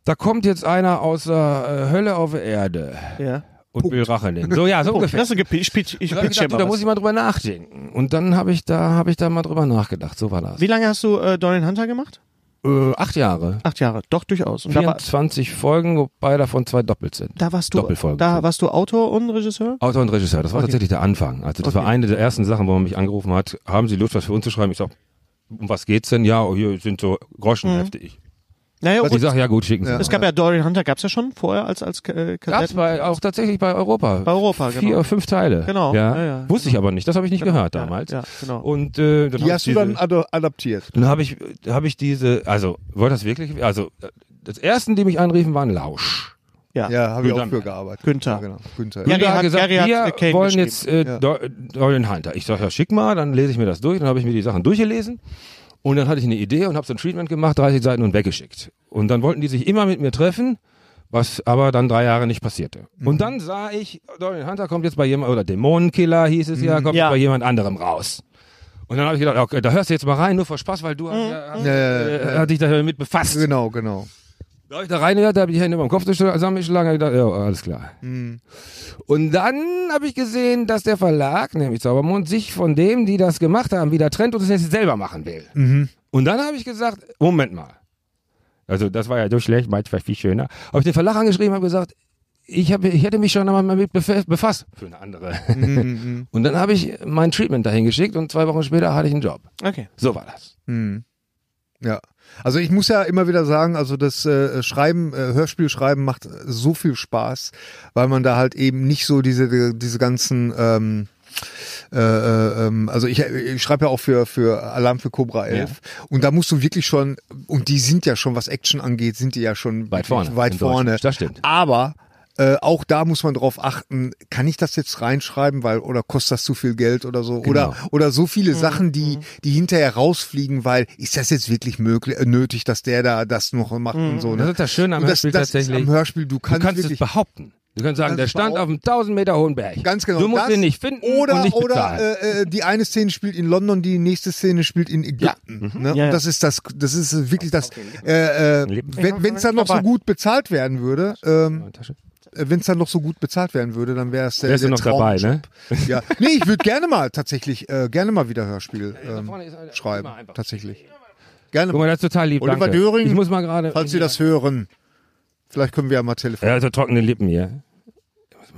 da kommt jetzt einer aus der äh, Hölle auf die Erde ja. und will Rache nehmen. So, ja, so Oh, ungefähr. das ist ein Gepi- ich pitch, ich Da, hab ich pitch hier gedacht, du, mal da muss was. ich mal drüber nachdenken. Und dann habe ich da, habe ich da mal drüber nachgedacht. So war das. Wie lange hast du äh, Dorian Hunter gemacht? Äh, acht Jahre. Acht Jahre, doch durchaus. Und da, war, 24 Folgen, wobei davon zwei doppelt sind. da warst du Doppelfolgen. da warst du Autor und Regisseur? Autor und Regisseur, das war tatsächlich der Anfang. Also das war eine der ersten Sachen, wo man mich angerufen hat, haben Sie Lust, was für uns zu schreiben? Ich sag, um was geht's denn? Ja, oh, hier sind so Groschenhefte. Ich, Naja, ich und sag, ja gut, schicken Sie. es gab Mhm. ja Dorian Hunter, gab's ja schon vorher als, als äh, Gab's Kassetten. bei, auch tatsächlich bei Europa. Bei Europa, Vier genau. oder fünf Teile. Genau, Ja. ja, ja, Wusste ich aber nicht, das habe ich nicht gehört ja, damals. ja, genau. Und äh, dann hab Die ich hast du diese- dann ad adaptiert. Dann habe ich, hab ich diese, also, wollte das wirklich, also, das ersten, die mich anriefen, waren Lausch. Ja. Ja, habe ich Und auch dann- für gearbeitet. Günther. Ja, genau. Günther. Ja, Gary Gary hat- hat gesagt, Gary hat, äh, Kane wir wollen geschrieben. jetzt äh, Ja. Do- Dorian Hunter. Ich sage, ja, schick mal, dann lese ich mir das durch. Dann habe ich mir die Sachen durchgelesen. Und dann hatte ich eine Idee und habe so ein Treatment gemacht, 30 Seiten und weggeschickt. Und dann wollten die sich immer mit mir treffen, was aber dann drei Jahre nicht passierte. Mhm. Und dann sah ich, Dorian Hunter kommt jetzt bei jemand, oder Dämonenkiller hieß es ja, kommt Mhm. Ja. jetzt bei jemand anderem raus. Und dann habe ich gedacht, okay, da hörst du jetzt mal rein, nur vor Spaß, weil du Mhm. hast, ja, hast, äh, hast dich damit befasst. Genau, genau. Da habe ich da reingehört, da habe ich die Hände über den Kopf zusammengeschlagen, habe gedacht, ja, alles klar. Hm. Und dann habe ich gesehen, dass der Verlag, nämlich Zaubermond, sich von dem, die das gemacht haben, wieder trennt und es jetzt selber machen will. Mhm. Und dann habe ich gesagt, Moment mal. Also das war ja so schlecht, manchmal viel schöner. Habe ich den Verlag angeschrieben, habe gesagt, ich, hab, ich hätte mich schon einmal mit bef- befasst für eine andere. Mhm, Und dann habe ich mein Treatment dahin geschickt und zwei Wochen später hatte ich einen Job. Okay. So war das. Ja. Also ich muss ja immer wieder sagen, also das äh, Schreiben, äh, Hörspielschreiben macht äh, so viel Spaß, weil man da halt eben nicht so diese, diese ganzen ähm, äh, äh, ähm, also ich, ich schreibe ja auch für, für Alarm für Cobra 11 und da musst du wirklich schon, und die sind ja schon, was Action angeht, sind die ja schon wirklich Weit vorne Weit in vorne. Deutschland. Das stimmt. Aber äh, auch da muss man drauf achten, kann ich das jetzt reinschreiben, weil oder kostet das zu viel Geld oder so oder Genau. oder so viele Sachen, die die hinterher rausfliegen, weil ist das jetzt wirklich möglich äh, nötig, dass der da das noch macht und so. Ne? Das ist das Schöne am Und Hörspiel das, das tatsächlich. Ist am Hörspiel, du kannst, du kannst es wirklich behaupten. Du kannst sagen, Kannst der es stand auf einem 1000 Meter hohen Berg. Ganz genau. Du musst das ihn nicht finden oder, und nicht bezahlen. Oder äh, äh, die eine Szene spielt in London, die nächste Szene spielt in Ägypten. Mhm. Ne? Ja, ja. Und das ist das, das ist wirklich das. Äh, äh, Ich wenn es dann noch so dabei. gut bezahlt werden würde, ähm, Tasche. wenn es dann noch so gut bezahlt werden würde, dann wäre es der, Wärst du der noch dabei, Traumjob. ne? Ja, nee, ich würde gerne mal tatsächlich äh, gerne mal wieder Hörspiel ähm, vorne ist einer, schreiben, immer einfach. tatsächlich. Gerne. Guck mal, Mal. das ist total lieb. Oliver danke. Döring, Ich muss mal gerade. Falls Sie das hören, vielleicht können wir ja mal telefonieren. Ja, so trockene Lippen hier.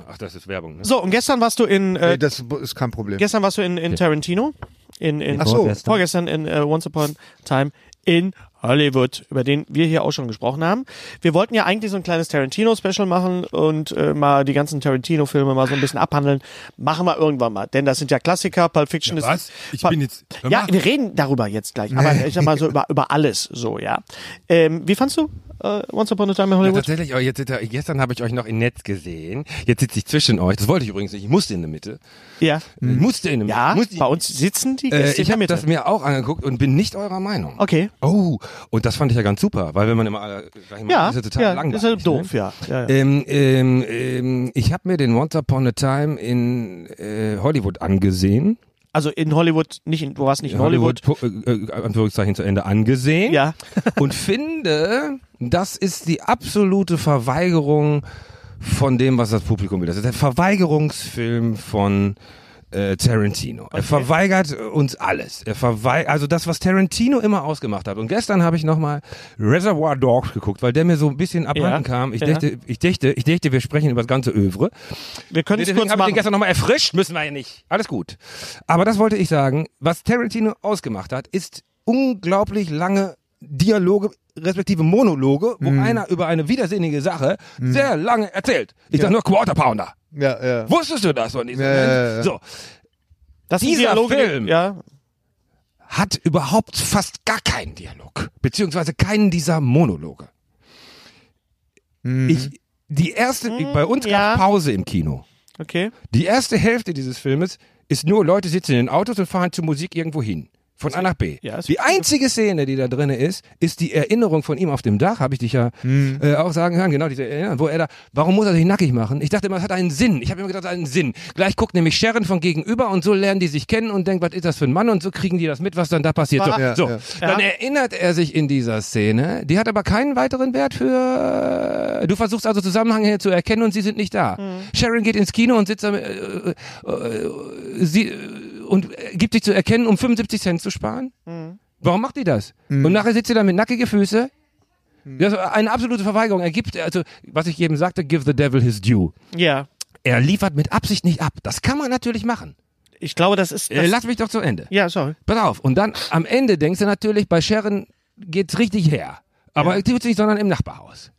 Ach, das ist Werbung, ne? So, und gestern warst du in äh, Nee, das ist kein Problem. gestern warst du in, in Tarantino. In, in, Ach so. Vorgestern. vorgestern in äh, Once Upon a Time in Hollywood, über den wir hier auch schon gesprochen haben. Wir wollten ja eigentlich so ein kleines Tarantino-Special machen und äh, mal die ganzen Tarantino-Filme mal so ein bisschen abhandeln. Machen wir irgendwann mal, denn das sind ja Klassiker. Pulp Fiction ist. was? Ich Pul- bin jetzt- Hör Ja, mal. wir reden darüber jetzt gleich, aber ich sag mal so über, über alles so, ja. Ähm, wie fandst du äh, Once Upon a Time in Ja, Hollywood? tatsächlich, aber jetzt, sitzt er- gestern habe ich euch noch im Netz gesehen. Jetzt sitze ich zwischen euch. Das wollte ich übrigens nicht. Ich musste in der Mitte. Ja, Ich musste in der Mitte. ja. Ich musste, bei uns sitzen die äh, Gäste in der ich habe Mitte. das mir auch angeguckt und bin nicht eurer Meinung. Okay. Oh, und das fand ich ja ganz super, weil wenn man immer äh, alle gleich macht, Ja, ist ja total ja, ist langweilig. ja doof, ne? ja. ja, ja. Ähm, ähm, ähm, ich habe mir den Once Upon a Time in äh, Hollywood angesehen. Also in Hollywood, nicht in, du warst nicht in Hollywood. Hollywood pu- äh, äh, Anführungszeichen zu Ende angesehen. Ja. Und finde, das ist die absolute Verweigerung von dem, was das Publikum will. Das ist der Verweigerungsfilm von äh, Tarantino. Er verweigert äh, uns alles. Er verwei also das, was Tarantino immer ausgemacht hat. Und gestern habe ich nochmal Reservoir Dogs geguckt, weil der mir so ein bisschen abhanden kam. Ich ja. dachte, ich dachte, ich dachte, wir sprechen über das ganze Övre. Wir können Nee, es kurz deswegen habe ich machen. den gestern nochmal erfrischt, müssen wir ja nicht. Alles gut. Aber das wollte ich sagen. Was Tarantino ausgemacht hat, ist unglaublich lange Dialoge, respektive Monologe, wo Mhm. einer über eine widersinnige Sache sehr lange erzählt. Ich sag nur Quarter Pounder. Ja, ja. Wusstest du das? Und ich so, Ja, ja, ja. So, Das sind dieser Dialoge, die- Film. Ja, hat überhaupt fast gar keinen Mhm. Dialog, beziehungsweise keinen dieser Monologe. Ich, Die erste, bei uns ja. gab Pause im Kino. Okay. Die erste Hälfte dieses Filmes ist nur, Leute sitzen in den Autos und fahren zur Musik irgendwo hin. Von A nach B. Ja, das- die einzige Szene, die da drin ist, ist die Erinnerung von ihm auf dem Dach, habe ich dich ja äh, auch sagen hören, genau, diese Erinnerung, wo er da, warum muss er sich nackig machen? Ich dachte immer, es hat einen Sinn. Ich habe immer gedacht, es hat einen Sinn. Gleich guckt nämlich Sharon von gegenüber und so lernen die sich kennen und denken, was ist das für ein Mann und so kriegen die das mit, was dann da passiert. So, Ja, so. ja. dann erinnert er sich in dieser Szene, die hat aber keinen weiteren Wert für, du versuchst also Zusammenhänge zu erkennen und sie sind nicht da. Sharon geht ins Kino und sitzt am, äh, sie und äh, gibt sich zu erkennen, um 75 Cent zu sparen? Warum macht die das? Mhm. Und nachher sitzt sie da mit nackige Füße. Das ist eine absolute Verweigerung. Er gibt, also, was ich eben sagte, give the devil his due. Ja. Er liefert mit Absicht nicht ab. Das kann man natürlich machen. Ich glaube, das ist. Äh, Das, lass mich doch zu Ende. ja, sorry. Pass auf. Und dann am Ende denkst du natürlich, bei Sharon geht's richtig her. Aber er tut nicht, sondern im Nachbarhaus.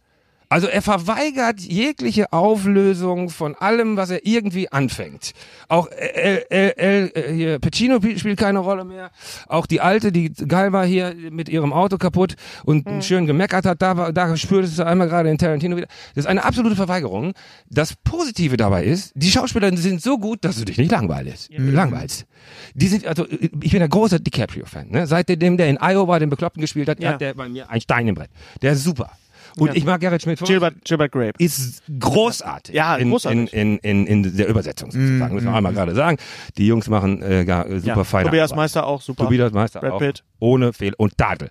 Also er verweigert jegliche Auflösung von allem, was er irgendwie anfängt. Auch El, El, El, äh, hier, Pacino pi- spielt keine Rolle mehr. Auch die alte, die geil war hier mit ihrem Auto kaputt und schön gemeckert hat, da, war- da spürtest du einmal gerade in Tarantino wieder. Das ist eine absolute Verweigerung. Das Positive dabei ist, die Schauspieler sind so gut, dass du dich nicht langweilst. langweilst. Die sind, also ich bin ein großer DiCaprio-Fan. Ne? Seitdem der in Iowa den Bekloppten gespielt hat, Ja. hat der Äh, bei mir einen Stein im Brett. Der ist super. Und Ja. ich mag Gerrit Schmidt. Gilbert, Gilbert Grape. Ist großartig. Ja, in, großartig. Mhm. In, in, in, in der Übersetzung sozusagen. Müssen wir einmal gerade sagen. Die Jungs machen äh, gar, äh, super ja. feine Tobias Arbeit. Meister auch super. Tobias Meister Brad auch. Pitt. Ohne Fehl und Tadel.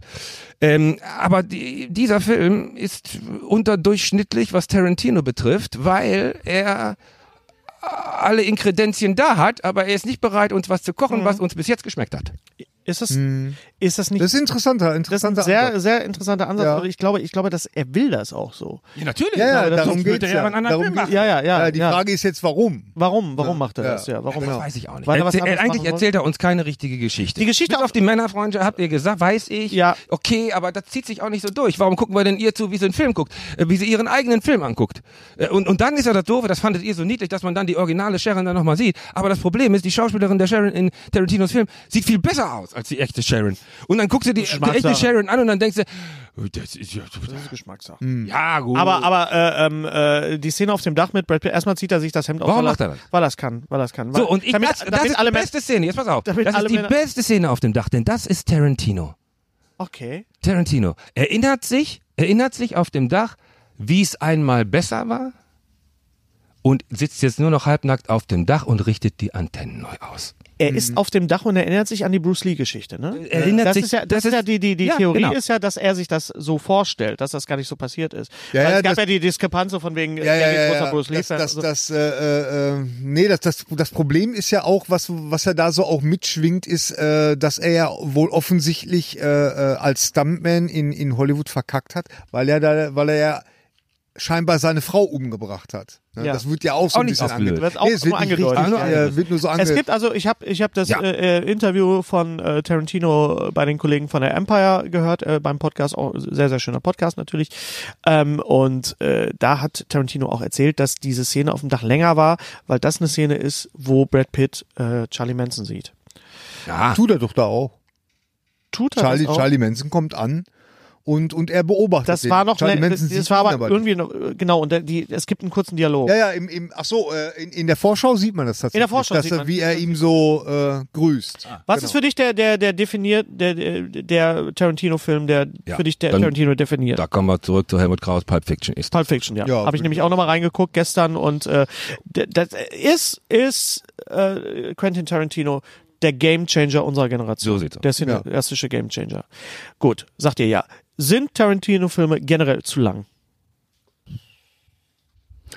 Ähm, aber die, dieser Film ist unterdurchschnittlich, was Tarantino betrifft, weil er äh, alle Inkredenzien da hat, aber er ist nicht bereit, uns was zu Mhm. kochen, was uns bis jetzt geschmeckt hat. Ist das, Hm. ist das nicht. Das ist interessanter, Das ist ein interessanter sehr, Ansatz. sehr interessanter Ansatz. Ja. aber Ich glaube, ich glaube, dass er will das auch so. Ja, natürlich. Ja, ja, darum geht's sonst würde er ja. aber einen anderen Darum Film geht's machen. Ja, ja, ja. Ja, die ja. Frage ist jetzt, warum? Warum, warum macht er Ja. das? Ja, warum? Genau. Oh, Weiß ich auch nicht. Weil er was Erzähl- anderes eigentlich machen erzählt er uns keine richtige Geschichte. Die Geschichte Bis auf die Männerfreundschaft habt ihr gesagt, weiß ich. Ja. Okay, aber das zieht sich auch nicht so durch. Warum gucken wir denn ihr zu, wie sie einen Film guckt? Äh, Wie sie ihren eigenen Film anguckt? Äh, Und, und dann ist ja das Doofe, das fandet ihr so niedlich, dass man dann die originale Sharon dann nochmal sieht. Aber das Problem ist, die Schauspielerin der Sharon in Tarantinos Film sieht viel besser aus als die echte Sharon. Und dann guckst du die, die echte Geschmackssache. Sharon an und dann denkst du, oh, das ist ja, Geschmackssache. ja gut. Hm. Aber, aber äh, ähm, äh, die Szene auf dem Dach mit Brad Pitt, erstmal zieht er sich das Hemd auf. Warum weil macht er das? Weil das kann, weil das kann. Weil, So, und ich, damit, das, das damit ist alle die Menschen. beste Szene, jetzt pass auf. Das Damit alle ist die Männer- beste Szene auf dem Dach, denn das ist Tarantino. Okay. Tarantino erinnert sich, erinnert sich auf dem Dach, wie es einmal besser war und sitzt jetzt nur noch halbnackt auf dem Dach und richtet die Antennen neu aus. Er Mhm. ist auf dem Dach und erinnert sich an die Bruce Lee-Geschichte, ne? Erinnert das sich- Ist ja, das, das ist ja ist- die, die, die ja, Theorie genau. ist ja, dass er sich das so vorstellt, dass das gar nicht so passiert ist. Ja, Weil ja, es gab das- ja die Diskrepanz so von wegen, Ja, ja, der ja, ist ja. großer Bruce Das, Lee-Fan. das, und so. das, äh, äh, nee, das, das, das Problem ist ja auch, was, was ja da so auch mitschwingt, ist, äh, dass er ja wohl offensichtlich äh, äh, als Stuntman in, in Hollywood verkackt hat, weil er da, weil er ja scheinbar seine Frau umgebracht hat. Ne? Ja. Das wird ja auch so Auch ein nicht bisschen aufgelöst. angedeutet. Wird auch es nur nicht angedeutet, richtig, ja. äh, wird nur so es angedeutet. gibt also, ich habe ich hab das Ja. äh, äh, Interview von äh, Tarantino bei den Kollegen von der Empire gehört, äh, beim Podcast, auch sehr, sehr schöner Podcast natürlich. Ähm, und äh, da hat Tarantino auch erzählt, dass diese Szene auf dem Dach länger war, weil das eine Szene ist, wo Brad Pitt äh, Charlie Manson sieht. Ja, Tut er doch Ah. da auch. Tut er Charlie, das auch? Charlie Manson kommt an und, und er beobachtet Das den. war noch, Charlie ne, Manson das, sieht das war ihn aber, nicht. irgendwie noch, äh, genau, und der, die, es gibt einen kurzen Dialog. Ja, ja, im, im, ach so, äh, in, in der Vorschau sieht man das tatsächlich. Vorschau dass sieht er, man- Wie er ihm so äh, grüßt. Was ist für dich der, der, der definiert, der, der- der Tarantino-Film, der Ja, für dich der dann- Tarantino definiert? da kommen wir zurück zu Helmut Kraus, Pulp Fiction ist. Pulp Fiction, ja. Ja, genau. Habe ich nämlich auch nochmal reingeguckt gestern und äh, d- das ist, ist äh, Quentin Tarantino der Gamechanger unserer Generation. So sieht's aus. Der cineastische Gamechanger. Gut, sagt ihr ja. Sind Tarantino-Filme generell zu lang?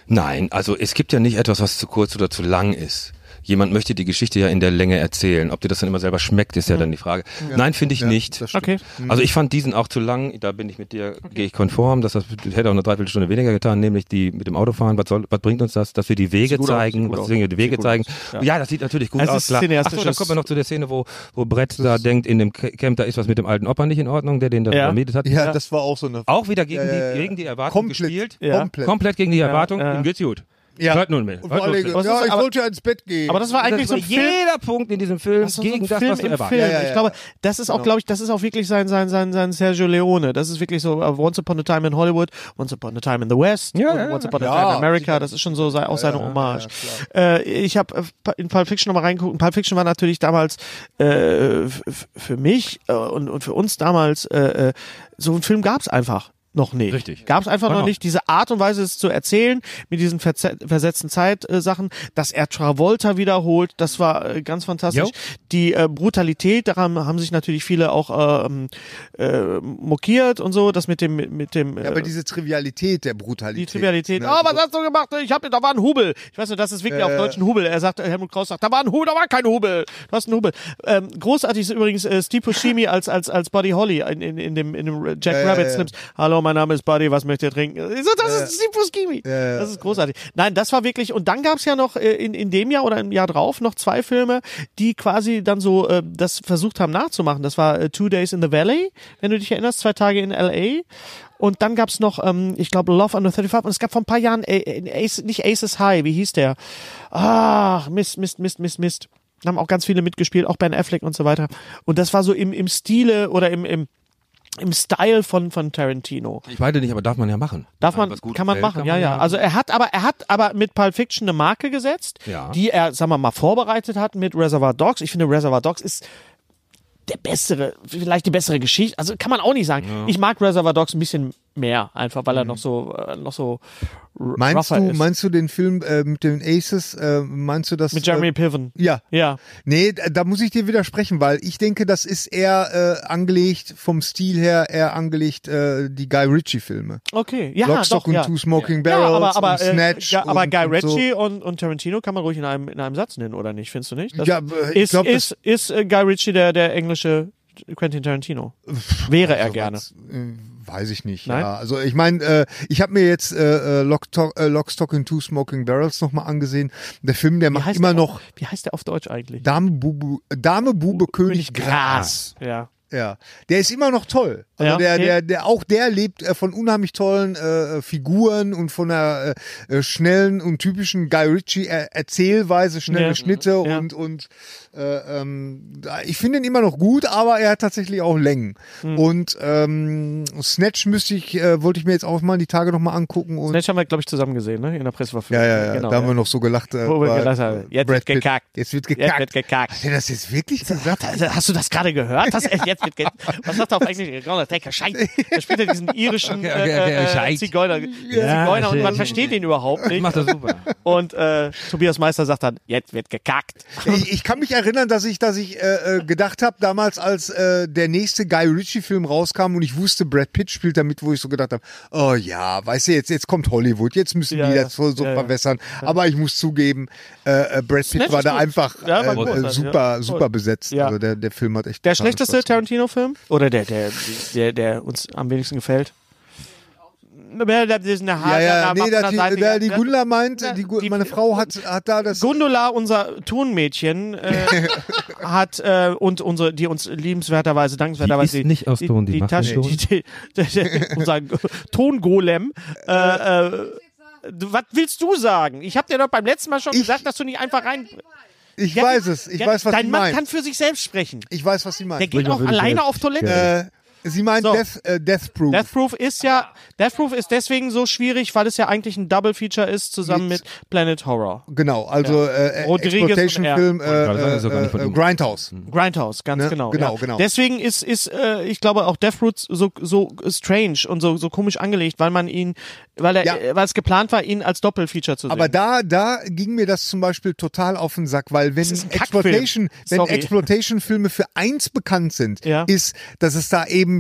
Nein, also es gibt ja nicht etwas, was zu kurz oder zu lang ist. Jemand möchte die Geschichte ja in der Länge erzählen. Ob dir das dann immer selber schmeckt, ist ja dann die Frage. Nein, finde ich nicht. Mhm. das stimmt. Okay. Also ich fand diesen auch zu lang, da bin ich mit dir, gehe ich konform, dass das das hätte auch eine Dreiviertelstunde weniger getan, nämlich die mit dem Autofahren, was, soll, was bringt uns das, dass wir die Wege gut aus, sieht zeigen, gut was aus, wir die Wege gut zeigen. aus, ja. Ja. das sieht natürlich gut Es aus, ist klar. Ach so, dann cineastisches- kommen wir noch zu der Szene, wo, wo Brett da denkt, in dem Ke- Camp, da ist was mit dem alten Opfer nicht in Ordnung, der den da Ja. vermietet hat. Ja, das war auch so eine. Auch wieder gegen, Ja, ja, ja. die, gegen die Erwartung komplett, gespielt. Ja. Komplett. Komplett gegen die Erwartung, ja. ihm geht's gut. Ja. Hört nun mit. Und Hört vor allen nun mit. Dingen, Was ja, ist- ich aber- wollte ja ins Bett gehen. Aber das war eigentlich Das so war ein Film. jeder Punkt in diesem Film Das ist so gegen ein das, Film was du im erwartest. Film. ja, Ich ja. glaube, das ist auch, Genau. glaube ich, das ist auch wirklich sein, sein, sein, sein Sergio Leone. Das ist wirklich so uh, Once Upon a Time in Hollywood, Once Upon a Time in the West, Ja, und ja, Once ja. Upon a Ja, Time in America. Das ist schon so sei, auch seine Hommage. äh, ich habe in Pulp Fiction nochmal reingeguckt. Pulp Fiction war natürlich damals äh, f- f- für mich äh, und, und für uns damals äh, äh, so ein Film gab's einfach. Noch nicht. Richtig. Gab es einfach noch Genau. nicht diese Art und Weise, es zu erzählen, mit diesen verze versetzten Zeitsachen, dass er Travolta wiederholt, das war äh, ganz fantastisch. Jo. Die äh, Brutalität, daran haben sich natürlich viele auch ähm, äh, mokiert und so, das mit dem, mit dem äh, Ja, aber diese Trivialität der Brutalität. die Trivialität. Ne? Oh, was hast du gemacht? Ich hab, da war ein Hubel. Ich weiß nur, das ist wirklich auf Deutsch ein Hubel. Er sagt, Helmut Kraus sagt, da war ein Hubel, da war kein Hubel. Du hast einen Hubel. Ähm, großartig ist übrigens äh, Steve Buscemi als, als, als Buddy Holly in, in, in dem, in dem Jack Rabbit Slips. Hallo, mein Name ist Buddy, was möchtet ihr trinken? So, das ist Steve Buscemi. das ist großartig. Nein, das war wirklich, und dann gab's ja noch äh, in, in dem Jahr oder im Jahr drauf noch zwei Filme, die quasi dann so äh, das versucht haben nachzumachen. Das war äh, Two Days in the Valley, wenn du dich erinnerst, zwei Tage in L.A. Und dann gab's noch, ähm, ich glaube, Love Under 35. Und es gab vor ein paar Jahren, äh, äh, Ace, nicht Aces High, wie hieß der? Ach, Mist, Mist, Mist, Mist, Mist. Da haben auch ganz viele mitgespielt, auch Ben Affleck und so weiter. Und das war so im, im Stile oder im, im, im Style von, von Tarantino. Ich beide nicht, aber darf man ja machen. Darf Wenn man, was Gutes kann man fällt, machen, kann ja, man ja. Also er hat aber, er hat aber mit Pulp Fiction eine Marke gesetzt, Ja. die er, sagen wir mal, vorbereitet hat mit Reservoir Dogs. Ich finde, Reservoir Dogs ist der bessere, vielleicht die bessere Geschichte. Also kann man auch nicht sagen. Ich mag Reservoir Dogs ein bisschen mehr, einfach Mhm. weil er noch so, äh, noch so r- Meinst rougher du, ist. meinst du den Film äh, mit den Aces, äh, meinst du das? mit Jeremy äh, Piven. ja. Ja. Nee, da da muss ich dir widersprechen, weil ich denke, das ist eher äh, angelegt, vom Stil her eher angelegt, äh, die Guy Ritchie-Filme. Okay. Ja, Lockstock doch, ja. und Two Smoking ja, Barrels aber, aber, und Snatch. äh, ja, aber und, Guy und so. Ritchie und, und Tarantino kann man ruhig in einem, in einem Satz nennen, oder nicht? Findest du nicht? Das Ja, aber Äh, ich ist, glaub, das- ist, ist, äh, Guy Ritchie der, der englische Quentin Tarantino? Wäre also er gerne. äh, Weiß ich nicht. Nein? Ja. Also ich meine, äh, ich habe mir jetzt äh, äh, Lockstock, äh, Lockstock and Two Smoking Barrels nochmal angesehen. Der Film, der macht heißt immer der noch Auf, wie heißt der auf Deutsch eigentlich? Dame, Bubu, Dame Bube König Gras. Ja. Ja, der ist immer noch toll. Also Ja, der, okay. der, der, auch der lebt äh, von unheimlich tollen äh, Figuren und von einer äh, äh, schnellen und typischen Guy Ritchie äh, Erzählweise, schnelle Ja. Schnitte Ja. und und äh, ähm, da- ich finde ihn immer noch gut, aber er hat tatsächlich auch Längen. Hm. Und ähm, Snatch müsste ich, äh, wollte ich mir jetzt auch mal die Tage noch mal angucken und Snatch haben wir, glaube ich, zusammen gesehen, ne? In der Presseverführung. ja, ja, ja. Genau, da haben ja. wir noch so gelacht. Äh, Wo wir bei gedacht haben, jetzt Brad wird Pitt. gekackt. Jetzt wird gekackt. Jetzt wird Hat gekackt. Also, er das jetzt wirklich gesagt? Hast du das gerade gehört? Das, jetzt wird ge Was sagt er auf Englisch? Genau, Take a shite. Er spielt ja diesen irischen Okay, okay, okay, äh, äh, shite. Zigeuner, Zigeuner und man versteht ihn überhaupt nicht. Macht das super. Und äh, Tobias Meister sagt dann, jetzt wird gekackt. Ich, ich kann mich erinnern, dass ich, dass ich äh, äh, gedacht habe, damals, als äh, der nächste Guy Ritchie-Film rauskam und ich wusste, Brad Pitt spielt damit, wo ich so gedacht habe, oh ja, weißt du, jetzt, jetzt kommt Hollywood, jetzt müssen Ja, die ja. das so, so Ja, ja. verwässern. Aber ich muss zugeben, äh, äh, Brad Pitt Snatch war ist da gut. einfach Ja, war äh, gut, äh, ja. super, Voll. super besetzt. Ja. Also der, der Film hat echt. Der totalen schlechteste Spaß gemacht. Tarantino-Film? Oder der, der, der, der uns am wenigsten gefällt? Ja, Ja, ja, nee, da, die, da, die Gundula meint, die, Gu- die- meine Frau hat, hat da das. Gundula, unser Tonmädchen, äh, hat äh, und unsere, die uns liebenswerterweise, dankenswerterweise, Die ist nicht aus Ton, die macht Tasche, nur die, die, die, unser Tongolem. Äh, äh, du- was willst du sagen? Ich habe dir doch beim letzten Mal schon Ich- gesagt, dass du nicht einfach rein. Ich weiß es, ich weiß, was Dein sie Mann meint. kann für sich selbst sprechen. Ich weiß, was sie Der meint. geht auch würde ich alleine jetzt- auf Toilette. Äh, sie meint So. Death, äh, Death Proof. Death Proof ist ja, Death Proof ist deswegen so schwierig, weil es ja eigentlich ein Double Feature ist zusammen mit Planet Horror. Genau, also äh, äh, Rodriguez und er. Exploitation-Film äh, gerade sagen, ist doch gar nicht von äh, äh, ihm. Grindhouse. Grindhouse, ganz Ne? genau. Genau, ja. genau. Deswegen ist, ist äh, ich glaube, auch Death Root so, so strange und so, so komisch angelegt, weil man ihn, weil er, Ja. äh, weil es geplant war, ihn als Doppelfeature zu sehen. Aber da, da ging mir das zum Beispiel total auf den Sack, weil wenn ist ein Kackfilm. Exploitation, wenn Sorry. Exploitation-Filme für eins bekannt sind, Ja. ist, dass es da eben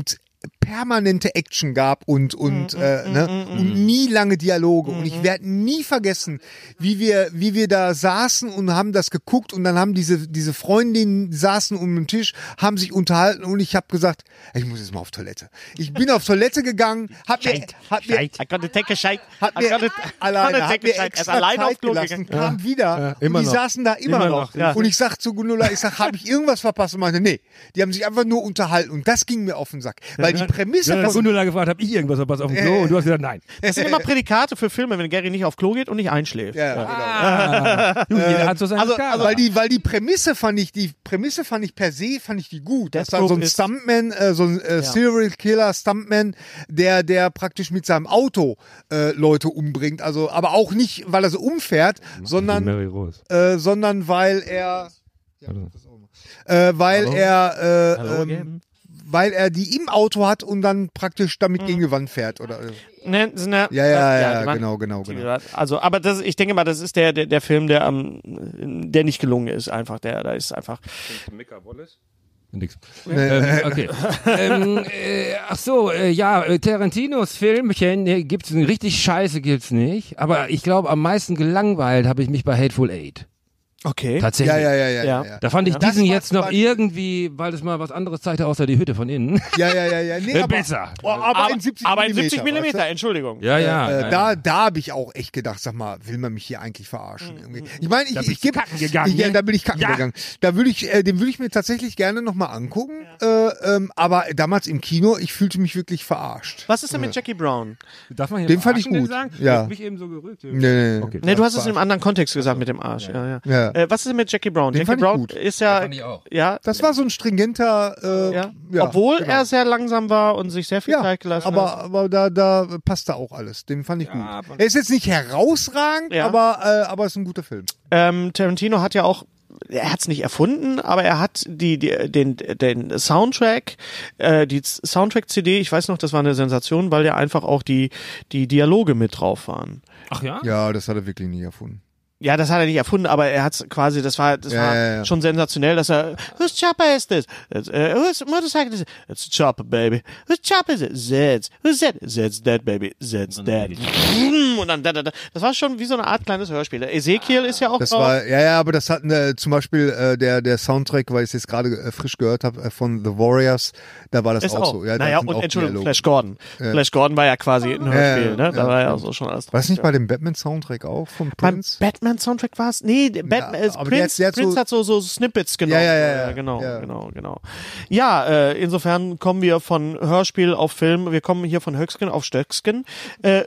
permanente Action gab und und Mhm, äh, ne und nie lange Dialoge und ich werde nie vergessen, wie wir wie wir da saßen und haben das geguckt und dann haben diese diese Freundinnen saßen um den Tisch, haben sich unterhalten und ich habe gesagt, ich muss jetzt mal auf Toilette. Ich bin auf Toilette gegangen, hab mir, hab mir I gotta take a shite. hat I mir gotta, I alleine, gotta hat take a mir shite. Er ist extra alleine auf Zeit Klo gelassen, gegangen. kam wieder immer und die noch. saßen da immer, Immer noch. noch, ja. Und ich sag zu Gundula, ich sag, habe ich irgendwas verpasst? Und meinte, nee, die haben sich einfach nur unterhalten und das ging mir auf den Sack, weil die Prämisse. Wenn der Das, Kunde da gefragt, habe ich irgendwas verpasst auf dem Klo? Und du hast gesagt, nein. das sind immer Prädikate für Filme, wenn Gary nicht auf Klo geht und nicht einschläft. Ja, genau. Ah, Du, jeder hat so seine Also, Skala. also weil die, weil die Prämisse fand ich, die Prämisse fand ich per se fand ich die gut. Dass Death da so ein Proof ist- Stuntman, äh, so ein äh, Serial Killer Stuntman, der, der praktisch mit seinem Auto äh, Leute umbringt. Also, aber auch nicht, weil er so umfährt, sondern, Mary Rose. äh, sondern weil er, Hallo. äh, weil Hallo? er, äh, Hallo ähm, again. weil er die im Auto hat und dann praktisch damit gegen die Wand fährt oder. äh, Ne, so eine- Ja, ja, ja, Mhm. die waren- genau, genau, genau. die- Also, aber das, ich denke mal, das ist der, der, der Film, der am, der nicht gelungen ist, einfach. Der, da ist einfach. Nix. Ähm, okay. ähm, äh, ach so, äh, ja, äh, Tarantinos Filmchen nee, gibt's n- richtig scheiße gibt's nicht, aber ich glaube am meisten gelangweilt habe ich mich bei Hateful Eight. Okay. Tatsächlich. Ja, ja, ja, ja, Ja. ja, ja. Da fand ich diesen Das war jetzt noch zwar- irgendwie, weil es mal was anderes zeigte, außer die Hütte von innen. Ja, ja, ja, ja. Nee, Äh, aber, besser. Oh, aber, aber in 70 aber in 70 Millimeter, weißt du? Millimeter, Entschuldigung. Ja, ja. Äh, nein. da da habe ich auch echt gedacht, sag mal, will man mich hier eigentlich Mhm. verarschen? Irgendwie. Ich meine, ich, Da ich, bist du geb- kacken gegangen, ich, ja, ne? da bin ich kacken Ja. gegangen. Da würde ich, äh, den würde ich mir tatsächlich gerne nochmal angucken. Äh, ähm, aber damals im Kino, ich fühlte mich wirklich verarscht. Was ist denn mit Jackie Brown? Darf man hier den fand ich verarschen, den gut. Sagen? Ja. Das hat mich eben so gerügt. Nee, nee, Okay. Ne, du hast es in einem anderen Kontext gesagt mit dem Arsch. Ja, ja. Ja. Äh, was ist denn mit Jackie Brown? Den Jackie fand ich Brown gut. ist ja, fand ich auch. ja, Das war so ein stringenter, äh, ja. ja. obwohl er sehr langsam war und sich sehr viel ja, Zeit gelassen aber, hat. aber da, da passte auch alles. Den fand ich gut. Er ist jetzt nicht herausragend, Ja. aber äh, aber ist ein guter Film. Ähm, Tarantino hat ja auch er hat es nicht erfunden, aber er hat die, die den den Soundtrack, äh, die Z- Soundtrack-CD. Ich weiß noch, das war eine Sensation, weil ja einfach auch die die Dialoge mit drauf waren. Ach ja? Ja, das hat er wirklich nie erfunden. Ja, das hat er nicht erfunden, aber er hat quasi, das war, das Ja, war ja, ja. schon sensationell, dass er, whose chopper is this? It's, uh, whose motorcycle is it? It's a chopper, baby. Whose chopper is it? Zed's. Who's that? Zed's dead, baby. Zed's dead. Und dann, da, da, da. Das war schon wie so eine Art kleines Hörspiel. Ezekiel ist ja auch Das drauf. war, ja, ja, aber das hatten äh, zum Beispiel äh, der, der Soundtrack, weil ich es jetzt gerade äh, frisch gehört habe, äh, von The Warriors, da war das ist auch, so. Ja, da naja, sind und auch Entschuldigung, Dialoge. Flash Gordon. Flash Gordon war ja quasi ein Hörspiel, ja, ne? Da ja. war ja auch so schon alles drauf. War es nicht bei dem Batman-Soundtrack auch von Beim Prince? Batman-Soundtrack war es? Nee, der Batman, äh, aber der Prince, hat- der hat so- Prince hat so, so Snippets genommen. Ja, ja, ja, ja. genau, Ja. genau, genau. Ja, äh, insofern kommen wir von Hörspiel auf Film. Wir kommen hier von Höcksken auf Stöcksken. Äh, äh,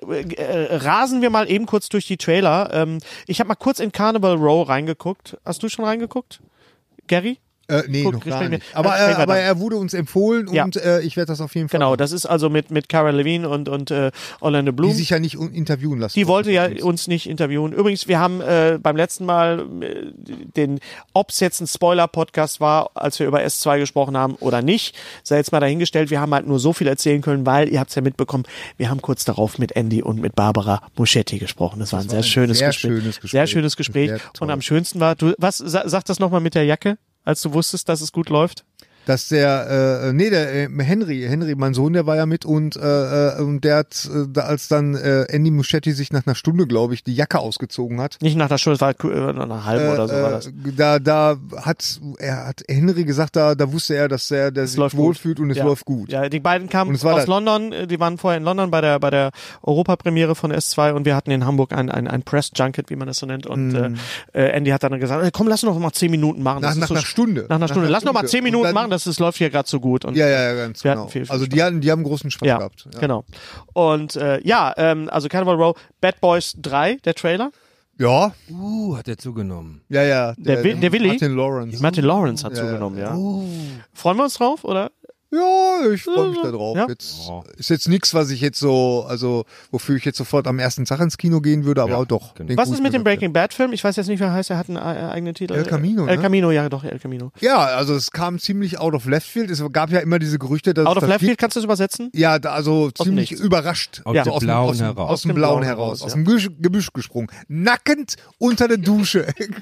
rasen wir mal eben kurz durch die Trailer. Ähm, ich habe mal kurz in Carnival Row reingeguckt. Hast du schon reingeguckt? Gary? äh, nee, Guck, noch ich gar bin mir- nicht. Aber, das kriegen äh, wir aber dann. er wurde uns empfohlen Ja. und äh, ich werde das auf jeden Fall. Genau, das ist also mit, mit Cara Levine und, und äh, Orlando Die Bloom. sich ja nicht un- interviewen lassen. Die wollte ja uns nicht interviewen. Übrigens, wir haben äh, beim letzten Mal äh, den, ob es jetzt ein Spoiler-Podcast war, als wir über S2 gesprochen haben oder nicht, sei jetzt mal dahingestellt. Wir haben halt nur so viel erzählen können, weil, ihr habt es ja mitbekommen, wir haben kurz darauf mit Andy und mit Barbara Muschetti gesprochen. Das war ein, sehr, schönes, sehr Gespräch. schönes Gespräch. Sehr schönes Gespräch. Sehr toll. und am schönsten war, du, was, sa, sag das nochmal mit der Jacke, als du wusstest, dass es gut läuft? Dass der, äh, nee, der äh, Henry, Henry, mein Sohn, der war ja mit und, äh, äh, und der hat, äh, da- als dann äh, Andy Muschetti sich nach einer Stunde, glaube ich, die Jacke ausgezogen hat, Nicht nach der Schule, es war äh, nach einer halben oder so Äh, war äh, das. Da, da hat, er hat Henry gesagt, da, da wusste er, dass er der sich läuft wohlfühlt und es ja. läuft gut. Ja, die beiden kamen Und aus es war das. London, äh, die waren vorher in London bei der bei der Europapremiere von S2 und wir hatten in Hamburg ein, ein, ein Press Junket, wie man das so nennt und äh, äh, Andy hat dann gesagt, "Ey, komm, lass noch mal zehn Minuten machen. Hm. Nach- Das ist nach so einer sch- Stunde. Nach einer Stunde. einer lass noch mal Stunde. zehn Und Minuten dann- machen, das das läuft hier gerade so gut. Und Ja, ja, ja, ganz Wir hatten genau. viel, viel also die hatten, die haben großen Spaß ja, gehabt. Ja. genau. Und äh, ja, ähm, also Carnival Row, Bad Boys 3, der Trailer. Ja, Uh, hat er zugenommen. ja, ja. Der Wi- der Willi? Martin Lawrence. Martin Lawrence hat zugenommen, ja. Oh. Freuen wir uns drauf, oder? Ja, ich freue mich da drauf. Ja. Jetzt, ist jetzt nichts, was ich jetzt so, also wofür ich jetzt sofort am ersten Tag ins Kino gehen würde, aber auch doch. genau. den Was guck ist ich mit mir dem doch. Breaking Bad Film? Ich weiß jetzt nicht, wer heißt, er hat einen äh, eigenen Titel. El Camino, El ne? Camino, ja, doch, El Camino. Ja, also es kam ziemlich out of left field. Es gab ja immer diese Gerüchte, dass Out es of das Left gibt. Field, kannst du das übersetzen? Ja, da, also ziemlich Nichts. überrascht. Aus dem aus dem- Blauen aus dem, heraus. Aus dem Blauen heraus. Aus dem Gebüsch, Gebüsch gesprungen. Nackend unter der Dusche.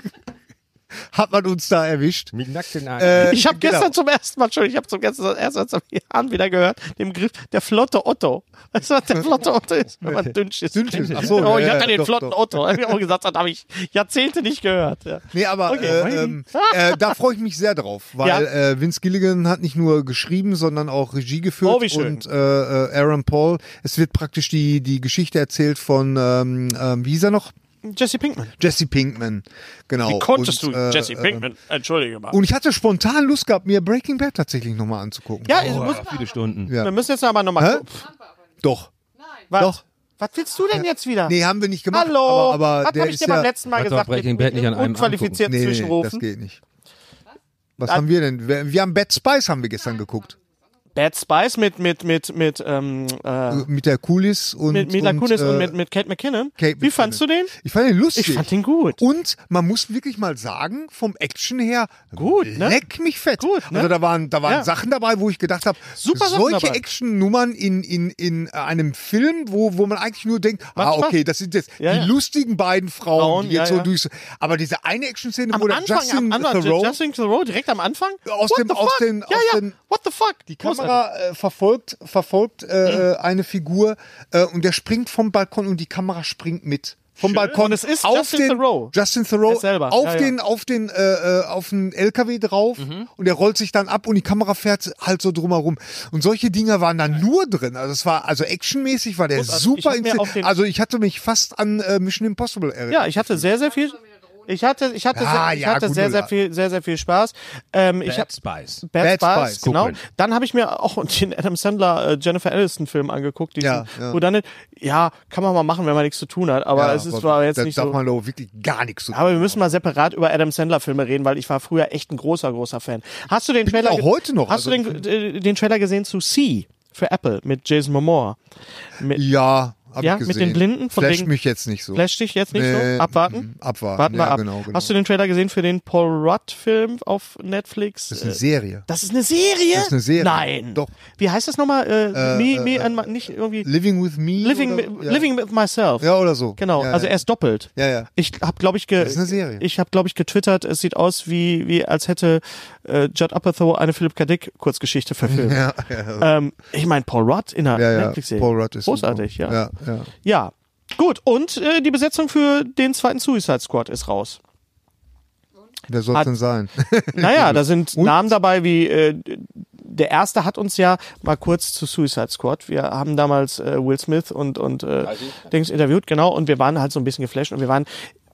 Hat man uns da erwischt. Mit nackten Eiern. Äh, Ich habe genau. gestern zum ersten Mal schon, ich habe zum gestern erst seit Jahren wieder gehört, den Begriff der flotte Otto. Weißt du, was der flotte Otto ist? Wenn man dünn ist. Dünn ist, ach so, oh, ich ja, hatte ja, den doch, flotten doch. Otto. Hab ich auch gesagt, das habe ich Jahrzehnte nicht gehört. Ja. Nee, aber Okay. Ah, äh, ähm, äh, da freue ich mich sehr drauf, weil Ja. äh, Vince Gilligan hat nicht nur geschrieben, sondern auch Regie geführt Oh, wie schön. und äh, äh, Aaron Paul. Es wird praktisch die, die Geschichte erzählt von, ähm, ähm, wie hieß er noch? Jesse Pinkman. Jesse Pinkman, genau. Wie konntest Und, du äh, Jesse äh, Pinkman? Entschuldige mal. Und ich hatte spontan Lust gehabt, mir Breaking Bad tatsächlich nochmal anzugucken. ja, es muss, Boah, viele Stunden. Ja. wir müssen jetzt aber Hä? nochmal. Doch. Was, Doch. was willst du denn jetzt wieder? Nee, haben wir nicht gemacht. Hallo, Aber, aber was der habe ich ist dir ja, beim letzten Mal Hat doch gesagt? Breaking Bad nicht an einem unqualifizierten nee, nee, das Zwischenrufen. geht nicht. Was haben wir denn? Wir, wir haben Bad Spice haben wir gestern geguckt. Bad Spice mit mit mit mit ähm, äh, Mit der Kulis und mit Mila und, Kunis und äh, mit mit Kate McKinnon. Kate Wie fandst du den? Ich fand den lustig. Ich fand den gut. Und man muss wirklich mal sagen, vom Action her, Gut, ne? leck mich fett. Gut, ne? Also da waren, da waren Ja. Sachen dabei, wo ich gedacht habe, Super Sachen solche dabei. Action-Nummern in, in, in äh, einem Film, wo, wo man eigentlich nur denkt, ah, Spaß. okay, das sind jetzt Ja, die ja. lustigen beiden Frauen, Frauen, die jetzt ja, so ja. durch. Aber diese eine Action-Szene, Am wo der Anfang, Justin am Anfang, also Theroux Justin Theroux direkt am Anfang. Aus What dem- the aus fuck? den- ja, aus ja. den- What the fuck? die Kamera äh, verfolgt, verfolgt Mhm. äh, äh, eine Figur äh, und der springt vom Balkon und die Kamera springt mit. Vom Schön. Balkon Und es ist auf Justin den Theroux. Justin Theroux Er selber. auf Ja, Mhm. ja. den auf den äh, äh, auf den LKW drauf und er rollt sich dann ab und die Kamera fährt halt so drumherum und solche Dinger waren da nur drin also es war also actionmäßig war der Großartig. Ich super hab mir inszeniert. auf den- also ich hatte mich fast an äh, Mission Impossible erinnert Ja, ich hatte sehr, sehr viel. Ich hatte, ich hatte, Ja, sehr, ich Ah, ja, hatte gut, sehr, sehr Ulla. viel, sehr, sehr viel Spaß. Ähm, ich hab, Bad Spice. Bad, Bad Spice, Spice, genau. gucken. Dann habe ich mir auch den Adam Sandler äh, Jennifer Aniston Film angeguckt, diesen, Ja, ja. wo dann ja kann man mal machen, wenn man nichts zu tun hat, aber es ist war jetzt da nicht darf so. man doch wirklich gar nichts zu aber wir müssen mal separat über Adam Sandler Filme reden, weil ich war früher echt ein großer großer Fan. Hast du den Trailer auch ge- heute noch, Hast also du den, äh, den Trailer gesehen zu C für Apple mit Jason Momoa? ja hab Ja, ich mit gesehen. den Blinden von flash wegen- mich jetzt nicht so Flash dich jetzt nicht Nee, so? Ähm, Abwarten? mhm, abwarten, Warten wir ja, ab. genau, genau. Hast du den Trailer gesehen für den Paul Rudd-Film auf Netflix? das ist eine Serie Das ist eine Serie? Das ist eine Serie. Nein. Doch. Wie heißt das nochmal? Äh, me, me and my, nicht irgendwie. Living with Me. Living, oder, with- ja. living with myself. Ja, oder so. Genau, Ja, also ja. er ist doppelt. Ja, ja. Ich habe, glaube ich, ge Das ist eine Serie. ich habe, glaube ich, getwittert. Es sieht aus wie wie als hätte äh, Judd Apatow eine Philip K. Dick Kurzgeschichte verfilmt. Ja, Ähm, ich meine Paul Rudd in einer Ja, ja. Netflix-Serie. Paul Rudd ist großartig, super. ja. Ja, ja. gut. Und äh, die Besetzung für den zweiten Suicide Squad ist raus. Wer soll Hat- denn sein? Naja, da sind Namen dabei wie äh, der erste hat uns ja mal kurz zu Suicide Squad. Wir haben damals äh, Will Smith und und äh, Dings interviewt, genau. Und wir waren halt so ein bisschen geflasht und wir waren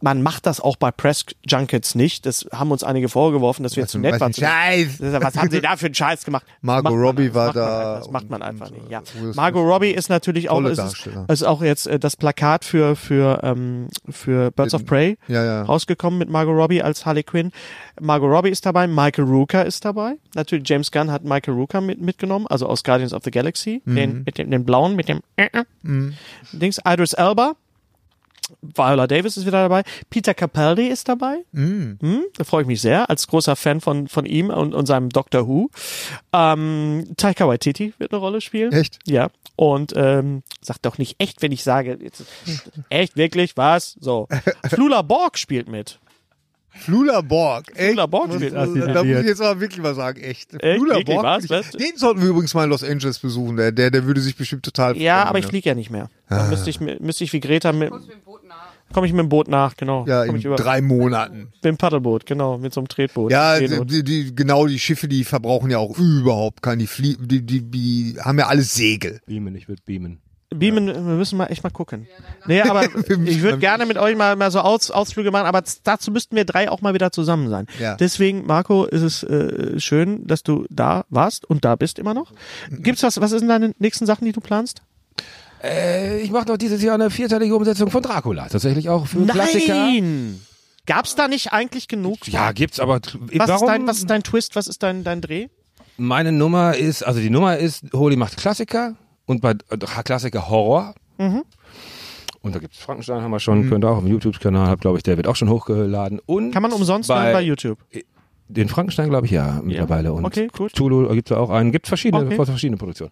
man macht das auch bei Press Junkets nicht. Das haben uns einige vorgeworfen, dass wir zu nett weiß waren. nicht. zu den- Scheiß! Das ist ja, Was haben sie da für einen Scheiß gemacht? Das Margot macht man Robbie einfach- war das macht man da einfach- Das macht man einfach nicht. und- und, äh, Ja. Will Smith. Margot Robbie ist natürlich auch Tolle es ist, Darsteller. es ist auch jetzt äh, das Plakat für für ähm, für Birds of Prey Ja, ja. rausgekommen mit Margot Robbie als Harley Quinn. Margot Robbie ist dabei, Michael Rooker ist dabei. Natürlich James Gunn hat Michael Rooker mit, mitgenommen, also aus Guardians of the Galaxy, Mhm. den mit dem den blauen mit dem äh, äh. Dings Idris Elba. Viola Davis ist wieder dabei. Peter Capaldi ist dabei. Mm. Hm, da freue ich mich sehr, als großer Fan von, von ihm und, und seinem Doctor Who. Ähm, Taika Waititi wird eine Rolle spielen. Echt? Ja. Und ähm, sag doch nicht echt, wenn ich sage, jetzt, echt, wirklich, was? So. Flula Borg spielt mit. Flula Borg. Echt? Flula Borg Muss- spielt Da das hier muss ich jetzt. jetzt aber wirklich mal sagen, echt. Echt? Flula Wirklich, Borg. was? finde Was? ich- Den sollten wir übrigens mal in Los Angeles besuchen. Der, der, der würde sich bestimmt total Ja, freuen, aber ich ne? fliege ja nicht mehr. Dann müsste ich, mit- müsste ich wie Greta mit. Komme ich mit dem Boot nach, genau. Ja, Komm in ich über, drei Monaten. mit dem Paddelboot, genau, mit so einem Tretboot. Ja, Tretboot. die, die, genau, die Schiffe, die verbrauchen ja auch überhaupt kein, die, flie- die, die, die haben ja alles Segel. Beamen, ich würde beamen. Beamen, wir müssen mal echt mal gucken. Nee, aber ich würde gerne mit euch mal, mal so Aus, Ausflüge machen, aber z- dazu müssten wir drei auch mal wieder zusammen sein. Ja. Deswegen, Marco, ist es äh, schön, dass du da warst und da bist immer noch. Gibt's was, was sind deine nächsten Sachen, die du planst? Äh, ich mache noch dieses Jahr eine vierteilige Umsetzung von Dracula. Tatsächlich auch für Klassiker. Nein! Gab's da nicht eigentlich genug? Ja, gibt's, aber Was ist, warum? dein, was ist dein Twist, was ist dein, dein Dreh? Meine Nummer ist, also die Nummer ist, Holy macht Klassiker und bei äh, Klassiker Horror. Mhm. Und da gibt's Frankenstein, haben wir schon, könnt ihr auch auf dem YouTube-Kanal, hat glaube ich, der wird auch schon hochgeladen. Und Kann man umsonst hören bei YouTube? Den Frankenstein, glaube ich, ja, mittlerweile. Und Okay, gut. Tulu gibt es auch einen. Gibt verschiedene, Okay. verschiedene Produktionen.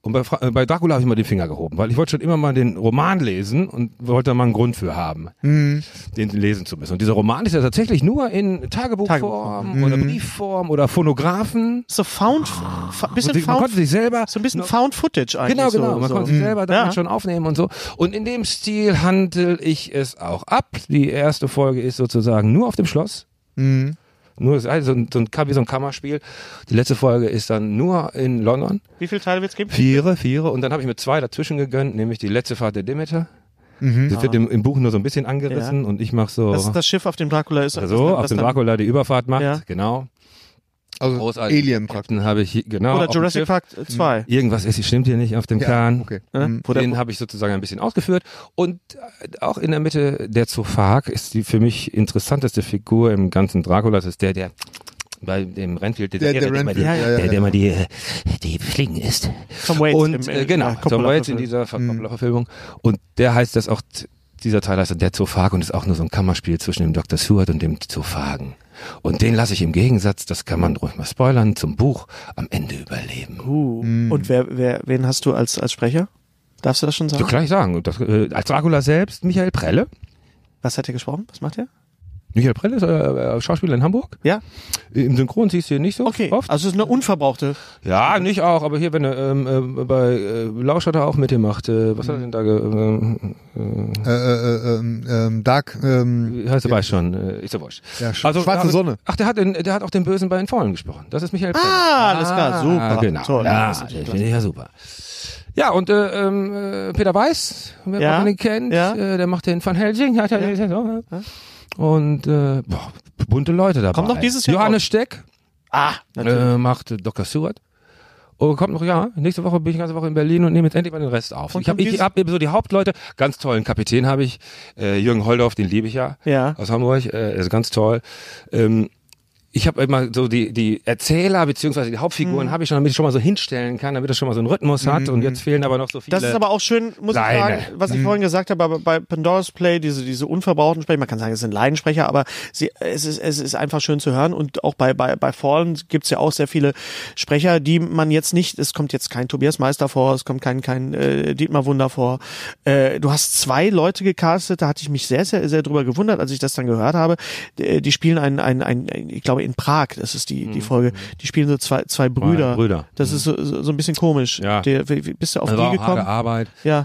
Und bei, Fra äh, bei Dracula habe ich mal den Finger gehoben, weil ich wollte schon immer mal den Roman lesen und wollte da mal einen Grund für haben, Hm. den lesen zu müssen. Und dieser Roman ist ja tatsächlich nur in Tagebuchform Mhm. oder Briefform oder Phonographen. So found, fa- bisschen Man found, konnte sich selber so ein bisschen noch- found footage eigentlich. Genau, genau. So, Man so. konnte sich selber damit Ja. schon aufnehmen und so. Und in dem Stil handel ich es auch ab. Die erste Folge ist sozusagen nur auf dem Schloss. Mhm. Nur ist also so ein, so ein, Ka- wie so ein Kammerspiel. Die letzte Folge ist dann nur in London. Wie viele Teile wird's geben? Viere, Viere. Und dann habe ich mir zwei dazwischen gegönnt, nämlich die letzte Fahrt der Demeter Das wird im, im Buch nur so ein bisschen angerissen und ich mache so, Mhm. Das, das Schiff auf dem Dracula ist das so dann- Also, auf das dem dann- Dracula die Überfahrt macht. Ja. Genau. Also Großartig. Alien praktisch. Dann habe ich hier, genau. auf Oder dem Jurassic Schiff. Park 2. Irgendwas ist, stimmt hier nicht auf dem Kahn. okay. Ne? Wo der- den habe ich sozusagen ein bisschen ausgeführt. Und äh, auch in der Mitte der Zophag ist die für mich interessanteste Figur im ganzen Dracula. Das ist der, der bei dem Renfield, der, Der- der, der immer die, Renfield, ja, ja, der, ja. der immer die, äh, die Fliegen ist. Tom Waits und im- im- äh, genau, ja, Tom Coppola- Waits in dieser Ver- Coppola-Verfilmung. Und der heißt das auch, t- dieser Teil heißt der Zophag und ist auch nur so ein Kammerspiel zwischen dem Dr. Seward und dem Zophagen. Und den lasse ich im Gegensatz, das kann man ruhig mal spoilern, zum Buch am Ende überleben. Uh, Und wer, wer, wen hast du als, als Sprecher? Darfst du das schon So sagen? kann ich sagen. Und Das, äh, als Dracula selbst, Michael Prelle. Was hat er gesprochen? Was macht er? Michael Prelle ist äh, äh, Schauspieler in Hamburg. Ja? Im Synchron siehst du ihn nicht so Okay. oft. Also es ist eine unverbrauchte. Ja, nicht auch, aber hier, wenn er ähm, äh, bei äh, Lausch hat er auch mitgemacht. Äh, Mhm. was hat er denn da, ge ähm, Äh, äh, ähm, ähm, Dark, ähm, wie heißt er bei schon? Äh, ist ja wurscht. Ja, sch- Schwarze äh, Sonne. Ach, der hat, in, der hat auch den Bösen bei den Faulen gesprochen. Das ist Michael Prelle. Ah, alles klar. Super. genau. Toll. Ja, Das ist das natürlich finde ich ja super. Ja, und äh, ähm, äh, Peter Weiß, wer Ja. man ihn kennt, Ja. äh, der macht den Van Helsing. Hat er, Und äh, boah, bunte Leute dabei. Kommt noch dieses Jahr Johannes Steck Ah, natürlich. äh, macht äh, Dr. Stewart. Und kommt noch, ja, nächste Woche bin ich die ganze Woche in Berlin und nehme jetzt endlich mal den Rest auf. Und ich habe kommt ich dieses- hab eben so die Hauptleute, ganz tollen Kapitän habe ich, äh, Jürgen Holdorf, den liebe ich ja, Ja. aus Hamburg, äh, ist ganz toll. Ähm, ich habe immer so die, die Erzähler beziehungsweise die Mhm. Hauptfiguren habe ich schon, damit ich schon mal so hinstellen kann, damit das schon mal so einen Rhythmus hat. Und jetzt fehlen aber noch so viele. Das ist aber auch schön, muss ich Leine. Mhm. sagen, was ich vorhin gesagt habe, aber bei Pandora's Play, diese, diese unverbrauchten Sprecher, man kann sagen, es sind Laiensprecher, aber sie, es, ist, es ist einfach schön zu hören und auch bei, bei, bei Fallen gibt's ja auch sehr viele Sprecher, die man jetzt nicht, es kommt jetzt kein Tobias Meister vor, es kommt kein, kein äh, Dietmar Wunder vor. Äh, du hast zwei Leute gecastet, da hatte ich mich sehr, sehr, sehr drüber gewundert, als ich das dann gehört habe. D- äh, Die spielen einen, einen, einen, einen ich glaube in Prag, das ist die, die Folge, die spielen so zwei, zwei Brüder. Mhm. Brüder. Mhm. Das ist so, so so ein bisschen komisch. Ja. Der, wie- wie- bist du auf Das war die auch harte gekommen? Arbeit. Ja.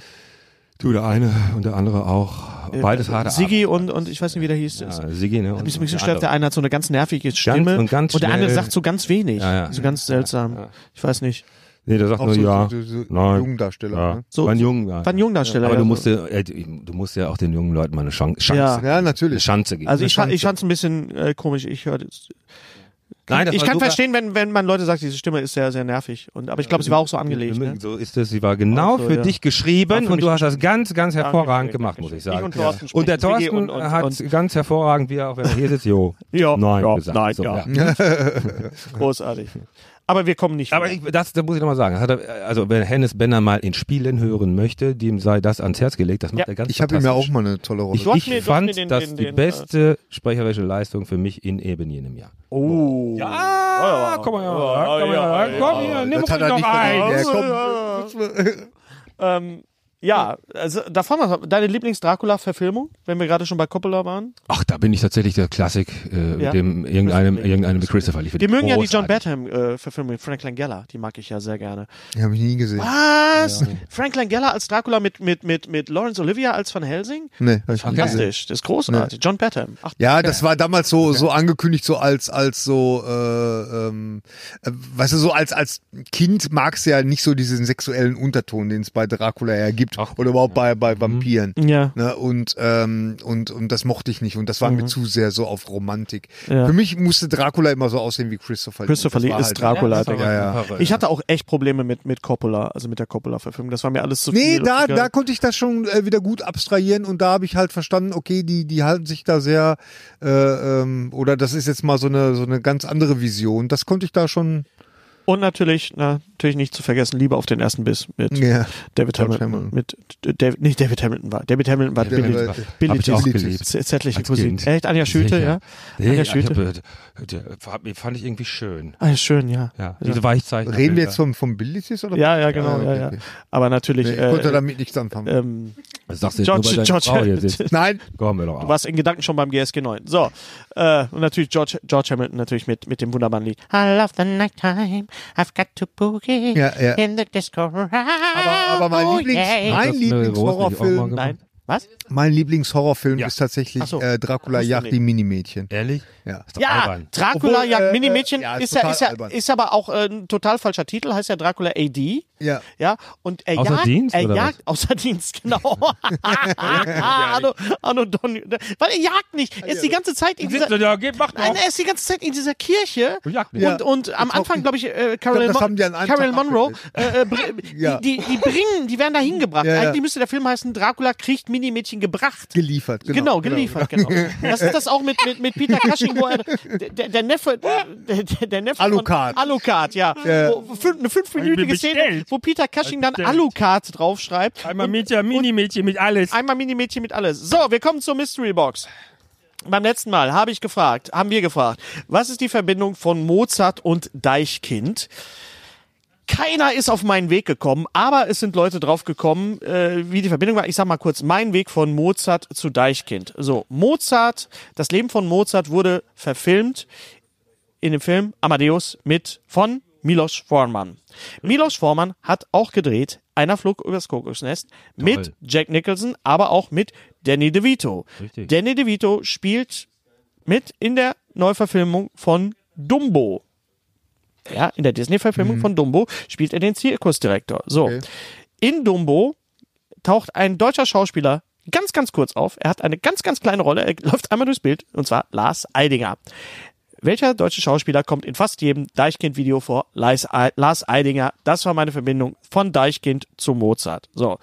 Du, der eine und der andere auch. Beides harte Äh, Sigi und, und ich weiß nicht, wie der hieß. Arbeit. Ja. Ja, Sigi, ne? Ein und- bisschen, und bisschen der stört, andere. der eine hat so eine ganz nervige Stimme und ganz der andere schnell. sagt so ganz wenig. Ja, ja. So ganz seltsam. Ich weiß nicht. Nee, der sagt auch nur so, ja. so, so, so Nein. Jungdarsteller. Ja. Ne? So- war ein Jung, ja. War ein Jungdarsteller, Aber ja, du, so. musst ja, äh, du musst ja auch den jungen Leuten mal eine Chan- Chance, Ja. geben. Ja, Eine natürlich. Chance geben. Also ich fand Eine ich fand's Chance. ein bisschen äh, komisch. Ich hörte Nein, das Ich war kann super. verstehen, wenn, wenn man Leute sagt, diese Stimme ist sehr, sehr nervig. Und, aber ich glaube, sie war auch so angelegt. Ne? So ist es. Sie war genau Auch so, für ja. dich geschrieben War für und mich du hast das ganz, ganz hervorragend Dankeschön, gemacht, Dankeschön. muss ich sagen. Ich und Thorsten und der sprechen. Sigi Thorsten und- und- hat und- ganz hervorragend, wie er auch wenn er hier sitzt, jo. Ja. nein, Ja, gesagt. nein, so, ja. Großartig. Aber wir kommen nicht. Aber wieder. ich, das, das muss ich nochmal sagen. Das hat er, also wenn Hennes Bender mal in Spielen hören möchte, dem sei das ans Herz gelegt. Das macht Ja. er ganz Ich habe ihm ja fantastisch. auch mal eine tolle Rolle. Ich, Du hast ich mir- du hast fand mir den- das den- die den, äh, beste sprecherische Leistung für mich in eben jenem Jahr. oh. Ja, komm mal her, komm mal her, komm hier, nimm das hat ruhig er noch nicht verdient. ein. Ja, komm. Ähm, ja, also davon was. Deine Lieblings-Dracula-Verfilmung, wenn wir gerade schon bei Coppola waren? Ach, da bin ich tatsächlich der Klassik, äh, Ja. dem irgendeinem, irgendeinem mit Christopher. Ich Wir mögen ja die John Badham-Verfilmung mit Franklin Geller. Die mag ich ja sehr gerne. Die habe ich nie gesehen. Was? Franklin Geller als Dracula mit, mit, mit, mit Lawrence Olivia als Van Helsing? Nee, hab ich nie gesehen. Fantastisch, das ist großartig. John Badham. Ach, Ja, das war damals so so angekündigt so als als so äh, ähm, äh, weißt du so als als Kind magst du ja nicht so diesen sexuellen Unterton, den es bei Dracula ja gibt oder überhaupt bei bei Vampiren. ja. Ne, und, ähm, und, und das mochte ich nicht. Und das war mir zu sehr so auf Romantik. Mhm. Ja. Für mich musste Dracula immer so aussehen wie Christopher Lee. Christopher Das Lee war halt, ne? ist Dracula, Ja, Digga. ja. Ich hatte auch echt Probleme mit, mit Coppola, also mit der Coppola-Verfilmung. Das war mir alles zu Nee, viel. da, Und- da konnte ich das schon äh, wieder gut abstrahieren und da habe ich halt verstanden, okay, die, die halten sich da sehr, äh, ähm, oder das ist jetzt mal so eine, so eine ganz andere Vision. Das konnte ich da schon. Und natürlich, na, natürlich nicht zu vergessen, Liebe auf den ersten Biss mit Ja. David George Hamilton. Hamilton. Mit, äh, Dav nicht David Hamilton war. David Hamilton war Billy, Hamilton Billy, war- Billy Hab ich auch Billy- geliebt. Z- Zärtliche Als Cousine. Kind. Echt, Anja Schüte, Sicher. ja? Nee, Anja ich hab, Schüte. äh, der fand- fand ich irgendwie schön. Ah, schön, ja. Ja, diese Weichzeichen. Reden wir jetzt vom, vom Billitis oder? Ja, ja, genau, ja, okay, ja. okay. Aber natürlich, Nee, ich äh, konnte damit nichts anfangen. ähm, Das sagst du jetzt George, nur, weil deine George Frau hier sitzt. Nein, Komm, hör doch Du auf. warst in Gedanken schon beim GSG 9. So, äh, und natürlich George, George Hamilton natürlich mit, mit dem wunderbaren Lied. I love the night time, I've got to boogie Ja, ja. in the disco. aber, aber mein oh, Lieblings, yeah. mein Das ist eine Rose, die ich auch mal Lieblingshorrorfilm gemacht Nein, Was? Mein Lieblingshorrorfilm Ja. ist tatsächlich Ach so. äh, Dracula Wusste jagt nicht. die Minimädchen. Ehrlich? Ja. Ist doch Ja, albern. Dracula Obwohl, jagt äh, Minimädchen äh, ja, ist ist, ja, total ist, ja, albern. ist aber auch äh, ein total falscher Titel, heißt ja Dracula AD. Ja. Ja, und er Außer jagt, Dienst, er oder jagt außer Dienst, genau. Arno, Arno Donny, weil er jagt nicht. Er ist die ganze Zeit in dieser, Ja, geht, mach nein, er ist die ganze Zeit in dieser Kirche. Und jagt nicht. Ja. Und, und am Anfang, glaube ich, äh, Ich Carol, glaub, das Mon- haben die an einem Carol Tag Monroe, äh, äh, br- Ja. die, die, die bringen, die werden da hingebracht. Ja, ja. Eigentlich müsste der Film heißen, Dracula kriegt Minimädchen gebracht. Geliefert. Genau, geliefert, genau. Das ist das auch mit, mit, mit Peter Cushing, wo er, der, der Neffe, der, der der Neffe Alucard. von Alucard, ja. Wo, fün- eine fünfminütige Szene, wo Peter Cushing dann Alucard draufschreibt. Einmal Mädchen, Mini-Mädchen mit alles. Einmal Mini-Mädchen mit alles. So, wir kommen zur Mystery Box. Beim letzten Mal habe ich gefragt, haben wir gefragt, was ist die Verbindung von Mozart und Deichkind? Keiner ist auf meinen Weg gekommen, aber es sind Leute drauf gekommen, äh, wie die Verbindung war. Ich sag mal kurz, mein Weg von Mozart zu Deichkind. So, Mozart, das Leben von Mozart wurde verfilmt in dem Film Amadeus mit von Milos Forman. Milos Forman hat auch gedreht, einer flog übers Kokosnest mit Jack Nicholson, aber auch mit Danny DeVito. Danny DeVito spielt mit in der Neuverfilmung von Dumbo. Ja, in der Disney-Verfilmung Mhm. von Dumbo spielt er den Zirkusdirektor. So. In Dumbo taucht ein deutscher Schauspieler ganz, ganz kurz auf. Er hat eine ganz, ganz kleine Rolle. Er läuft einmal durchs Bild und zwar Lars Eidinger. Welcher deutsche Schauspieler kommt in fast jedem Deichkind-Video vor? Lars Ei- Lars Eidinger. Das war meine Verbindung von Deichkind zu Mozart. So.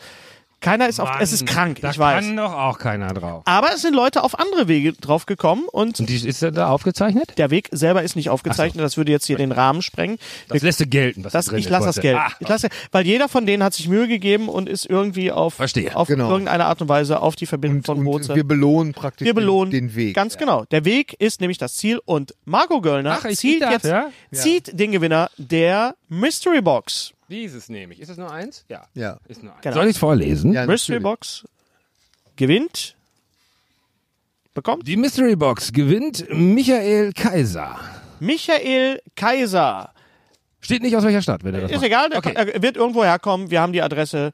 Keiner ist auf. Es ist krank, da ich weiß. kann doch auch keiner drauf. Aber es sind Leute auf andere Wege draufgekommen und Und die, ist er da aufgezeichnet? der Weg selber ist nicht aufgezeichnet. Das würde jetzt hier den Rahmen sprengen. Das lässt du gelten, was Das, da drin ich ist lasse das heute. Geld. Ah, Ich lasse, weil jeder von denen hat sich Mühe gegeben und ist irgendwie auf, Verstehe. auf Genau. irgendeine Art und Weise auf die Verbindung von Und Mozart. wir belohnen praktisch Wir belohnen den den Weg. Ganz genau. Der Weg ist nämlich das Ziel und Marco Göllner Ach, ich zielt darf, jetzt ja? zieht den Gewinner der Mystery Box. Dieses nehme ich. Ist das nur eins? Ja. Ja. Ist nur eins. Genau. Soll ich es vorlesen? Ja, Mystery natürlich. Box gewinnt bekommt Die Mystery Box gewinnt Michael Kaiser. Michael Kaiser. Steht nicht aus welcher Stadt, wenn er das Ist macht. egal, der Okay. er wird irgendwo herkommen. Wir haben die Adresse.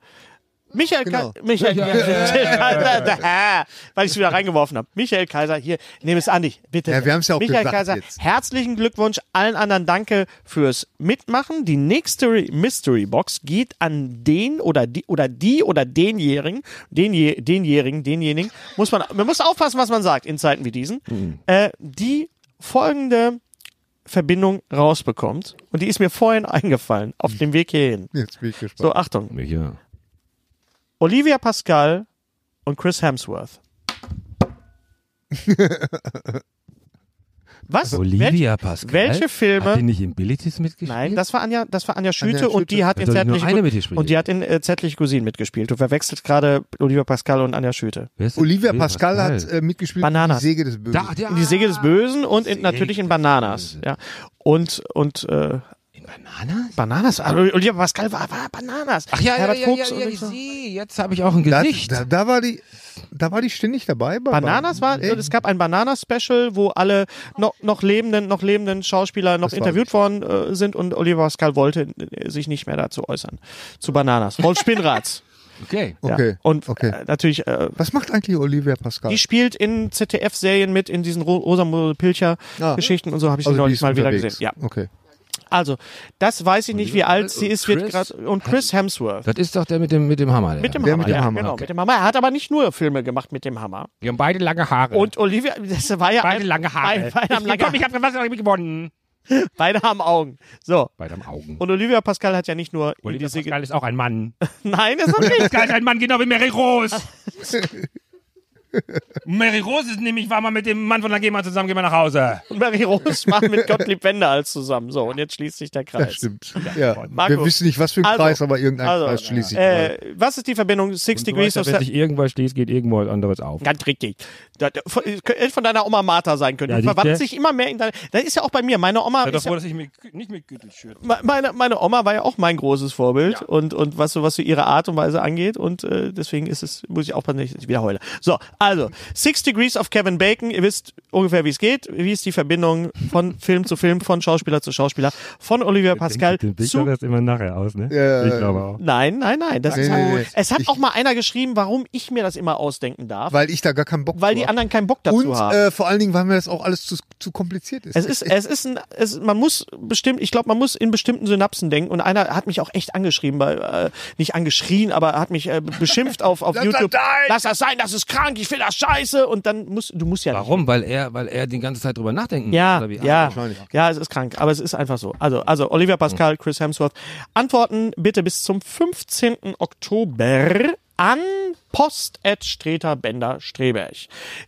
Michael Genau. Kaiser. Michael Kaiser. Weil ich es wieder reingeworfen habe. Michael Kaiser, hier, nehme es an dich, bitte. Ja, wir haben's ja auch Michael gesagt Kaiser, jetzt. herzlichen Glückwunsch. Allen anderen danke fürs Mitmachen. Die nächste Re- Mystery Box geht an den oder die oder die oder denjenigen, denje, denjenigen, denjenigen, muss man, man muss aufpassen, was man sagt in Zeiten wie diesen, Mhm. äh, die folgende Verbindung rausbekommt. Und die ist mir vorhin eingefallen, auf dem Weg hierhin. Jetzt bin ich gespannt. So, Achtung. Micha. Olivia Pascal und Chris Hemsworth. Was? Welch- Olivia Pascal. welche Filme- Hat die nicht in Billitis mitgespielt? Nein, das war Anja, das war Anja Schüte, Schüte. und die hat Da in soll ich Also nur zärtliche eine Cou- mitgespielt. und die hat in äh, zärtliche Cousinen mitgespielt. Du verwechselst gerade Olivia Pascal und Anja Schüte. Wer ist das? Olivia Pascal hat äh, mitgespielt Bananas. die Säge des Bösen. Da, ja. In die Säge des Bösen und in, natürlich in Bananas. Ja. Und und äh, In Bananas? Bananas. Ah, Olivia Pascal war, war Bananas. Ach ja, ja, Herbert ja, Fuchs ja, und ja, ich so. sehe. Jetzt habe ich auch ein da, Gesicht. da, da war die da war die ständig dabei bei Bananas war, Ey, es gab ein Bananas-Special, wo alle noch, noch lebenden, noch lebenden Schauspieler noch interviewt worden äh, sind und Oliver Pascal wollte äh, sich nicht mehr dazu äußern. Zu Bananas. Rolf Spinnrads. okay. ja. Okay, Und okay. Äh, natürlich, äh, Was macht eigentlich Olivia Pascal? die spielt in ZDF-Serien mit, in diesen Ro Rosamunde Pilcher-Geschichten und so habe ich sie Ah. Also, die neulich ist mal wieder unterwegs. gesehen. Ja. Okay. Also, das weiß ich nicht, wie alt sie und ist, wird Chris- gerade. Und Chris Hemsworth. Das ist doch der mit dem, mit dem Hammer. Der. Mit dem Der Hammer. mit dem ja, Hammer, Genau, okay. mit dem Hammer. Er hat aber nicht nur Filme gemacht mit dem Hammer. Wir haben beide lange Haare. Und Olivia, das war ja. ein- Beide, beide, haben lange, ich habe was hab ich gewonnen. beide haben Augen. So. Beide haben Augen. Und Olivia Pascal hat ja nicht nur in Olivia die Säge. Pascal ist auch ein Mann. Nein, das ist nicht. Pascal ist ein Mann, genau wie Mary Rose. Mary Rose ist nämlich, war mal mit dem Mann von der GEMA zusammen, gehen wir nach Hause. Und Mary Rose macht mit Gottlieb Wender als zusammen. So, und jetzt schließt sich der Das Kreis. stimmt. Ja. Marco. Wir wissen nicht, was für ein Also, Kreis, aber irgendein also, Kreis schließe ich. mal. Äh, was ist die Verbindung? Six Degrees of wenn sich irgendwas schließt, geht irgendwo was anderes auf. Ganz richtig. Da- da- Von äh, hätte von deiner Oma Martha sein können. Ja, Die siehste? verwandelt sich immer mehr in deine. Das ist ja auch bei mir. Meine Oma. Sei doch Ist froh, ja, dass ich mich nicht mit Gürtel schürt. me- meine, meine Oma war ja auch mein großes Vorbild und, und was, so, was so ihre Art und Weise angeht. Und äh, deswegen ist es, muss ich aufpassen, dass ich nicht wieder heule. So, Also, Six Degrees of Kevin Bacon, ihr wisst ungefähr, wie es geht. Wie ist die Verbindung von Film zu Film, von Schauspieler zu Schauspieler, von Olivia Pascal Den Weg zu das immer nachher aus, ne? Ja, ich glaube auch. Nein, nein, nein. Das ist nee, halt, nee. Es hat Ich- auch mal einer geschrieben, warum ich mir das immer ausdenken darf, weil, weil ich da gar keinen Bock die drauf anderen keinen Bock dazu Und haben. äh, vor allen Dingen, weil mir das auch alles zu, zu kompliziert ist. es ist, es ist ein, es, man muss bestimmt, ich glaube, man muss in bestimmten Synapsen denken. Und einer hat mich auch echt angeschrieben, bei, äh, nicht angeschrien, aber hat mich äh, beschimpft auf, auf das YouTube. sein! Lass das sein, das ist krank, ich finde das scheiße. Und dann musst du musst ja nicht Warum? Weil er, weil er die ganze Zeit drüber nachdenken Ja, muss, oder wie? Ah, ja, wahrscheinlich. ja, es ist krank, aber es ist einfach so. Also, also Olivia Hm. Pascal, Chris Hemsworth. Antworten bitte bis zum 15. Oktober an post bender streberg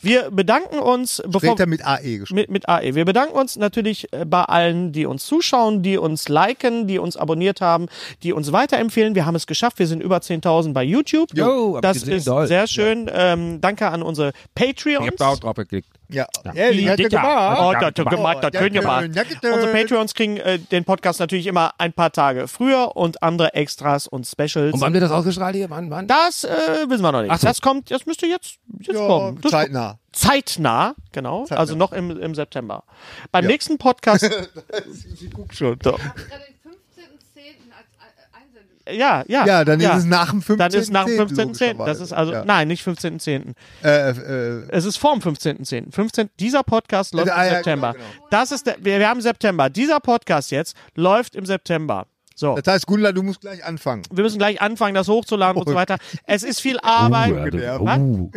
Wir bedanken uns, bevor Später mit E AE geschrieben. mit, mit AE. Wir bedanken uns natürlich äh, bei allen, die uns zuschauen, die uns liken, die uns abonniert haben, die uns weiterempfehlen. Wir haben es geschafft. Wir sind über 10.000 bei YouTube. Jo, hab das gesehen, ist doll. sehr schön. Ähm, danke an unsere Ich Patreons. hab da auch drauf geklickt. Ja, ja. die hat er Dicker. Oh, gemacht. da hat er gemacht, da Oh, hat er danke, gemacht. danke. Unsere Patreons kriegen äh, den Podcast natürlich immer ein paar Tage früher und andere Extras und Specials. Und wann wird das ausgestrahlt hier? Wann, wann? das äh, wissen wir noch nicht. Ach so. Das kommt, das müsste jetzt, jetzt Ja, kommen. Das zeitnah. kommt- Zeitnah, genau. Also noch im, im September. Beim nächsten Podcast. Sie guckt schon. So. gerade den 15.10. als äh, Einsendung. Ja, ja. Ja, dann ist es nach dem 15.10. Dann ist nach dem 15.10. logischerweise. Das ist also, Ja. nein, nicht 15.10. Äh, äh, Es ist vorm 15.10. 15. Dieser Podcast läuft Ah, im ja, September. genau, genau. Das ist der, wir, wir haben September. Dieser Podcast jetzt läuft im September. So. das heißt, Gundla, du musst gleich anfangen. Wir müssen gleich anfangen, das hochzuladen Oh. und so weiter. Es ist viel Oh, Arbeit. ja, Was? das, uh,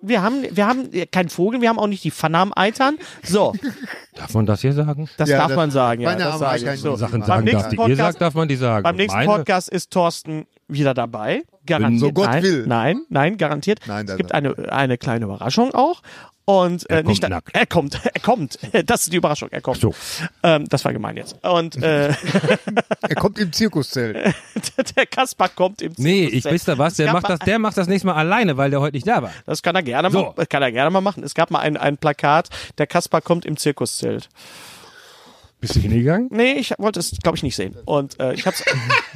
Wir haben, wir haben äh, keinen Vogel, wir haben auch nicht die Pfanne am Eitern. So, Darf man das hier sagen? das Ja, darf das- man sagen. Ja, Meine das Arme sage reichen ich. So. nicht. Sachen Beim sagen nächsten darf, die ihr Podcast- sagt, darf man die sagen. Beim nächsten Meine- Podcast ist Thorsten wieder dabei. Garantiert. so Gott nein, will. Nein, nein, garantiert. Nein, es nein, gibt nein. eine, eine kleine Überraschung auch. Und äh, kommt nicht nackt. er kommt, er kommt. Das ist die Überraschung, er kommt. So. Ähm, das war gemein jetzt. Und äh, Er kommt im Zirkuszelt. der Kaspar kommt im Nee, Zirkus- ich weiß da was, Es der gab macht mal- das, der macht das nächste Mal alleine, weil der heute nicht da war. Das kann er gerne So. mal, kann er gerne mal machen. Es gab mal ein, ein Plakat, der Kaspar kommt im Zirkuszelt. bist du hingegangen? Hm? Nee, ich wollte es, glaube ich, nicht sehen. Und äh, ich hab's,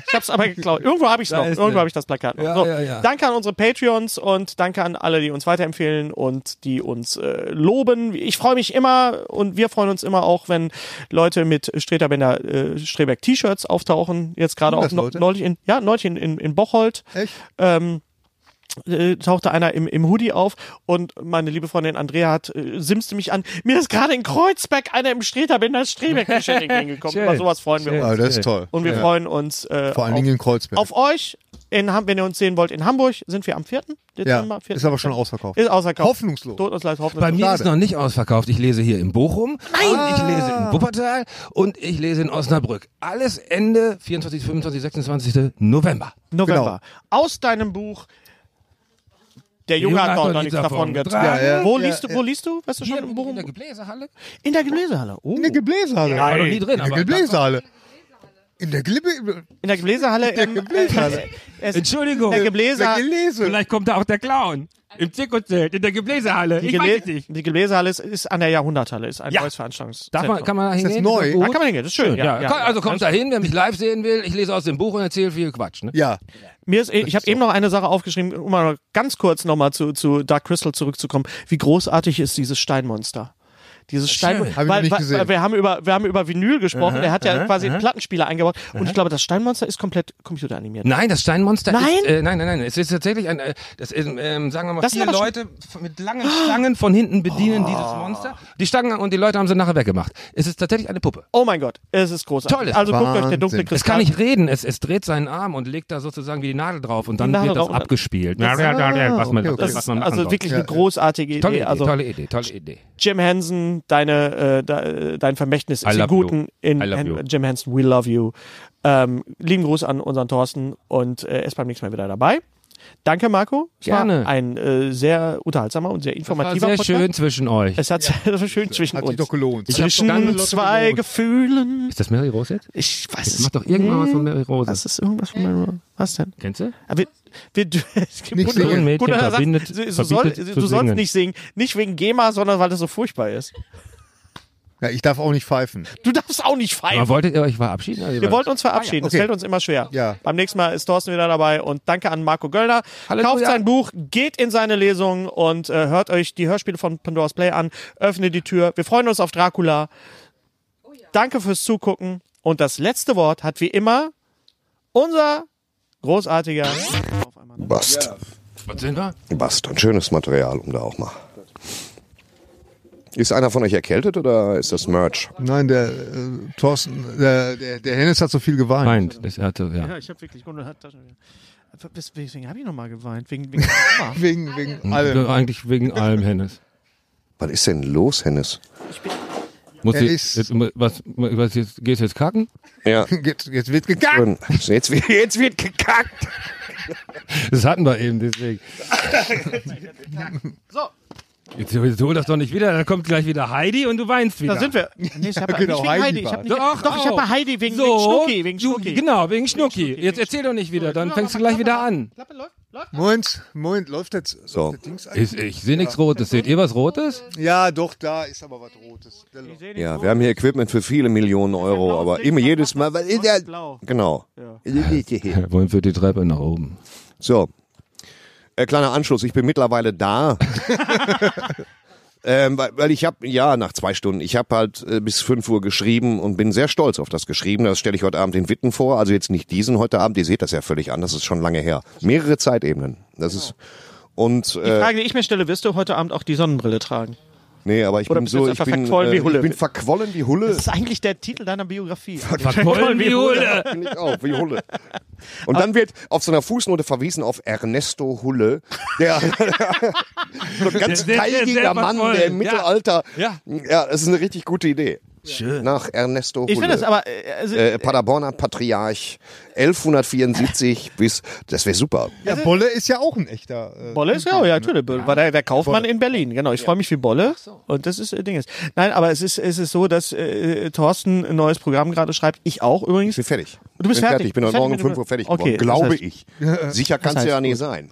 ich hab's aber geklaut. Irgendwo habe ich es noch. ist Irgendwo eine- habe ich das Plakat noch. Ja, so, ja, ja. Danke an unsere Patreons und danke an alle, die uns weiterempfehlen und die uns äh, loben. Ich freue mich immer und wir freuen uns immer auch, wenn Leute mit Streterbänder äh, Strebeck T-Shirts auftauchen. Jetzt gerade auch das noch, Leute? neulich in, ja, neulich in, in, in Bocholt. Echt? Ah, Ähm, äh, tauchte einer im, im Hoodie auf und meine liebe Freundin Andrea hat äh, simste mich an. Mir ist gerade in Kreuzberg einer im Streterbänder Strebeck T-Shirt entgegengekommen. Schön. Über sowas freuen wir Schön. uns. Ah, das ist toll. Und wir ja. freuen uns äh, Vor allen auf, Dingen in Kreuzberg. auf euch. In, Ham- wenn ihr uns sehen wollt, in Hamburg sind wir am 4. Dezember. ja, 4. ist aber schon ausverkauft. Ist ausverkauft. Hoffnungslos. Tut uns leid, Bei hoffentlich. mir Schade. ist noch nicht ausverkauft. Ich lese hier in Bochum, und ich lese in Wuppertal und ich lese in Osnabrück. Alles Ende 24, 25, 26. November. November. Aus deinem Buch Der Junge hat noch, nichts davon getragen. wo, ja, liest du, wo liest du? Weißt du schon? Hier in, in Bochum? der Gebläsehalle? in der Gebläsehalle. Oh. In der Gebläsehalle. War noch nie in drin, der aber Gebläsehalle. In der Gebläsehalle. In der Gebläsehalle. im- Gebläsehalle. äh, es- In Entschuldigung. der In der Gebläsehalle. Gebläse. Vielleicht kommt da auch der Clown. Im Zirkuszelt, in der Gebläsehalle. Die, ich weiß es Geblä nicht. die Gebläsehalle ist, ist an der Jahrhunderthalle, ist ein Ja. neues Veranstaltungszentrum. Darf man, kann man da hingehen? neu? gut? da kann man hingehen, das ist schön. Ja, ja, Komm, Also kommt da hin, wer mich live sehen will. Ich lese aus dem Buch und erzähle viel Quatsch. Ne? Ja. Mir ist, ich habe eben noch eine Sache aufgeschrieben, um mal ganz kurz nochmal zu, zu Dark Crystal zurückzukommen. Wie großartig ist dieses Steinmonster? Dieses Steinmonster. Hab ich noch nicht gesehen. wir, haben über, wir haben über Vinyl gesprochen. er hat ja quasi einen Plattenspieler eingebaut. Und ich glaube, das Steinmonster ist komplett computeranimiert. Nein, das Steinmonster Nein? ist. Äh, nein, nein, nein. Es ist tatsächlich ein. Äh, das, ähm, ähm, sagen wir mal, Das sind vier aber schon- Oh. Leute f- mit langen Stangen von hinten bedienen dieses Monster. Die Stangen und die Leute haben sie nachher weggemacht. Es ist tatsächlich eine Puppe. Oh mein Gott, es ist großartig. Toll, ist also guckt euch der dunkle Wahnsinn. Kristall. es kann nicht reden. Es, es dreht seinen Arm und legt da sozusagen wie die Nadel drauf und dann Nadel wird das drauf und dann- abgespielt. Ja, ja, ja, ja, was man, okay, okay. das was ist man machen also soll. wirklich eine großartige Tolle Idee. Idee, Also tolle Idee, tolle Idee. Jim Henson, deine, äh, de, dein Vermächtnis I ist im love you. Guten in I love Hen you. Jim Henson, we love you. Ähm, lieben Gruß an unseren Thorsten und äh, er ist beim nächsten Mal wieder dabei. Danke, Marco. Es Gerne. War ein äh, sehr unterhaltsamer und sehr Das war informativer sehr Podcast. schön zwischen euch. Es hat das war schön zwischen Hat sich uns. doch gelohnt. zwischen zwei Gefühlen. Ist das Mary Rose jetzt? Ich weiß Jetzt es mach doch irgendwann was von Mary Rose. Das ist irgendwas von meinem. Was denn? Kennst du? Aber wir, wir, es gibt Nicht Grund- singen. Mädchen Gunnar sagt, verbindet- du, du, soll, verbietet du zu sollst singen. nicht singen. Nicht wegen GEMA, sondern weil das so furchtbar ist. Ja, ich darf auch nicht pfeifen. Du darfst auch nicht pfeifen. Aber wolltet ihr euch verabschieden? oder wie Wir war wollten uns verabschieden. Es Okay. fällt uns immer schwer. Ja. Beim nächsten Mal ist Thorsten wieder dabei und danke an Marco Göllner. Halleluja. Kauft sein Buch, geht in seine Lesung und äh, hört euch die Hörspiele von Pandora's Play an. Öffnet die Tür. Wir freuen uns auf Dracula. Danke fürs Zugucken. Und das letzte Wort hat wie immer unser großartiger. Bast. das? Was sind wir? Bast. Ein schönes Material, um da auch mal. Ist einer von euch erkältet oder ist das Merch? Nein, der äh, Thorsten, der, der, der Hennes hat so viel geweint. Weint. Das hatte, ja. ich habe wirklich. Deswegen habe ich nochmal geweint. Wegen, wegen Wegen, wegen allem. Alle. Also Eigentlich wegen allem, Hennes. Was ist denn los, Hennes? Muss Er ich, ist- jetzt, was, was jetzt, gehst du jetzt kacken? Ja. Jetzt, jetzt wird gekackt. Schön. Jetzt, wird- jetzt wird gekackt. Das hatten wir eben, deswegen. so. Jetzt, jetzt hol das doch nicht wieder, dann kommt gleich wieder Heidi und du weinst wieder. Da sind wir. Nee, ich habe Genau, nicht wegen Heidi Heidi. Ich hab war nicht, doch, ich habe auch. bei Heidi wegen, so, wegen Schnucki. Wegen du- Schnucki. Genau, wegen Schnucki. Jetzt erzähl doch nicht wieder, dann fängst du gleich wieder an. Moment, Moment, läuft jetzt So. läuft das Dings an? Ich, ich sehe nichts Rotes. Seht ihr was Rotes? Ja, doch, da ist aber was Rotes. Der läuft. Ja, wir haben hier Equipment für viele Millionen Euro, aber immer jedes Mal. Was ist das? Blau. Genau. Wollen wir die Treppe nach oben? So. Äh, kleiner Anschluss, ich bin mittlerweile da. ähm, weil, weil ich habe, ja, nach zwei Stunden, ich habe halt äh, bis 5 Uhr geschrieben und bin sehr stolz auf das geschrieben. Das stelle ich heute Abend in Witten vor. Also jetzt nicht diesen heute Abend, ihr seht das ja völlig an, das ist schon lange her. Mehrere Zeitebenen. Das ist. Und Die äh, Frage, die ich mir stelle, wirst du heute Abend auch die Sonnenbrille tragen? nee, aber ich Oder bin bist du so, jetzt ich einfach bin, verquollen äh, wie ich Hulle? bin verquollen wie Hulle. Das ist eigentlich der Titel deiner Biografie. Verkollen wie Hule. Bin ich auch, wie Hulle. Und dann wird auf so einer Fußnote verwiesen auf Ernesto Hulle, der so ein ganz Der- der- der teigiger selber Mann, voll. der im Ja. Mittelalter. Ja. ja, das ist eine richtig gute Idee. Schön. Nach Ernesto Hulle. Ich finde das aber. äh, Also, Äh, Paderborner Patriarch 1174 bis. Das wäre super. Ja, Bolle ist ja auch ein echter. Äh, Bolle ist ja, ja, natürlich. War der, der Kaufmann in Berlin. Genau, ich freue mich für Bolle. Und das ist äh, Ding. ist. Nein, aber es ist, es ist so, dass äh, Thorsten ein neues Programm gerade schreibt. Ich auch übrigens. Ich bin fertig. Du bist bin fertig. Ich bin heute Fertig Morgen um mit- 5 Uhr fertig Okay, geworden, glaube das heißt- ich. Sicher kann es heißt ja nie gut. sein.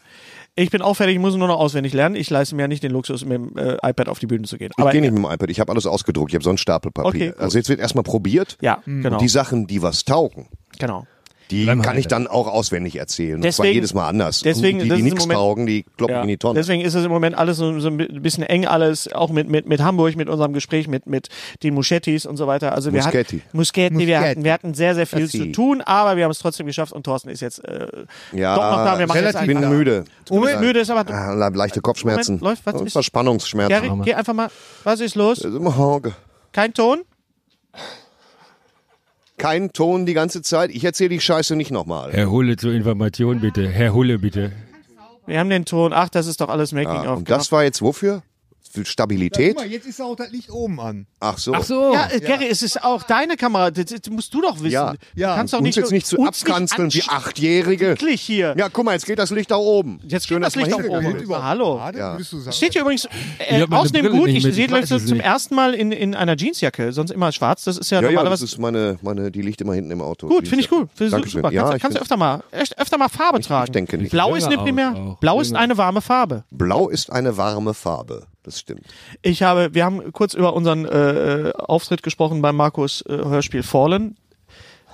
Ich bin auch fertig, ich muss nur noch auswendig lernen. Ich leiste mir ja nicht den Luxus, mit dem äh, iPad auf die Bühne zu gehen. Ich Aber gehe nicht mit dem iPad. Ich habe alles ausgedruckt. Ich habe so einen Stapel Okay, Papier. gut. also jetzt wird erstmal probiert. ja, genau. Die Sachen, die was taugen, genau. Die Bleiben kann heile. ich dann auch auswendig erzählen. und zwar Deswegen- jedes Mal anders. deswegen- und die, das ist die im nichts Moment- taugen, die kloppen Ja. in die Tonne. Deswegen ist es im Moment alles so, so ein bisschen eng alles, auch mit, mit, mit Hamburg, mit unserem Gespräch, mit, mit den Muschettis und so weiter. Also wir Muschetti. hatten Muschetti, Wir, Muschetti. hatten, wir hatten sehr, sehr viel Muschetti. zu tun, aber wir haben es trotzdem geschafft und Thorsten ist jetzt äh, ja, doch noch da. Wir machen jetzt ich bin einen- müde. Moment, müde ist aber. Ah, le- Leichte Kopfschmerzen. Moment, läuft, was Und ist- Verspannungsschmerzen. Gary, geh einfach mal. Was ist los? Also, Morgen. Kein Ton? Kein Ton die ganze Zeit. Ich erzähle die Scheiße nicht nochmal. Herr Hulle zur Information bitte. Herr Hulle bitte. Wir haben den Ton. Ach, das ist doch alles Making Ja, of. und das war jetzt wofür? Für Stabilität? Guck mal, jetzt ist auch das Licht oben an. Ach so. Ach so. Ja, äh, Gary, es ist auch deine Kamera. Das, das musst du doch wissen. Ja. Du kannst doch uns nicht jetzt nicht zu uns abkanzeln wie ansch- Achtjährige. Wirklich hier. Ja, guck mal, jetzt geht das Licht da oben. Jetzt Schön, geht das dass Licht man auf hingekommen oben. Überhaupt Hallo. Gerade, Ja. würdest du sagen. Steht hier übrigens äh, Ich hab meine ausnehmend Brille gut. nicht Ich mit, sehe ich Leute weiß es zum nicht. ersten Mal in, in einer Jeansjacke, sonst immer schwarz. Das ist ja, Ja, ja, das normalerweise. ist meine, meine, die liegt immer hinten im Auto. gut, Die finde ist ich cool. Finde ich Dankeschön. super. Ja, kannst ich kannst du find's- öfter mal, echt öfter mal Farbe tragen. denke nicht. Blau ist eine Jünger primär. aus auch. Blau ist Jünger. eine warme Farbe. Blau ist eine warme Farbe. Das stimmt. Ich habe, wir haben kurz über unseren äh, Auftritt gesprochen beim Markus äh, Hörspiel Fallen.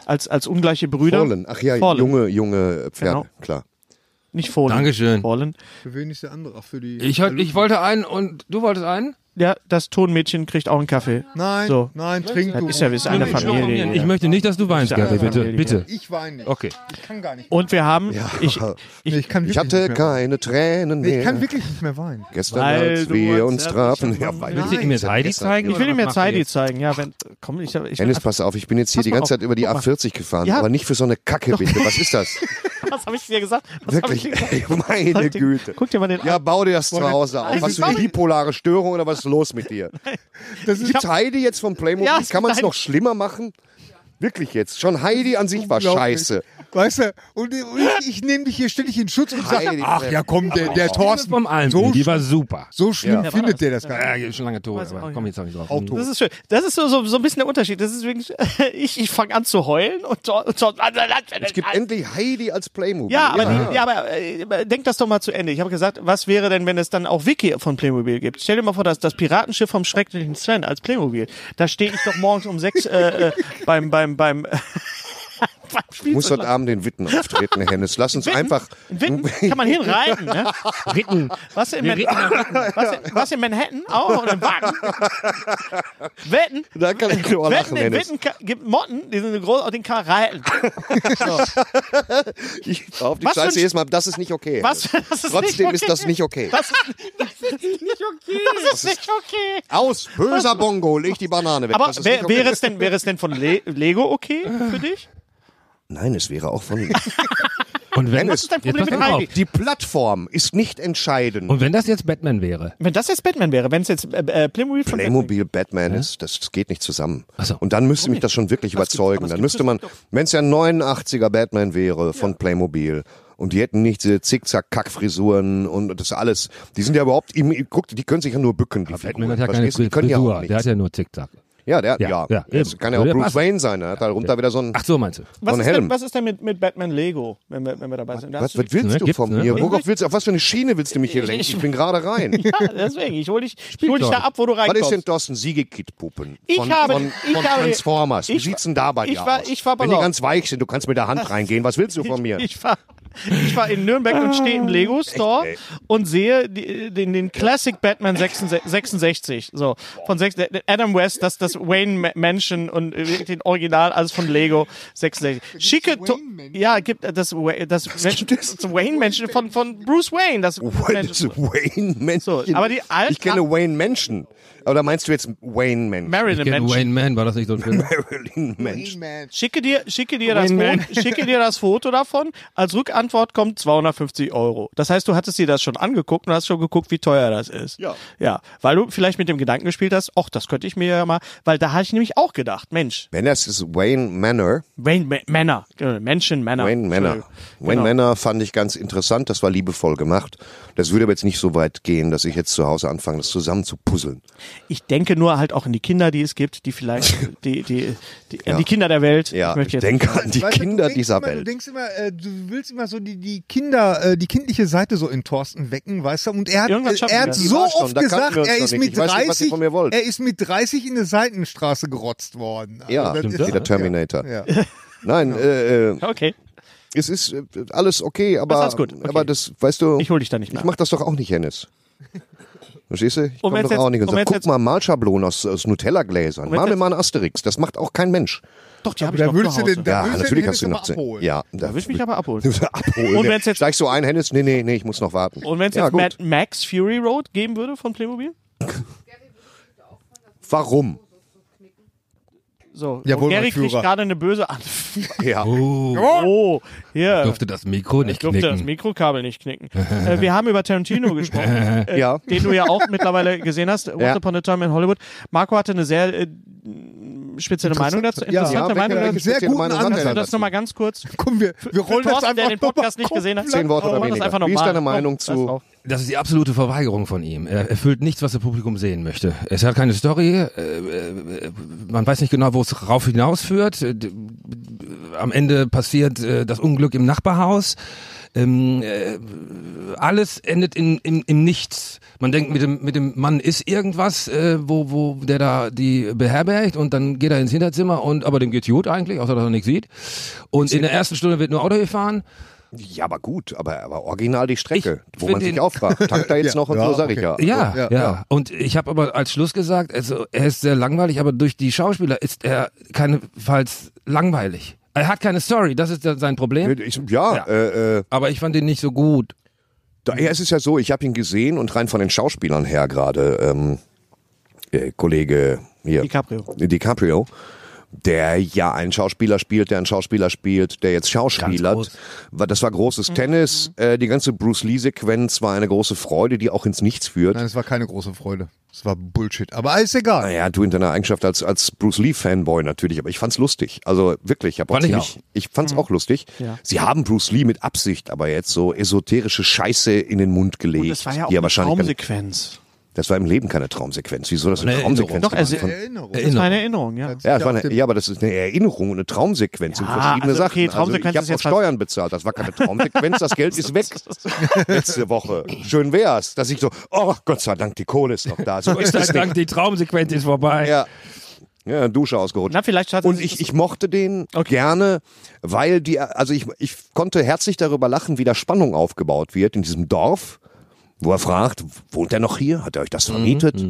Als, als ungleiche Brüder. Fohlen, ach ja, Fohlen. junge, junge Pferde, Genau. klar. Nicht Fohlen. Dankeschön. Fallen. Für wen ist der andere? Ach, für die. Ich, hol- ich wollte einen und du wolltest einen? Ja, das Tonmädchen kriegt auch einen Kaffee. Nein, So. nein, trink Das du. ist ja wie es einer Familie. Ich möchte nicht, dass du weinst, Gary, bitte. bitte. Ich weine nicht. Okay. Ich kann gar nicht. Und wir haben, ich, Ich, ich, kann Ich wirklich hatte nicht mehr, keine Tränen Nee, mehr. ich kann wirklich nicht mehr weinen. Gestern, Weil als du wir uns herzlich uns trafen. Ja, willkommen- weil Willst du ihm jetzt Heidi zeigen? Ich will ihm Oder jetzt was macht ihr Heidi zeigen. Ja, wenn, komm, ich, ich Dennis, pass auf, ich bin jetzt hier Pass die mal ganze auf, Zeit über die guck mal. A40 gefahren, Ja. aber nicht für so eine Kacke, bitte. Was ist das? was habe ich dir gesagt? Was hab Wirklich, ich dir gesagt? ey, meine Güte. Guck dir mal den Ja, an. bau dir das zu Hause auf. Nein, Hast du sorry. eine bipolare Störung oder was ist los mit dir? Das ist Heidi jetzt vom Playmobil. Ja, es- Kann man es nein. noch schlimmer machen? Wirklich jetzt. Schon Heidi an sich war Unglaublich. scheiße. Weißt du, und ich, ich nehme dich hier, stelle dich in Schutz und sage, Heidi ach ja, komm, der, der Thorsten, Vom Alm. so, die war super. so schlimm Ja. findet der das gar nicht. Ja, die ist schon lange tot, aber komm jetzt auch nicht drauf. Auch tot. Das ist schön. Das ist so, so, so ein bisschen der Unterschied. Das ist wirklich, ich, ich fange an zu heulen und, Thor- und, Thor- Es gibt endlich Heidi als Playmobil. Äh, Ja, aber, die, ja, aber äh, denk das doch mal zu Ende. Ich habe gesagt, was wäre denn, wenn es dann auch Wiki von Playmobil gibt? Stell dir mal vor, dass das Piratenschiff vom schrecklichen Sven als Playmobil. Da stehe ich doch morgens um sechs äh, äh, beim beim beim, beim Du musst heute Spielzeugladen. Abend den Witten auftreten, Hennes. Lass uns einfach. Witten kann man hinreiten, ne? Witten. Was in, Man was in, was in Manhattan? Auch oder in Wagen? Wetten? Da kann ich nur Wetten lachen, in Hennes. Witten ka- gibt Motten, die sind groß, und den kann man reiten. So. Ich auf die Was für ein Scheiße Sch- jedes Mal. Das ist nicht okay. Was? Hennes. Das ist Trotzdem nicht ist okay. das nicht okay. Das, das ist nicht okay. Das ist nicht okay. Aus, böser Bongo, leg die Banane weg. Aber Das ist wär, nicht okay. wäre, es denn, wäre es denn von Le Lego okay für dich? Nein, es wäre auch von. Und wenn, Was ist dein Problem jetzt mit pass auf. Heidi? Die Plattform ist nicht entscheidend. Und wenn das jetzt Batman wäre? Wenn das jetzt Batman wäre, wenn es jetzt äh, äh, Playmobil von Playmobil Batman ist, das, das geht nicht zusammen. so. Und dann müsste mich das schon wirklich überzeugen. Dann müsste man, wenn es ja ein 89er Batman wäre von Playmobil und die hätten nicht diese Zickzack-Kackfrisuren und das alles. Die sind ja überhaupt, im- guck, die können sich ja nur bücken. Die Batman Figuren. hat ja keine Verstehst du? die können ja auch Frisur, der hat nichts. ja nur Tick-Tack. Ja, der, Ja, ja, ja. ja, Das eben. kann ja auch Würde Bruce passen. Wayne sein. Er hat da runter wieder so ein. Ach so, meinst du? Was Von ist, denn, Helm. was ist denn mit, mit Batman Lego, wenn wir, wenn wir dabei sind? Da hast Was, du was willst ne? du Gibt's, von ne? mir? Worauf willst du, auf was für eine Schiene willst du mich hier lenken? Ich bin gerade rein. die- ja, Ah, deswegen, ich hole dich, ich hol dich da ab, wo du Was ist denn reinkommst. Thorsten Siegekid-Puppen? Ich von, habe- von, ich von habe- Transformers. Wie ich- sieht's denn da bei ich dir war- aus? ich war- Wenn die pass auf. ganz weich sind, du kannst mit der Hand reingehen. Was willst du von mir? Ich war, ich war in Nürnberg und stehe im Lego Store und sehe die, den, den Classic Batman 66, 66 so von sechs- der- der Adam West, das das Wayne Ma- Mansion und äh, den Original alles von Lego 66. Schicke, to- ja, gibt äh, das Wa- das, das Wayne Mansion von von Bruce Wayne, das Wayne, Wayne Mansion. So, aber die alten- ich kenne Wayne Mansion. Oder meinst du jetzt Wayne Mansion? Ich Marilyn kenn Mansion. Wayne Man, war das nicht so ein Film? Marilyn Mansion. Schicke dir, schicke, dir das Foto, schicke dir das Foto davon. Als Rückantwort kommt 250 Euro. Das heißt, du hattest dir das schon angeguckt und hast schon geguckt, wie teuer das ist. Ja. Ja, weil du vielleicht mit dem Gedanken gespielt hast, ach, das könnte ich mir ja mal, weil da habe ich nämlich auch gedacht, Mensch, Wenn das ist Wayne Manor, Wayne Ma- Männer, äh, Menschen, Männer. Wayne Manor. Entschuldigung. Wayne Genau. Manor fand ich ganz interessant, das war liebevoll gemacht. Das würde aber jetzt nicht so weit gehen, dass ich jetzt zu Hause anfange, das zusammen zu puzzeln. Ich denke nur halt auch an die Kinder, die es gibt, die vielleicht, die, die, die, an die Kinder der Welt. Ja, ich, möchte jetzt- denke an die Weißt du, Kinder du denkst dieser immer, Du Welt. denkst immer, äh, du willst immer so die, die Kinder, äh, die kindliche Seite so in Thorsten wecken, weißt du? Und er hat, Irgendwann äh, schaffen er wir hat das. Die so war schon, oft da kannten gesagt, wir uns er noch ist nicht. mit Ich weiß nicht, was ihr 30, von mir wollt. er ist mit 30 in eine Seitenstraße gerotzt worden. Also Ja, das wie ist- der Terminator. Ja. Genau. Nein, äh, äh, Okay, es ist äh, alles okay, aber, Das ist gut, okay. aber das, weißt du, ich hole dich da nicht ich mehr. mach das doch auch nicht, Hennis. Verstehst du? Ich Um komm jetzt doch auch jetzt- nicht und um sag, jetzt guck jetzt- mal, Malschablonen aus, aus Nutella-Gläsern. jetzt Mal mir jetzt- mal einen Asterix. Das macht auch kein Mensch. Doch, die habe ich Da noch würdest zu du Hause. den, da Ja, würdest natürlich den hast du ihn Hennes noch aber abholen. Ja, da Will ich mich aber abholen. abholen. Und wenn's jetzt- Steigst du ein, Hennis? Nee, nee, nee, ich muss noch warten. Und wenn es ja, jetzt gut. Mad Max Fury Road geben würde von Playmobil? Warum? So, Jawohl, und Gary mein Führer. kriegt gerade eine böse Anfrage. Ja. Oh, hier. Durfte das Mikro nicht durfte das knicken. Mikrokabel nicht knicken. äh, wir haben über Tarantino gesprochen, äh, Ja. den du ja auch mittlerweile gesehen hast, Once Ja. Upon a Time in Hollywood. Marco hatte eine sehr äh, spezielle Meinung dazu, Ja, interessante welche- Meinung dazu. welche Sehr guten Meinung hat er Ansatz. Also das dazu? nochmal ganz kurz. Komm, wir, wir rollen Thorsten, das der einfach den noch mal Podcast nicht gesehen hat. Zehn Worte oder Rollen das weniger. einfach noch Wie ist mal. deine Meinung Komm, zu- pass auf. Das ist die absolute Verweigerung von ihm. Er erfüllt nichts, was das Publikum sehen möchte. Es hat keine Story. äh, äh, Man weiß nicht genau, wo es rauf hinausführt. Äh, d- Am Ende passiert äh, das Unglück im Nachbarhaus. Ähm, äh, Alles endet in, in, in nichts. Man denkt, mit dem, mit dem Mann ist irgendwas, äh, wo, wo der da die beherbergt und dann geht er ins Hinterzimmer und aber dem geht's gut eigentlich, außer dass er nichts sieht. Und in der ersten Stunde wird nur Auto gefahren. ja, aber gut, aber, aber original die Strecke, Ich wo man find sich ihn- aufragt. Tank da Ja, jetzt noch und ja, so sag ich okay. ja. Ja, Ja, ja, ja. Und ich habe aber als Schluss gesagt, also er ist sehr langweilig, aber durch die Schauspieler ist er keinesfalls langweilig. Er hat keine Story, das ist dann sein Problem. Ich, ja, Ja. Äh, äh, Aber ich fand ihn nicht so gut. daher ist es ja so, ich habe ihn gesehen und rein von den Schauspielern her gerade, ähm, äh, Kollege hier, DiCaprio. DiCaprio, der ja einen Schauspieler spielt, der einen Schauspieler spielt, der jetzt Ganz Schauspielert. groß. Wa- Das war großes Mhm. Tennis. Äh, die ganze Bruce Lee-Sequenz war eine große Freude, die auch ins Nichts führt. Nein, es war keine große Freude. Es war Bullshit. Aber ist egal. Naja, du in deiner Eigenschaft als, als Bruce Lee-Fanboy natürlich, aber ich fand's lustig. Also wirklich, ich, hab auch Fand ich ziemlich, ich fand's auch lustig. Mhm. Ja. Sie haben Bruce Lee mit Absicht aber jetzt so esoterische Scheiße in den Mund gelegt. Und das war ja auch die er eine wahrscheinlich keine, Traumsequenz. das war im Leben keine Traumsequenz. Wieso das eine, Eine Traumsequenz? Doch, gemacht also- von- Erinnerung. Das war eine Erinnerung, ja. ja, es war auf eine, dem- ja, aber das ist eine Erinnerung und eine Traumsequenz und Ja, verschiedene also okay, Sachen. Traumsequenz ist also ich habe auch jetzt was- Steuern bezahlt, das war keine Traumsequenz, das Geld ist weg letzte Woche. Schön wär's, dass ich so, oh Gott sei Dank, die Kohle ist noch da. So ist Gott das sei nicht. Dank, die Traumsequenz ist vorbei. Ja. Ja, Dusche ausgerutscht. Na, vielleicht hat Und es- ich, ich mochte den gerne, weil die, also ich, ich konnte herzlich darüber lachen, wie da Spannung aufgebaut wird in diesem Dorf, wo er fragt, wohnt er noch hier? Hat er euch das vermietet?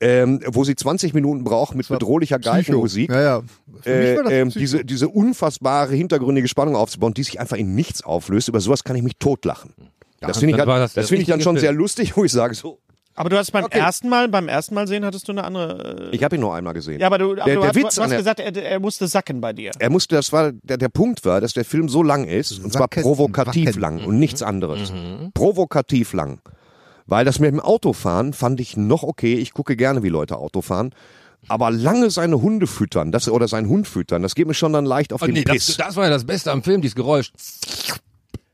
Ähm, wo sie 20 Minuten brauchen mit bedrohlicher Geigenmusik. Ja, ja. Für mich war das Äh, ähm, Psycho. diese, diese unfassbare hintergründige Spannung aufzubauen, die sich einfach in nichts auflöst. Über sowas kann ich mich totlachen. das finde ich, dann dann- war das das, der finde ich dann richtige schon Film. sehr lustig, wo ich sage, so, Aber du hast beim Okay. ersten Mal, beim ersten Mal sehen, hattest du eine andere. Äh, ich habe ihn nur einmal gesehen. ja, aber du, aber der, du, der hast- Witz du an hast der, gesagt, er, er musste sacken bei dir. er musste, das war der, der Punkt war, dass der Film so lang ist, und zwar Wacken, provokativ wacken. lang und nichts anderes. Mhm. Provokativ lang. Weil das mit dem Autofahren fand ich noch okay. Ich gucke gerne, wie Leute Auto fahren. Aber lange seine Hunde füttern, das, oder seinen Hund füttern, das geht mir schon dann leicht auf Oh, den nee, Piss. das, das war ja das Beste am Film, dieses Geräusch.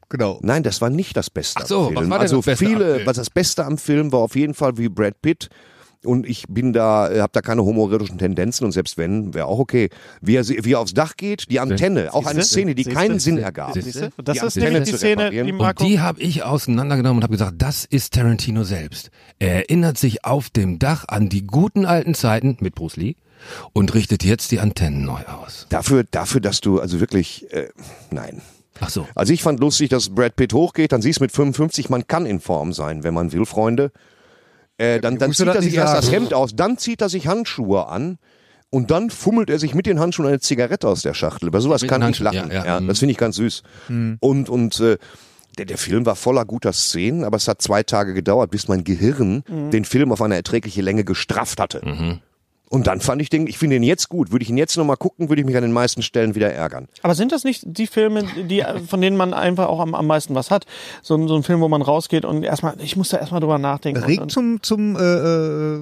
Genau. Nein, das war nicht das Beste Ach so, am was Film. war denn also das Beste am viele, Film? was das Beste am Film war auf jeden Fall wie Brad Pitt. Und ich bin da, habe da keine humoristischen Tendenzen und selbst wenn, wäre auch okay. Wie er, sie- wie er aufs Dach geht, die Antenne, auch eine Siehste? Szene, die Siehste? keinen Sinn Siehste? ergab. Siehste? Siehst du? Das Die ist nämlich Antenne die zu Szene, reparieren. die Und Marco. Und die habe ich auseinandergenommen und habe gesagt, das ist Tarantino selbst. Er erinnert sich auf dem Dach an die guten alten Zeiten mit Bruce Lee und richtet jetzt die Antennen neu aus. Dafür, dafür, dass du, also wirklich, äh, nein. Ach so. Also ich fand lustig, dass Brad Pitt hochgeht, dann siehst du mit 55, man kann in Form sein, wenn man will, Freunde. Äh, dann dann musst du zieht das er sich nicht erst sagen. das Hemd aus, dann zieht er sich Handschuhe an und dann fummelt er sich mit den Handschuhen eine Zigarette aus der Schachtel. Über sowas Mit kann den ich Handschuhen, lachen. ja, Ja, ja, mhm. das finde ich ganz süß. Und, und äh, der, der Film war voller guter Szenen, aber es hat zwei Tage gedauert, bis mein Gehirn den Film auf eine erträgliche Länge gestrafft hatte. Und dann fand ich den, ich finde ihn jetzt gut. Würde ich ihn jetzt nochmal gucken, würde ich mich an den meisten Stellen wieder ärgern. Aber sind das nicht die Filme, die, äh, von denen man einfach auch am, am meisten was hat? So, ein- so ein Film, wo man rausgeht und erstmal, ich muss da erstmal drüber nachdenken. Regt und, und, zum, zum äh, äh,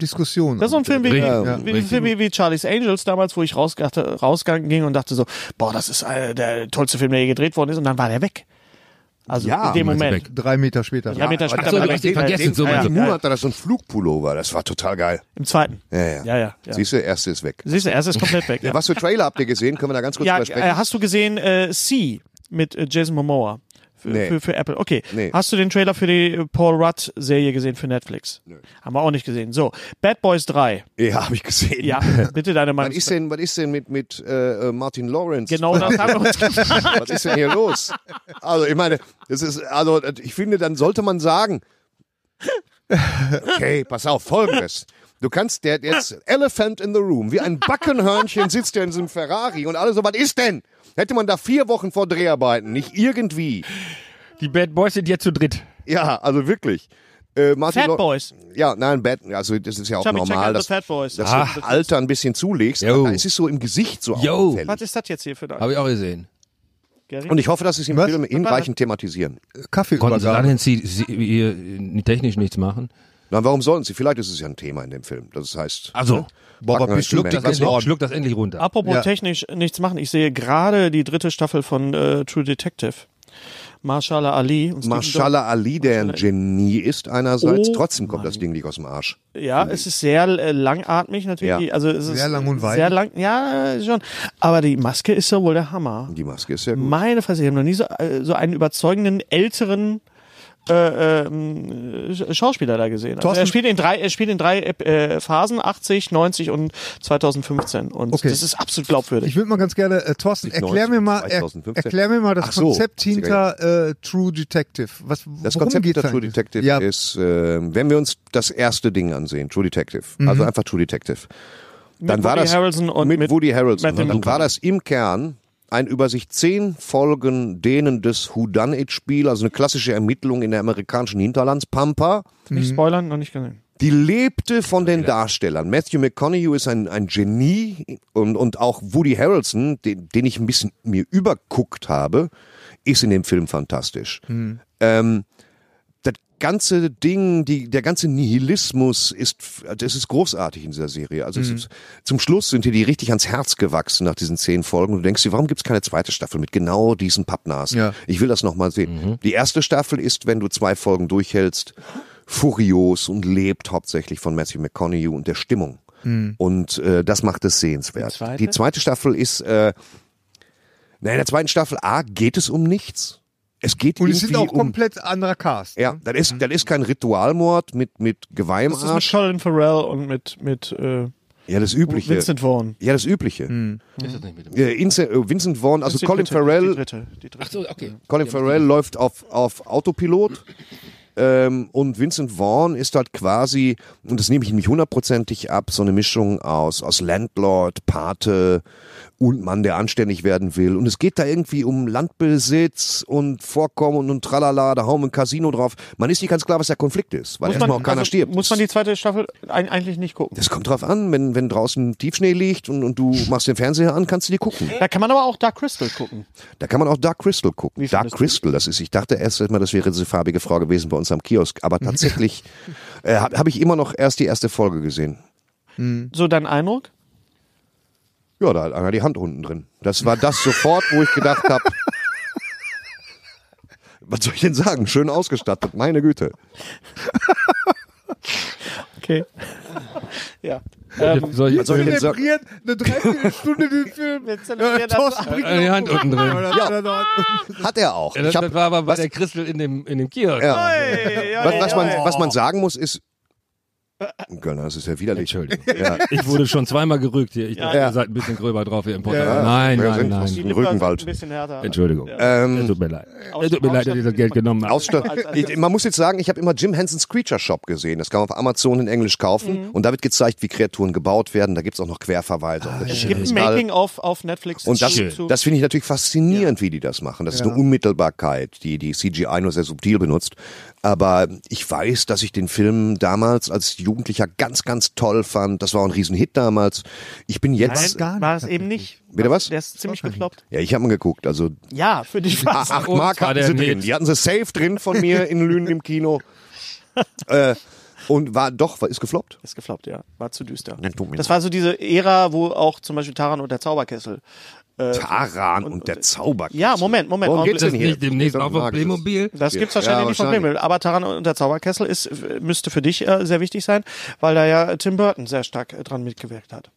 Diskussion. das ist so ein Film wie, äh, Ja, wie, richtig. wie, wie, wie Charlie's Angels damals, wo ich rausgatte, rausgegangen ging und dachte so, boah, das ist äh, der tollste Film, der je gedreht worden ist. Und dann war der weg. Also Ja, in dem meinst du Moment. weg. Drei Meter später. Drei Meter aber später das- war du der hast weg. den vergessen, so ja, meinst Im ja, Moon ja, hat er das so ein Flugpullover, das war total geil. Im zweiten. Ja, ja. Ja, ja. ja. Siehst du, der erste ist weg. Siehst du, erst ist komplett weg. Ja. Was für Trailer habt ihr gesehen? Können wir da ganz kurz Ja, drüber äh, sprechen? hast du gesehen äh, C mit äh, Jason Momoa für, Nee. für, für Apple? Okay. Nee. Hast du den Trailer für die äh, Paul Rudd Serie gesehen für Netflix? Haben wir auch nicht gesehen. So, Bad Boys 3. ja, habe ich gesehen. Ja, bitte deine Meinung. Was ist denn, was ist denn mit, mit äh, äh, Martin Lawrence? Genau das haben wir uns gefragt. Was ist denn hier los? Also, ich meine, das ist, also, ich finde, dann sollte man sagen, okay, pass auf, folgendes. Du kannst, der der ist Elephant in the Room, wie ein Backenhörnchen sitzt er in diesem Ferrari und alle so, was ist denn? Hätte man da vier Wochen vor Dreharbeiten nicht irgendwie. Die Bad Boys sind jetzt zu dritt. Ja, also wirklich. Äh, Martin Fat Law- Boys. Ja, nein, Bad, also das ist ja auch Chubby Checker normal, and the dass, Fat Boys. dass Ah. du halt. das Alter ein bisschen zulegst. Jo. Aber es ist so im Gesicht so Jo. auffällig. Was ist das jetzt hier für ein Habe ich auch gesehen. Gary? Und ich hoffe, dass sie es im Was? Film hinreichend thematisieren. Konnten sie Kaffeeübergabe. dann sie, sie, ihr, technisch nichts machen? Na, warum sollen sie? Vielleicht ist es ja ein Thema in dem Film. Das heißt. Also, Boah, aber Backen bist ist du schluck Schluck das, das endlich, Wort. schluck das endlich runter. Apropos Ja. technisch nichts machen. Ich sehe gerade die dritte Staffel von äh, True Detective. Marshala Ali und Stephen Mashallah Ali, der ein Genie ist einerseits, Oh trotzdem kommt das Ding nicht aus dem Arsch. Ja, es ist sehr äh, langatmig natürlich. Ja. Die- Also es ist Sehr lang und weit. Sehr lang, ja, äh, schon. Aber die Maske ist ja wohl der Hammer. Die Maske ist ja gut. Meine Fresse, ich habe noch nie so, äh, so einen überzeugenden älteren äh, ähm, Sch- Schauspieler da gesehen. Also Thorsten- er spielt in drei, er spielt in drei äh, Phasen, 80, 90 und 2015. Und Okay. das ist absolut glaubwürdig. Ich würde mal ganz gerne, äh, Thorsten, erklär mir mal, er, 2015. erklär mir mal das Ach so, Konzept 80er hinter äh, True Detective. Was, Das worum Konzept geht's hinter True eigentlich? Detective ja, ist, äh, wenn wir uns das erste Ding ansehen, True Detective, also einfach True Detective, dann war Woody das Harrelson und mit, mit Woody Harrelson, Matthew dann McConaughey. war das im Kern ein über sich zehn Folgen dehnendes Whodunit-Spiel, also eine klassische Ermittlung in der amerikanischen Hinterlandspampa. Nicht spoilern, noch nicht gesehen. Die lebte von den Darstellern. Matthew McConaughey ist ein, ein Genie und, und auch Woody Harrelson, den, den ich ein bisschen mir überguckt habe, ist in dem Film fantastisch. Ähm, das ganze Ding, die, der ganze Nihilismus ist, das ist großartig in dieser Serie. Also Mhm. es ist, zum Schluss sind dir die richtig ans Herz gewachsen nach diesen zehn Folgen. Und du denkst dir, warum gibt's keine zweite Staffel mit genau diesen Pappnasen? Ja. Mhm. Ich will das nochmal sehen. Die erste Staffel ist, wenn du zwei Folgen durchhältst, furios und lebt hauptsächlich von Matthew McConaughey und der Stimmung. Mhm. Und äh, das macht es sehenswert. Die zweite? die zweite Staffel ist, äh, na, in der zweiten Staffel A geht es um nichts. Es geht Und irgendwie es sind auch um komplett anderer Cast. Mhm. ja, das ist, das ist kein Ritualmord mit, mit Das ist mit Geweimarsch. Colin Farrell und mit, mit äh, ja, das Übliche. Vincent Mhm. Vaughn. Ja, das Übliche. Ist das nicht mit dem? Äh, Ince- äh, Vincent Vaughn, also Das ist die Colin dritte, Die Farrell, dritte, die dritte. Ach so, okay. Colin Farrell läuft auf, auf Autopilot. Ähm, und Vincent Vaughn ist halt quasi, und das nehme ich nämlich hundertprozentig ab, so eine Mischung aus, aus Landlord, Pate und Mann, der anständig werden will. Und es geht da irgendwie um Landbesitz und Vorkommen und tralala, da hauen wir ein Casino drauf. Man ist nicht ganz klar, was der Konflikt ist, weil erstmal auch keiner also, stirbt. Muss man die zweite Staffel ein, eigentlich nicht gucken. Das kommt drauf an, wenn, wenn draußen Tiefschnee liegt und, und du machst den Fernseher an, kannst du die gucken. Da kann man aber auch Dark Crystal gucken. Da kann man auch Dark Crystal gucken. Wie Dark findest du Crystal, das ist, ich dachte erst mal, das wäre diese farbige Frau gewesen bei uns am Kiosk, aber tatsächlich äh, habe hab ich immer noch erst die erste Folge gesehen. Mhm. So dein Eindruck? Ja, da hat einer die Hand unten drin. Das war das sofort, wo ich gedacht habe. Was soll ich denn sagen? Schön ausgestattet, meine Güte. Okay. ja. Ähm, Soll ich, soll ich denn sagen? Zelebriert eine Dreiviertelstunde den Film. Wir zelebrieren Äh, das Thorsten alle. bringt Äh, die noch Hand Kuchen. unten drin. Ja. Hat er auch. Ja, das, Ich hab, das war aber bei was- der Christel in dem, in dem Kiosk. ja. Hey, ja, was, was, man, ja. was man sagen muss, ist. Gönner, das ist ja widerlich. Entschuldigung. Ich wurde schon zweimal gerügt hier. Ich dachte, Ja. ihr seid ein bisschen gröber drauf hier im Podcast. Ja. Nein, Ja, nein, sind- nein. Die Im Lippen sind Rügenwald. Ein bisschen härter. Entschuldigung. Ähm, Es tut mir leid. Es tut mir leid, dass ihr das Geld genommen habt. Ausstau- ich, man muss jetzt sagen, ich habe immer Jim Henson's Creature Shop gesehen. Das kann man auf Amazon in Englisch Mhm. kaufen. Und da wird gezeigt, wie Kreaturen gebaut werden. Da gibt's auch noch Querverweise. auf den Ah, Es gibt ein Original. Making of auf Netflix. und das, zu- zu- das finde ich natürlich faszinierend, wie die das machen. Das ist eine Unmittelbarkeit, die die CGI nur sehr subtil benutzt. Aber ich weiß, dass ich den Film damals als Jugendlicher ganz, ganz toll fand. Das war ein Riesenhit damals. Ich bin Nein, jetzt, nicht, war es eben nicht. Bitte was? Der ist ziemlich bekloppt. ja, ich habe ihn geguckt. Also Ja, für dich Ah, was. acht Und Mark war hatten der sie drin. nett. Die hatten sie safe drin von mir in Lünen im Kino. äh, und war doch, war, ist gefloppt. Ist gefloppt, ja. War zu düster. Ja, tut mir Das leid. war so diese Ära, wo auch zum Beispiel Taran und der Zauberkessel. Taran und, der Zauber. Äh, Ja, Moment, Moment. Worum Augenblick. geht's denn hier? Nicht demnächst Ist doch auch auf magisches. Playmobil. Das gibt's Ja, wahrscheinlich nicht von wahrscheinlich. Playmobil, aber Taran und der Zauberkessel ist, müsste für dich äh, sehr wichtig sein, weil da ja Tim Burton sehr stark äh, dran mitgewirkt hat.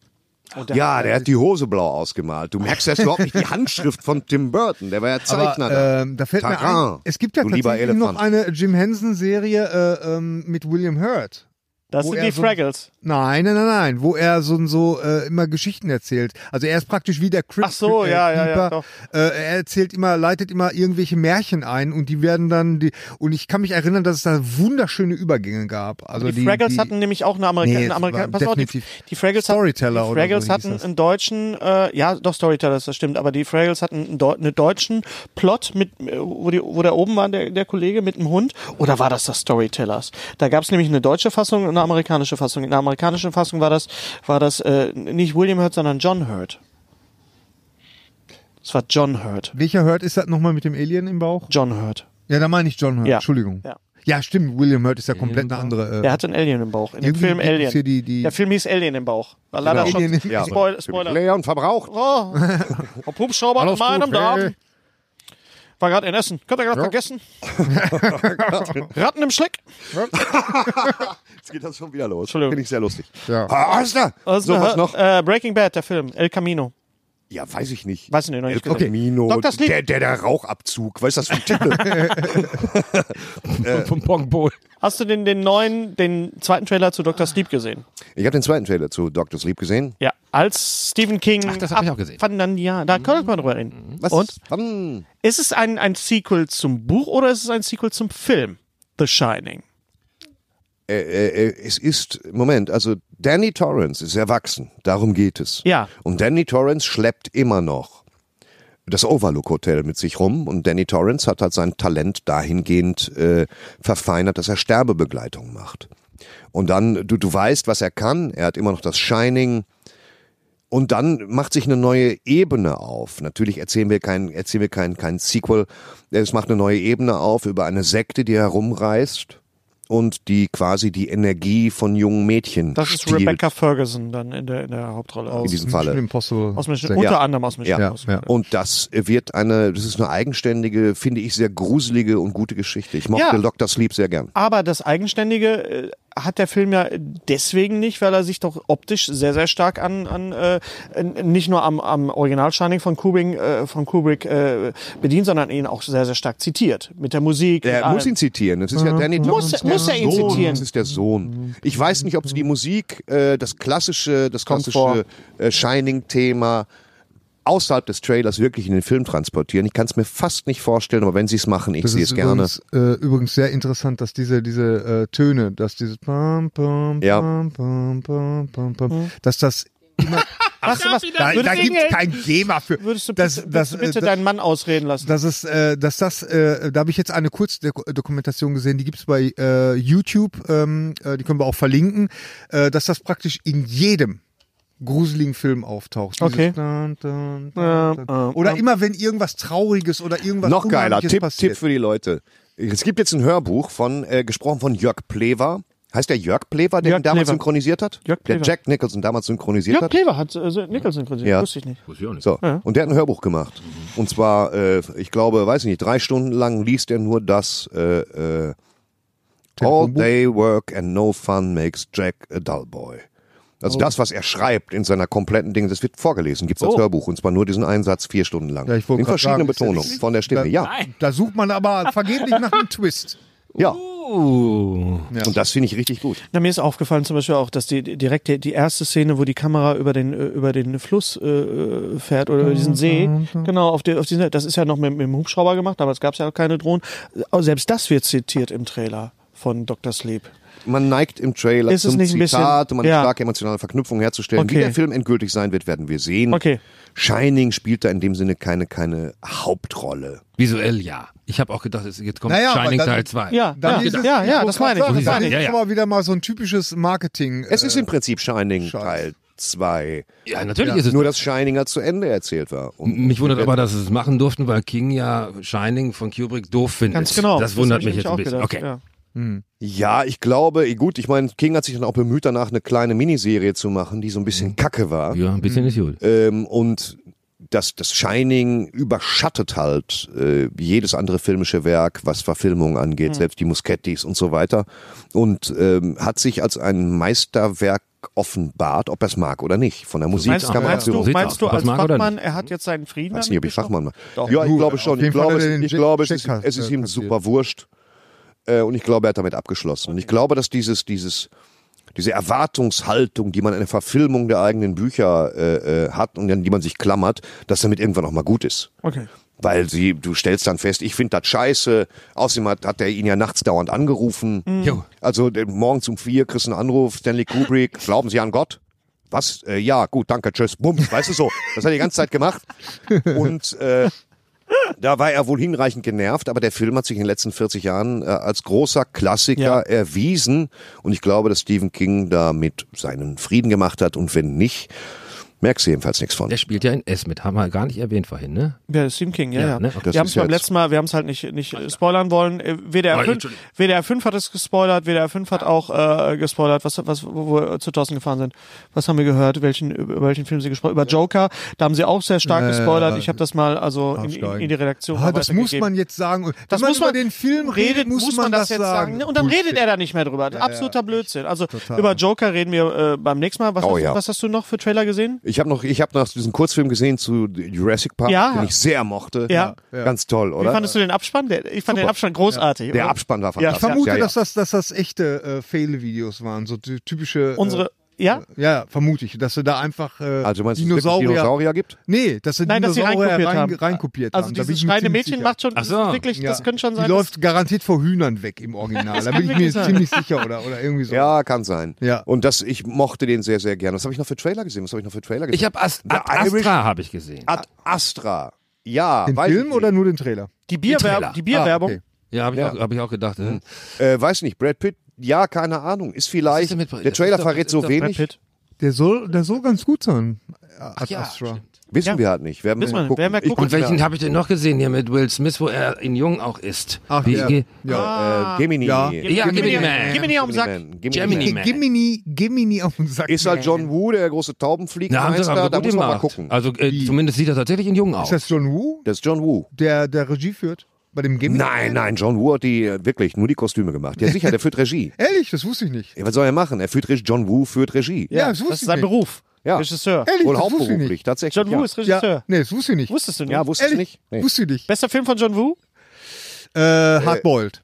Und der Ja, der hat die Hose blau ausgemalt. Du merkst erst überhaupt nicht die Handschrift von Tim Burton. Der war ja Zeichner. Aber, ähm, da fällt mir Taran, ein, es gibt ja du lieber tatsächlich noch Elefant. eine Jim Henson-Serie äh, ähm, mit William Hurt. das wo sind er die so- Fraggles. Nein, nein, nein, nein, wo er so so äh, immer Geschichten erzählt. Also er ist praktisch wie der Crypt Ach so, äh, ja, ja, ja, Keeper. doch. äh, er erzählt immer, leitet immer irgendwelche Märchen ein und die werden dann die und ich kann mich erinnern, dass es da wunderschöne Übergänge gab. Also Die, Fraggles hatten nämlich auch eine Amerika, Nee, eine es Amerika war pass auf, die, definitiv die Fraggles hatten- Storyteller die oder Fraggles so hieß hatten das. einen deutschen, äh, ja, doch Storyteller, das stimmt, aber die Fraggles hatten einen, Deu einen deutschen Plot mit, äh, wo, die, wo da oben war der, der Kollege mit dem Hund, oder war das das Storytellers? Da gab es nämlich eine deutsche Fassung und eine amerikanische Fassung. In der amerikanischen Fassung war das, war das äh, nicht William Hurt, sondern John Hurt. Das war John Hurt. Welcher Hurt ist das nochmal mit dem Alien im Bauch? John Hurt. Ja, da meine ich John Hurt. Ja. Entschuldigung. Ja. Ja. stimmt. William Hurt ist ja komplett eine andere. Äh, Der hatte einen Alien im Bauch. In dem Irgendwie Film gibt es Alien. hier die- die- der Film hieß Alien im Bauch. War leider Genau. Alien schon. im- Ja, Spoil Spoiler. Leer und verbraucht. Oh, Ob Hubschrauber an Alles gut, meinem hey. Damen. War gerade in Essen. Könnt ihr gerade vergessen. Ratten im Schleck. Jetzt geht das schon wieder los. Entschuldigung. Finde ich sehr lustig. Ja. Ah, Osner. So, was noch? Äh, Breaking Bad, der Film. El Camino. Ja, weiß ich nicht. Weiß ich nicht, noch nicht El Camino, Dr. Sleep. der, der, der Rauchabzug. Weißt du das für ein Titel? Vom Pongbowl. Hast du den, den neuen, den zweiten Trailer zu Dr. Sleep gesehen? ich habe den zweiten Trailer zu Dr. Sleep gesehen. Ja. Als Stephen King. Ach, das hab ich auch gesehen. Dann, ja, da können wir drüber reden. Mhm. Was? Und? Hm. Ist es ein, ein Sequel zum Buch oder ist es ein Sequel zum Film? The Shining. äh, äh, es ist, Moment, also Danny Torrance ist erwachsen, darum geht es. Ja. Und Danny Torrance schleppt immer noch das Overlook Hotel mit sich rum und Danny Torrance hat halt sein Talent dahingehend äh, verfeinert, dass er Sterbebegleitung macht. Und dann, du, du weißt, was er kann. Er hat immer noch das Shining. Und dann macht sich eine neue Ebene auf. Natürlich erzählen wir kein, erzählen wir kein, kein Sequel. Es macht eine neue Ebene auf über eine Sekte, die herumreist und die quasi die Energie von jungen Mädchen Das ist stiehlt. Rebecca Ferguson dann in der, in der Hauptrolle. in diesem Falle. Impossible. Aus Mission, Ja. unter anderem aus Mission. Ja. Impossible. Und das wird eine, das ist eine eigenständige, finde ich, sehr gruselige und gute Geschichte. Ich mochte Ja. Dr. Sleep sehr gern. Aber das Eigenständige äh, hat der Film ja deswegen nicht, weil er sich doch optisch sehr, sehr stark an, an äh, n- nicht nur am, am Original Shining von Kubrick, äh, von Kubrick äh, bedient, sondern ihn auch sehr, sehr stark zitiert. Mit der Musik. mit Er allem. muss ihn zitieren. Das ist ja Danny Mhm. Muss- Johns muss er ihn Sohn. zitieren. Das ist der Sohn. Ich weiß nicht, ob sie die Musik, äh, das klassische, das Kommt klassische äh, Shining-Thema außerhalb des Trailers wirklich in den Film transportieren. Ich kann es mir fast nicht vorstellen, aber wenn sie es machen, ich Das sehe ist es gerne. übrigens, äh, übrigens sehr interessant, dass diese, diese äh, Töne, dass dieses pam, pam, Ja. pam, pam, pam, pam, pam, Mhm. dass das immer, Ach, was, da, da würdest, du, gibt es kein GEMA für. würdest du das, bitte, das, bitte äh, deinen Mann ausreden lassen? Das ist, äh, dass das, äh, da habe ich jetzt eine Kurzdokumentation gesehen, die gibt's bei äh, YouTube, ähm, äh, die können wir auch verlinken, äh, dass das praktisch in jedem gruseligen Film auftaucht. Dieses Okay. dun, dun, Ähm, dun, ähm, dun. Oder immer wenn irgendwas Trauriges oder irgendwas Noch geiler Unheimliches Tipp, passiert. Tipp für die Leute. Es gibt jetzt ein Hörbuch von, äh, gesprochen von Jörg Plewa. Heißt der Jörg Plewa, der Jörg ihn damals Plewa. synchronisiert hat? Jörg der Plewa. Jack Nicholson damals synchronisiert Jörg hat. Klever hat äh, Nicholson kritisiert, Ja. wusste ich nicht. So. Und der hat ein Hörbuch gemacht. Und zwar, äh, ich glaube, weiß ich nicht, drei Stunden lang liest er nur das äh, äh, All Telefonbuch? Day Work and No Fun Makes Jack a Dull Boy. Also Oh. das, was er schreibt in seiner kompletten Dinge, das wird vorgelesen, gibt's als Hörbuch. Und zwar nur diesen Einsatz vier Stunden lang. Ja, ich wollte in grad verschiedenen sagen, ist das Betonungen nicht- von der Stimme. Ja. Da sucht man aber vergeblich nach einem Twist. ja. Uh. Und das finde ich richtig gut. Na, mir ist aufgefallen zum Beispiel auch, dass die die- direkt die, die erste Szene, wo die Kamera über den äh, über den Fluss äh, äh, fährt oder über diesen See, genau auf die, auf diesen, das ist ja noch mit, mit dem Hubschrauber gemacht, damals gab es ja noch keine Drohnen. Aber selbst das wird zitiert im Trailer von Dr. Sleep. Man neigt im Trailer Ist es zum nicht ein bisschen- Zitat, um eine Ja. starke emotionale Verknüpfung herzustellen. Wie Okay. der Film endgültig sein wird, werden wir sehen. Okay. Shining spielt da in dem Sinne keine, keine Hauptrolle. Visuell ja. Ich habe auch gedacht, es- jetzt kommt Naja, aber Shining dann- Teil 2. Ja, ja, ist es- ja, ja, wollte das meine ich, grad das sagen, meine ich. Das ist Ja, aber wieder mal so ein typisches Marketing. Es ist äh, im Prinzip Shining Scheiß. Teil 2. Ja, natürlich ist es. Nur, dass Shininger zu Ende erzählt war. Und mich wundert aber, dass sie es machen durften, weil King ja Shining von Kubrick doof findet. Ganz genau. Das wundert hab ich nämlich mich jetzt ein auch bisschen. gedacht, okay. ja. ja, ich glaube, eh, gut, ich meine, King hat sich dann auch bemüht, danach eine kleine Miniserie zu machen, die so ein bisschen kacke war. Mhm. Ja, ein bisschen ist gut. Ähm, und das, das Shining überschattet halt äh, jedes andere filmische Werk, was Verfilmung Mhm. angeht, selbst die Muschettis und so weiter. Und ähm, hat sich als ein Meisterwerk offenbart, ob er es mag oder nicht. Von der Musik Meinst, kann man meinst, dazu. du, Sieht's aus, meinst du was als mag oder Fachmann, er hat jetzt seinen Frieden? Ich weiß damit nicht, ob ich geschlossen? Fachmann war. Ja, ich Gut, glaube auf schon. Ich jeden Fall glaube, hat er es, den ich glaube, es Check- ist, es ist äh, ihm kassiert. super wurscht. Äh, und ich glaube, er hat damit abgeschlossen. Und ich glaube, dass dieses, dieses, diese Erwartungshaltung, die man in der Verfilmung der eigenen Bücher äh, äh, hat und an die man sich klammert, dass damit irgendwann auch mal gut ist. Okay. Weil sie, du stellst dann fest, ich finde das scheiße. Außerdem hat, hat er ihn ja nachts dauernd angerufen. Jo. Also äh, morgens um vier kriegst du einen Anruf, Stanley Kubrick, glauben Sie an Gott? Was? Äh, ja, gut, danke, tschüss, bums, weißt du so. Das hat er die ganze Zeit gemacht. Und äh, da war er wohl hinreichend genervt, aber der Film hat sich in den letzten 40 Jahren äh, als großer Klassiker Ja. erwiesen. Und ich glaube, dass Stephen King damit seinen Frieden gemacht hat. Und wenn nicht, merkst du jedenfalls nichts von. Der spielt ja in S mit, haben wir gar nicht erwähnt vorhin, ne? Ja, Stephen King, ja, Ja, ja. ne? Das Wir haben ist es beim jetzt- letzten Mal, wir haben es halt nicht, nicht äh, spoilern wollen. Äh, WDR Ah, 5, Entschuldigung. WDR 5 hat es gespoilert, WDR 5 hat auch äh, gespoilert, was, was, wo wo wir zu Thorsten gefahren sind. Was haben wir gehört? Welchen, über welchen Film sie gesprochen Über Joker, da haben sie auch sehr stark Ja, gespoilert. ja, Ich habe das mal also in, in, Absteigen. in die Redaktion Äh, Ah, mal das muss weitergegeben. man jetzt sagen. Und Das Wenn man muss man- über den Film redet, muss, man das, sagen. ne? Und dann Bullshit. redet er da nicht mehr drüber. Absoluter Blödsinn. Also Total. über Joker reden wir äh, beim nächsten Mal. Was, Oh, hast, ja. was hast du noch für Trailer gesehen? Ich habe noch, ich habe noch diesen Kurzfilm gesehen zu Jurassic Park, Ja. den ich sehr mochte. Ja. Ganz toll, Wie oder? fandest du den Abspann? Der, ich fand den Abspann großartig. Der oder? Abspann war Ja, ich fantastisch. Ich vermute, ja, ja. Dass, das, dass das echte äh, Fail-Videos waren, so ty- typische. Unsere, ja? Äh, ja, vermute ich, dass sie da einfach äh, Also meinst du, dass es wirklich Dinosaurier, Dinosaurier gibt? Nee, dass sie Nein, dass sie Dinosaurier reinkopiert rein, haben. reinkopiert Also haben. Da bin dieses ich mir kleine ziemlich Mädchen sicher. macht schon Ach so. wirklich, Ja. das könnte schon sein. Die läuft garantiert vor Hühnern weg im Original. Da bin ich mir wirklich sein. ziemlich sicher oder, oder irgendwie so. Ja, kann sein. Ja. Und das, ich mochte den sehr, sehr gerne. Was habe ich noch für Trailer gesehen? Was habe ich noch für Trailer gesehen? Ich habe Ast The Ad Genau. Irish- Ah, Astra habe ich gesehen. Ad Astra. Ja, Den weiß Film ich oder nur den Trailer? die, Bierwerb Trailer. die Bierwerbung. Ah, okay. Ja, habe ich, Ja. Mhm. auch- hab ich auch gedacht. äh, Äh, weiß nicht, Brad Pitt ja, keine Ahnung, ist vielleicht, denn mit Brad- der das Trailer ist doch- verrät ist so doch Brad wenig, Der soll, der soll ganz gut sein. Ad ja, Astra. wissen Ja. wir halt nicht, werden wir Wissen wir nicht, gucken. werden wir gucken. Und welchen habe ich denn noch gesehen hier mit Will Smith, wo er in Jung auch ist? Ach, Wie- ja. ge- Ah, ja. Äh, Gemini. Ja. Ja, Gib mir Gemini die- Man. Gib mir um nicht auf den Sack. Man, Gemini Gemini. Man. Man. Gimini, Gimini auf den Sack. Ist halt John Woo, der Na, haben große sie Taubenfliegenmeister, aber da gut muss man mal gemacht. gucken. Also äh, zumindest sieht er tatsächlich in Jung aus. Ist das John Woo, Das ist John Woo. der, der Regie führt? Bei dem Gimini? Nein, nein, John Woo hat die äh, wirklich nur die Kostüme gemacht. Ja sicher, der führt Regie. Ehrlich, das wusste ich nicht. Ja, was soll er machen? Er führt Regie, John Woo führt Regie. Ja, das wusste Das ich ist sein nicht. Beruf. Ja. Regisseur. Ehrlich, Wohl das wusste ich hauptberuflich, nicht. tatsächlich. John ja. Woo ist Regisseur. Ja, nee, das wusste ich nicht. Wusstest du nicht? Ja, wusstest du Ehrlich, nicht? Nee. wusste ich nicht. Bester Film von John Woo? Äh, Hardboiled.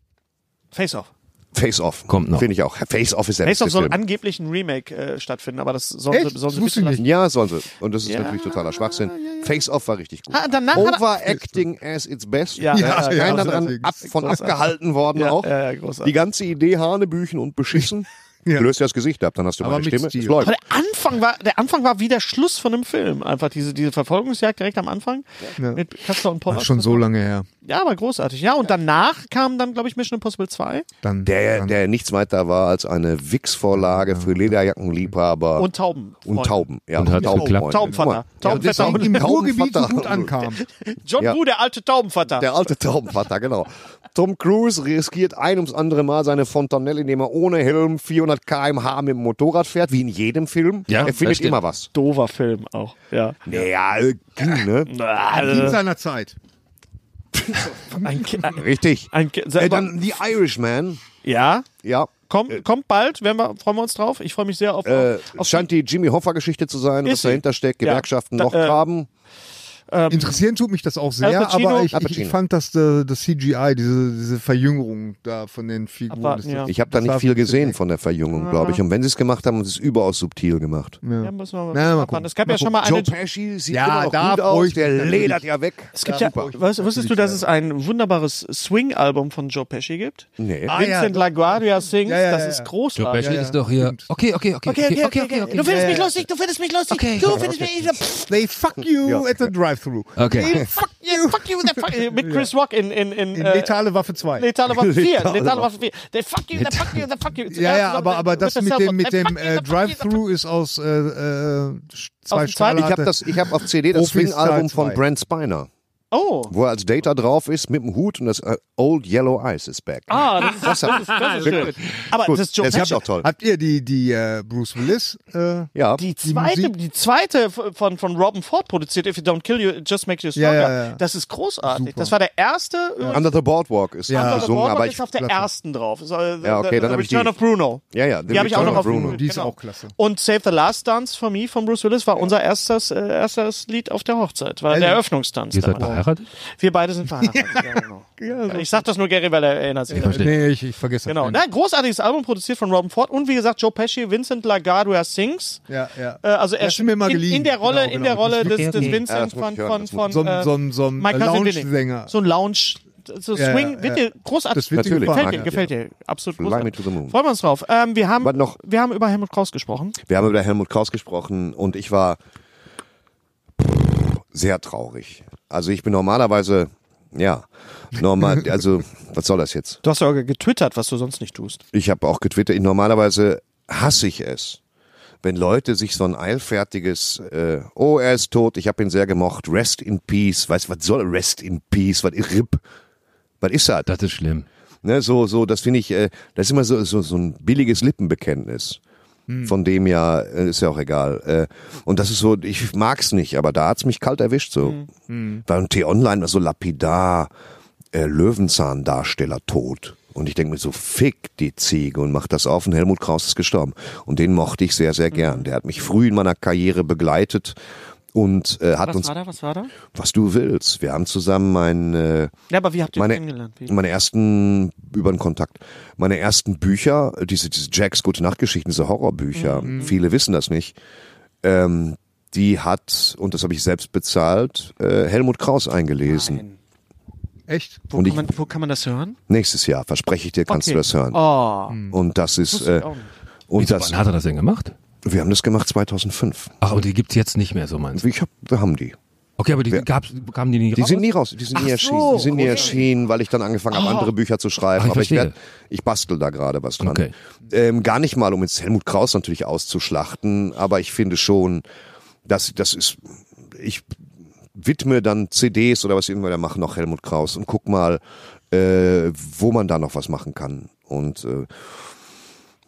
Face Off. Face Off. Kommt noch. Finde ich auch. Face Off ist der Face Off beste soll Film. angeblich ein Remake äh, stattfinden, aber das sollen Echt? sie, sollen sie Das wusste wissen ich lassen. Ja, sollen sie. Und das ist Ja. natürlich totaler Schwachsinn. Face Off war richtig gut. Ah, danach hat er- Overacting as its best. Ja, ja, da ist ja, keiner ja, dran deswegen. ab, von abgehalten worden Ja, auch. ja, ja, großartig. Die ganze Idee Hanebüchen und beschissen. Ja. Löst das Gesicht ab, dann hast du Aber meine mit Stimme. Stil. Es läuft. Aber der Anfang war, der Anfang war wie der Schluss von einem Film. Einfach diese, diese Verfolgungsjagd direkt am Anfang mit Kassler und Pollard. Ach, schon so lange her. Ja, aber großartig. Ja, und danach kam dann, glaube ich, Mission Impossible 2 Dann, Der, dann der nichts weiter war als eine Wix-Vorlage für Lederjackenliebhaber und Tauben. Ah. und Tauben. Ja, Und hat geklappt. Taubenvater. Taubenvater. im Taubenvater. Ruhrgebiet so gut ankam. John Ja. Woo, der alte Taubenvater. Der alte Taubenvater, genau. Tom Cruise riskiert ein ums andere Mal seine Fontanelle, indem er ohne Helm 400 km/h mit dem Motorrad fährt, wie in jedem Film. Ja, er das findet stimmt. immer was. Dover Film auch. Ja. Naja, äh, ging, ne? In Äh, seiner Zeit. ein, Ki- ein, Richtig. ein, Ki- Äh, dann The Irishman. ja, Ja. kommt, kommt bald. Werden wir, freuen wir uns drauf. Ich freue mich sehr auf. Äh, es scheint die Jimmy Hoffa-Geschichte zu sein, Ist was sie? dahinter steckt, Ja. Gewerkschaften, Da- noch äh, Graben. Interessieren tut mich das auch Al sehr, Pacino? aber ich, Al ich, Pacino. ich fand das, äh, das CGI, diese, diese Verjüngerung da von den Figuren. Abwarten, das, ja. Ich habe da das nicht war- viel gesehen von der Verjüngung, glaube ich. Und wenn sie es gemacht haben, haben sie es überaus subtil gemacht. ja, müssen wir mal, Na, mal abwarten. gucken. es gab ja schon mal Joe eine. Pesci sieht Ja, immer da noch gut freu aus, ich der mich natürlich. ledert ja weg. Es gibt ja, weißt, wusstest du, dass es ein wunderbares Swing-Album von Joe Pesci gibt? Nee. Ah, ja, Vincent doch. LaGuardia singt, Ja, ja, das ja, ist ja. Joe großartig. Pesci ist doch hier. Okay, okay, okay. Du findest Ja, mich ja. lustig, du findest mich lustig, Okay. du findest mich. Pff, They fuck you at the drive-thru. Okay. They fuck you. fuck you, the fuck, mit Chris Rock in, in, in, In äh, Letale Waffe 2. Letale Waffe 4. Letale Letale Waffe 4. The fuck you, the fuck you, the fuck you. ja, ja, aber, aber das mit dem, mit dem äh, Drive-Thru. Drive-Thru ist aus äh, äh, sch- zwei dem zweiten- Ich Stahlharte. habe das, ich habe auf CD das Profis Swing-Album Teil von zwei. Brent Spiner, Oh. wo er als Data drauf ist mit dem Hut und das äh, Old Yellow Eyes ist back. Ah, das ist, das ist, das ist schön. Aber Gut, das ist Joe das ist Pesci. auch toll. Habt ihr die, die äh, Bruce Willis? Äh, Ja. Die zweite, Musik- die zweite von, von Robin Ford produziert, If You Don't Kill You, It Just Makes You Stronger. ja, ja. Das ist großartig. Super. Ah, Das war der erste. Ja. Under the Boardwalk ist Ja. Under the gesungen, Boardwalk aber ist ich auf der ersten drauf. So, äh, Ja, okay, the- dann the hab ich Return die. of Bruno. ja, ja, The Die habe ich auch Return noch of auf Bruno. Die ist genau. auch klasse. Und Save the Last Dance for Me von Bruce Willis war unser erstes, äh, erstes Lied auf der Hochzeit, war der Eröffnungstanz. Ihr seid damals. verheiratet? Wir beide sind verheiratet. ja, genau. Ich sag das nur Gary, weil er erinnert sich. verstehe. nee, ich, ich vergesse Genau. das. Nein, großartiges Album produziert von Robin Ford und wie gesagt Joe Pesci, Vincent LaGuardia sings. Ja, ja. Äh, also er Das ist mir mal in, geliehen. in der Rolle, Genau, in der genau. Rolle des, des Okay. Ja, Vincent das muss von ich hören, von das von muss So, ein- äh, so, ein- so ein My Cousin Lounge-Sänger. Vinny. So ein Lounge, so Ja, Swing, ja, wird dir großartig. das wird dir Natürlich. gefallen. gefällt dir, gefällt dir, absolut Fly me to großartig. the moon. Freuen wir uns drauf. Ähm, wir haben Was noch? wir haben über Helmut Kraus gesprochen. Wir haben über Helmut Kraus gesprochen und ich war sehr traurig. Also ich bin normalerweise, ja, normal, also was soll das jetzt? Du hast sogar getwittert, was du sonst nicht tust. Ich habe auch getwittert, ich, normalerweise hasse ich es, wenn Leute sich so ein eilfertiges, äh, oh er ist tot, ich habe ihn sehr gemocht, rest in peace, weißt was soll rest in peace, was ist RIP? Was ist das? Das ist schlimm. Ne, so, so, das finde ich, äh, das ist immer so, so, so ein billiges Lippenbekenntnis. Hm. Von dem ja, äh, ist ja auch egal. Äh, und das ist so, ich mag's nicht, aber da hat's mich kalt erwischt, Hm, so. Weil ein T-Online war so lapidar, äh, Löwenzahndarsteller tot. Und ich denke mir so, fick die Ziege und mach das auf und Helmut Kraus ist gestorben. Und den mochte ich sehr, Hm. sehr gern. Der hat mich früh in meiner Karriere begleitet und äh, hat Was uns, war da? Was war da? was du willst. Wir haben zusammen ein, äh, Ja, aber wie habt ihr ihn meine, kennengelernt? Wie? meine ersten, über den Kontakt, meine ersten Bücher, diese, diese Jacks Gute Nachtgeschichten, diese Horrorbücher, Mhm. viele wissen das nicht, ähm, die hat, und das habe ich selbst bezahlt, äh, Helmut Kraus eingelesen. Nein. Echt? Wo, Und kann ich- man, wo kann man das hören? Nächstes Jahr, verspreche ich dir, kannst Okay. du das hören. Oh, Und das ist, wusste äh, ich auch nicht. und Wieso, das, wann hat er das denn gemacht? wir haben das gemacht 2005. Ach, und die gibt's jetzt nicht mehr, so meinst du? Ich hab, wir haben die. Okay, aber die gab's, kamen die nicht Die raus? sind nie raus, die sind nie erschienen. Die sind nie erschienen, weil ich dann angefangen habe, andere Bücher zu schreiben. Oh. Ah, ich Aber ich, verstehe. werd, ich bastel da gerade was dran. Okay. Ähm, gar nicht mal, um jetzt Helmut Kraus natürlich auszuschlachten, aber ich finde schon, dass das ist. Ich widme dann CDs oder was immer da machen, noch Helmut Kraus und guck mal, äh, wo man da noch was machen kann. Und äh,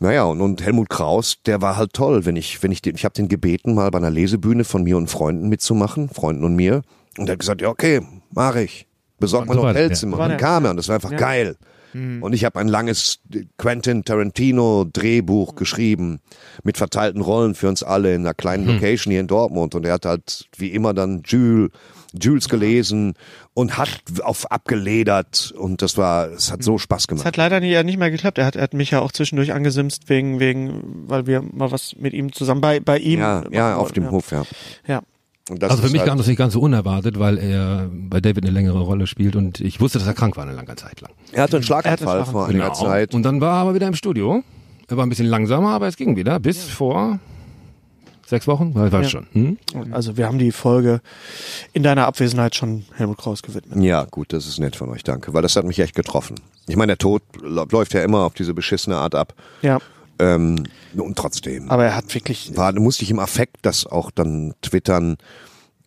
naja, und, und Helmut Kraus, der war halt toll, wenn ich, wenn ich den, ich habe den gebeten, mal bei einer Lesebühne von mir und Freunden mitzumachen, Freunden und mir. Und er hat gesagt, ja, okay, mach ich. Besorg mal ein So war das, Hotelzimmer. ja. Mhm. Und dann kam er und das war einfach geil. Und ich habe ein langes Quentin Tarantino Mhm. Drehbuch geschrieben mit verteilten Rollen für uns alle in einer kleinen Mhm. Location hier in Dortmund. Und er hat halt wie immer dann Jules, Jules gelesen und hat auf abgeledert. Und das war, es hat so Spaß Mhm. Es gemacht. hat leider nie, nicht mehr geklappt. Er hat, er hat mich ja auch zwischendurch angesimst wegen, wegen, weil wir mal was mit ihm zusammen bei, bei ihm. Ja, machen ja, auf wollten, dem ja. Hof, ja. Ja. Und das Also für ist mich halt, kam das nicht ganz so unerwartet, weil er bei David eine längere Rolle spielt und ich wusste, dass er krank war eine lange Zeit lang. Er hatte einen Schlaganfall Schlaganfall. vor einiger Zeit. Genau. Und dann war er aber wieder im Studio. Er war ein bisschen langsamer, aber es ging wieder bis vor sechs Wochen, weil ich weiß schon. Hm? Also wir haben die Folge in deiner Abwesenheit schon Helmut Kraus gewidmet. Ja, gut, das ist nett von euch, danke, weil das hat mich echt getroffen. Ich meine, der Tod la- läuft ja immer auf diese beschissene Art ab. Ja. Ähm, und trotzdem Aber er hat wirklich, war, musste ich im Affekt das auch dann twittern,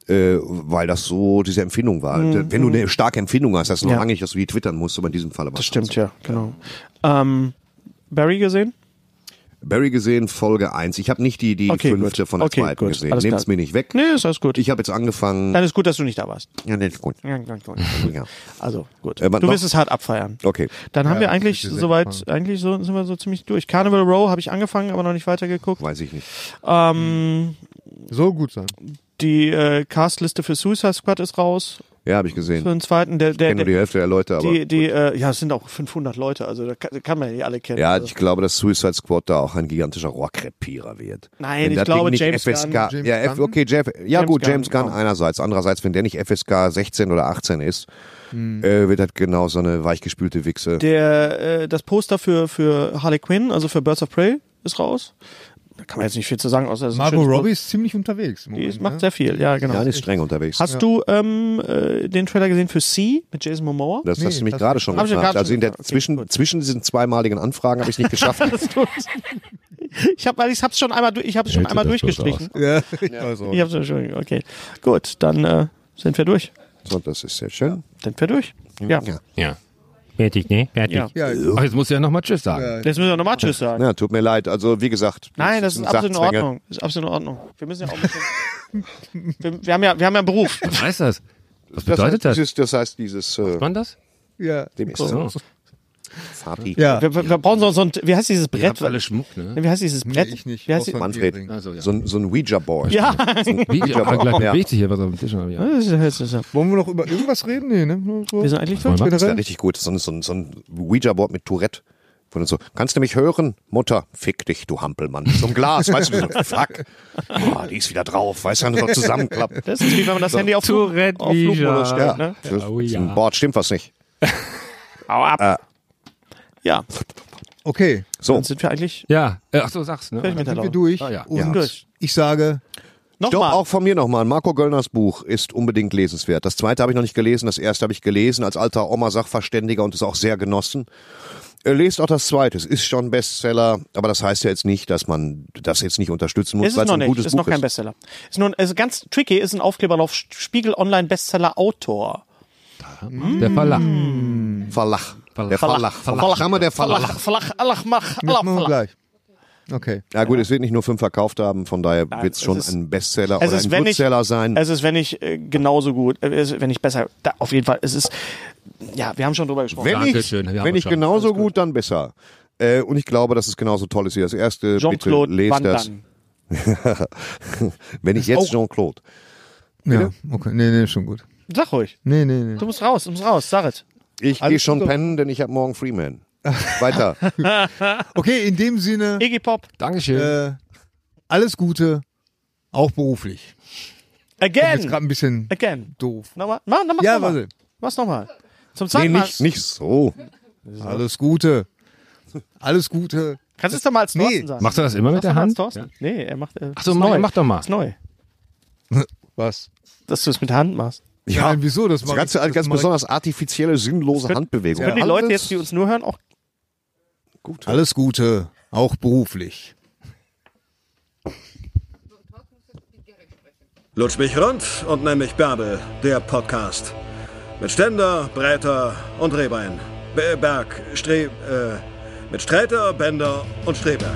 äh, weil das so diese Empfindung war. Wenn du eine starke Empfindung hast, heißt das noch Mhm, Ja. lange nicht, dass du die twittern musst, aber in diesem Fall war das es stimmt, ja, genau. Ähm, Barry gesehen? Barry gesehen, Folge eins. Ich habe nicht die, die Okay, fünfte gut. von der Okay, zweiten gut, gesehen. alles Nehmt's klar. mir nicht weg. Nee, ist alles gut. Ich habe jetzt angefangen. Dann ist gut, dass du nicht da warst. Ja, nee, ist gut. Ja, ganz gut. Ja. Also gut. Äh, wann du noch? wirst es hart abfeiern. Okay. Dann haben wir eigentlich gesehen. soweit, eigentlich so, sind wir so ziemlich durch. Carnival Row habe ich angefangen, aber noch nicht weitergeguckt. Weiß ich nicht. Ähm, So gut sein. die äh, Castliste für Suicide Squad ist raus. Ja, habe ich Für gesehen. den zweiten. Der, Ich der, kenne nur die der, Hälfte der Leute, aber. die, die, äh, ja, es sind auch 500 Leute, also da kann, kann man ja nicht alle kennen. Ja, also. ich glaube, dass Suicide Squad da auch ein gigantischer Rohrkrepierer wird. Nein, Wenn ich das Ding glaube, nicht James FSK, Gunn. ja, James F, Gunn? okay, Jeff, ja James gut, Gunn, James Gunn genau. einerseits. Andererseits, wenn der nicht FSK 16 oder 18 ist, Hm. äh, wird das genau so eine weichgespülte Wichse. Der, äh, das Poster für, für Harley Quinn, also für Birds of Prey, ist raus. Da kann man jetzt nicht viel zu sagen, außer es ist ein Margot schönes Poster. Robbie ist ziemlich unterwegs. im Die Moment, ist, macht ne? sehr viel, ja, genau. ja, die ist streng unterwegs. Hast du ähm, äh, den Trailer gesehen für C mit Jason Momoa? das hast Nee, du mich das- gerade schon Hab ich ja gefragt. gerade Also schon in der gefragt. Okay, zwischen, gut. zwischen diesen zweimaligen Anfragen habe ich es nicht geschafft. Ich habe, weil ich hab's schon einmal, du- ich hab's schon einmal durchgestrichen. Ja, ich weiß auch. Ich hab's schon, okay. Gut, dann äh, sind wir durch. so, das ist sehr schön. Sind wir durch? Ja. Ja. Ja. Fertig, ne? Fertig. ja. Ja, Ach, jetzt muss er nochmal Tschüss sagen. Jetzt müssen wir nochmal Tschüss sagen. Ja, Ne? tut mir leid. Also wie gesagt, Nein, das sind ist absolut in Sachzwänge. Ordnung. Das ist absolut in Ordnung. Wir müssen ja auch ein bisschen. wir, wir haben ja, wir haben ja einen Beruf. Was heißt das? Was Das bedeutet heißt, das? dieses, das heißt dieses äh, Macht man das? ja. dem ist So. Party. ja. Wir, wir, wir brauchen so, so ein, wie heißt dieses Ihr habt Brett? alle Schmuck, ne? Wie heißt dieses Nee, Brett? ich nicht. Wie heißt Außer die- ein Manfred. Ehering. Also, ja. So, ein- so ein Ouija-Board. ja. Wie, ich aber gleich Ja. bewegt sich hier was auf dem Tisch. Ja. Das ist- das ist- Wollen wir noch über irgendwas reden? Nee, ne? Nur so wir sind eigentlich wollen durch. wir? Das wäre generell? richtig gut. So ein, so ein, so ein Ouija-Board mit Tourette. Wo dann so, kannst du mich hören? Mutter, fick dich, du Hampelmann. So ein Glas, weißt du, so, fuck. Ah, die ist wieder drauf, weißt du, dann so zusammenklappt. Das ist wie wenn man das Handy auf, Flug, Tourette auf Flugmodus stellt. Ne? So, so ja. ein Board, stimmt was nicht. Hau ab. Ja, Okay, So, dann sind wir eigentlich ja. Äh, Ach so, sag's, ne? fertig mit der sind wir Laune. durch. Ah, ja. Und Ja. Durch. ich sage, doch, Nochmal. auch von mir nochmal. Marco Göllners Buch ist unbedingt lesenswert. Das zweite habe ich noch nicht gelesen, das erste habe ich gelesen als alter Oma-Sachverständiger und es auch sehr genossen. Äh, Lest auch das zweite. Es ist schon Bestseller, aber das heißt ja jetzt nicht, dass man das jetzt nicht unterstützen muss, Ist weil es es noch ein nicht, gutes ist Buch noch kein ist. Bestseller. Ist nur ein, ist ganz tricky, ist ein Aufkleber auf Spiegel Online Bestseller Autor. Der Verlag. Verlach. Der Verlag. Verlach. Verlach. Name der Verlach. Verlach, Verlach, Allach, mach, Allach, machen wir Verlach. gleich. Okay. Ja gut, es wird nicht nur fünf verkauft haben, von daher wird es es schon ist- ein Bestseller Es oder ist, ein wenn ich, Bestseller sein. es ist, wenn ich äh, genauso gut, äh, es, wenn ich besser, da, auf jeden Fall, es ist, ja, wir haben schon drüber gesprochen. Wenn ich, Dankeschön, wir haben wenn ich schon. genauso gut, dann besser. Äh, und ich glaube, dass es genauso toll ist wie das erste. Bitte Jean-Claude lest Van das. Damme. wenn ich jetzt Jean-Claude. Ja, okay. Nee, nee, schon gut. Sag ruhig. Nee, nee, nee. Du musst raus, du musst raus, sag es. Ich Alles gehe schon gut. pennen, denn ich habe morgen Freeman. Weiter. Okay, in dem Sinne, Iggy Pop, Dankeschön. äh, alles Gute, auch beruflich. Jetzt again, gerade ein bisschen again. doof. Nochmal, mach, mach, Ja, nochmal. warte. Mach's nochmal. Zum nee, zweiten Mal. nicht, nicht so. Alles Gute. Alles Gute. Kannst du es doch mal als Nee. Thorsten sagen? Machst du das immer Machst mit du der mal als Hand? Thorsten? Nee, er macht, äh, Ach so, ist mach- neu. mach doch mal. Ist neu. Was? Dass du es mit Hand machst. Ja. Nein, wieso? Das, Das mach ganze, ich- das ganz mach ich- besonders artifizielle, sinnlose Handbewegungen. Können die Alles Leute jetzt, die uns nur hören, auch gut. Alles Gute, auch beruflich. Lutsch mich rund und nenn mich Bärbel, der Podcast. Mit Ständer, Breiter und Rehbein. Be- Berg, Stre... Äh, mit Streiter, Bender und Streberg.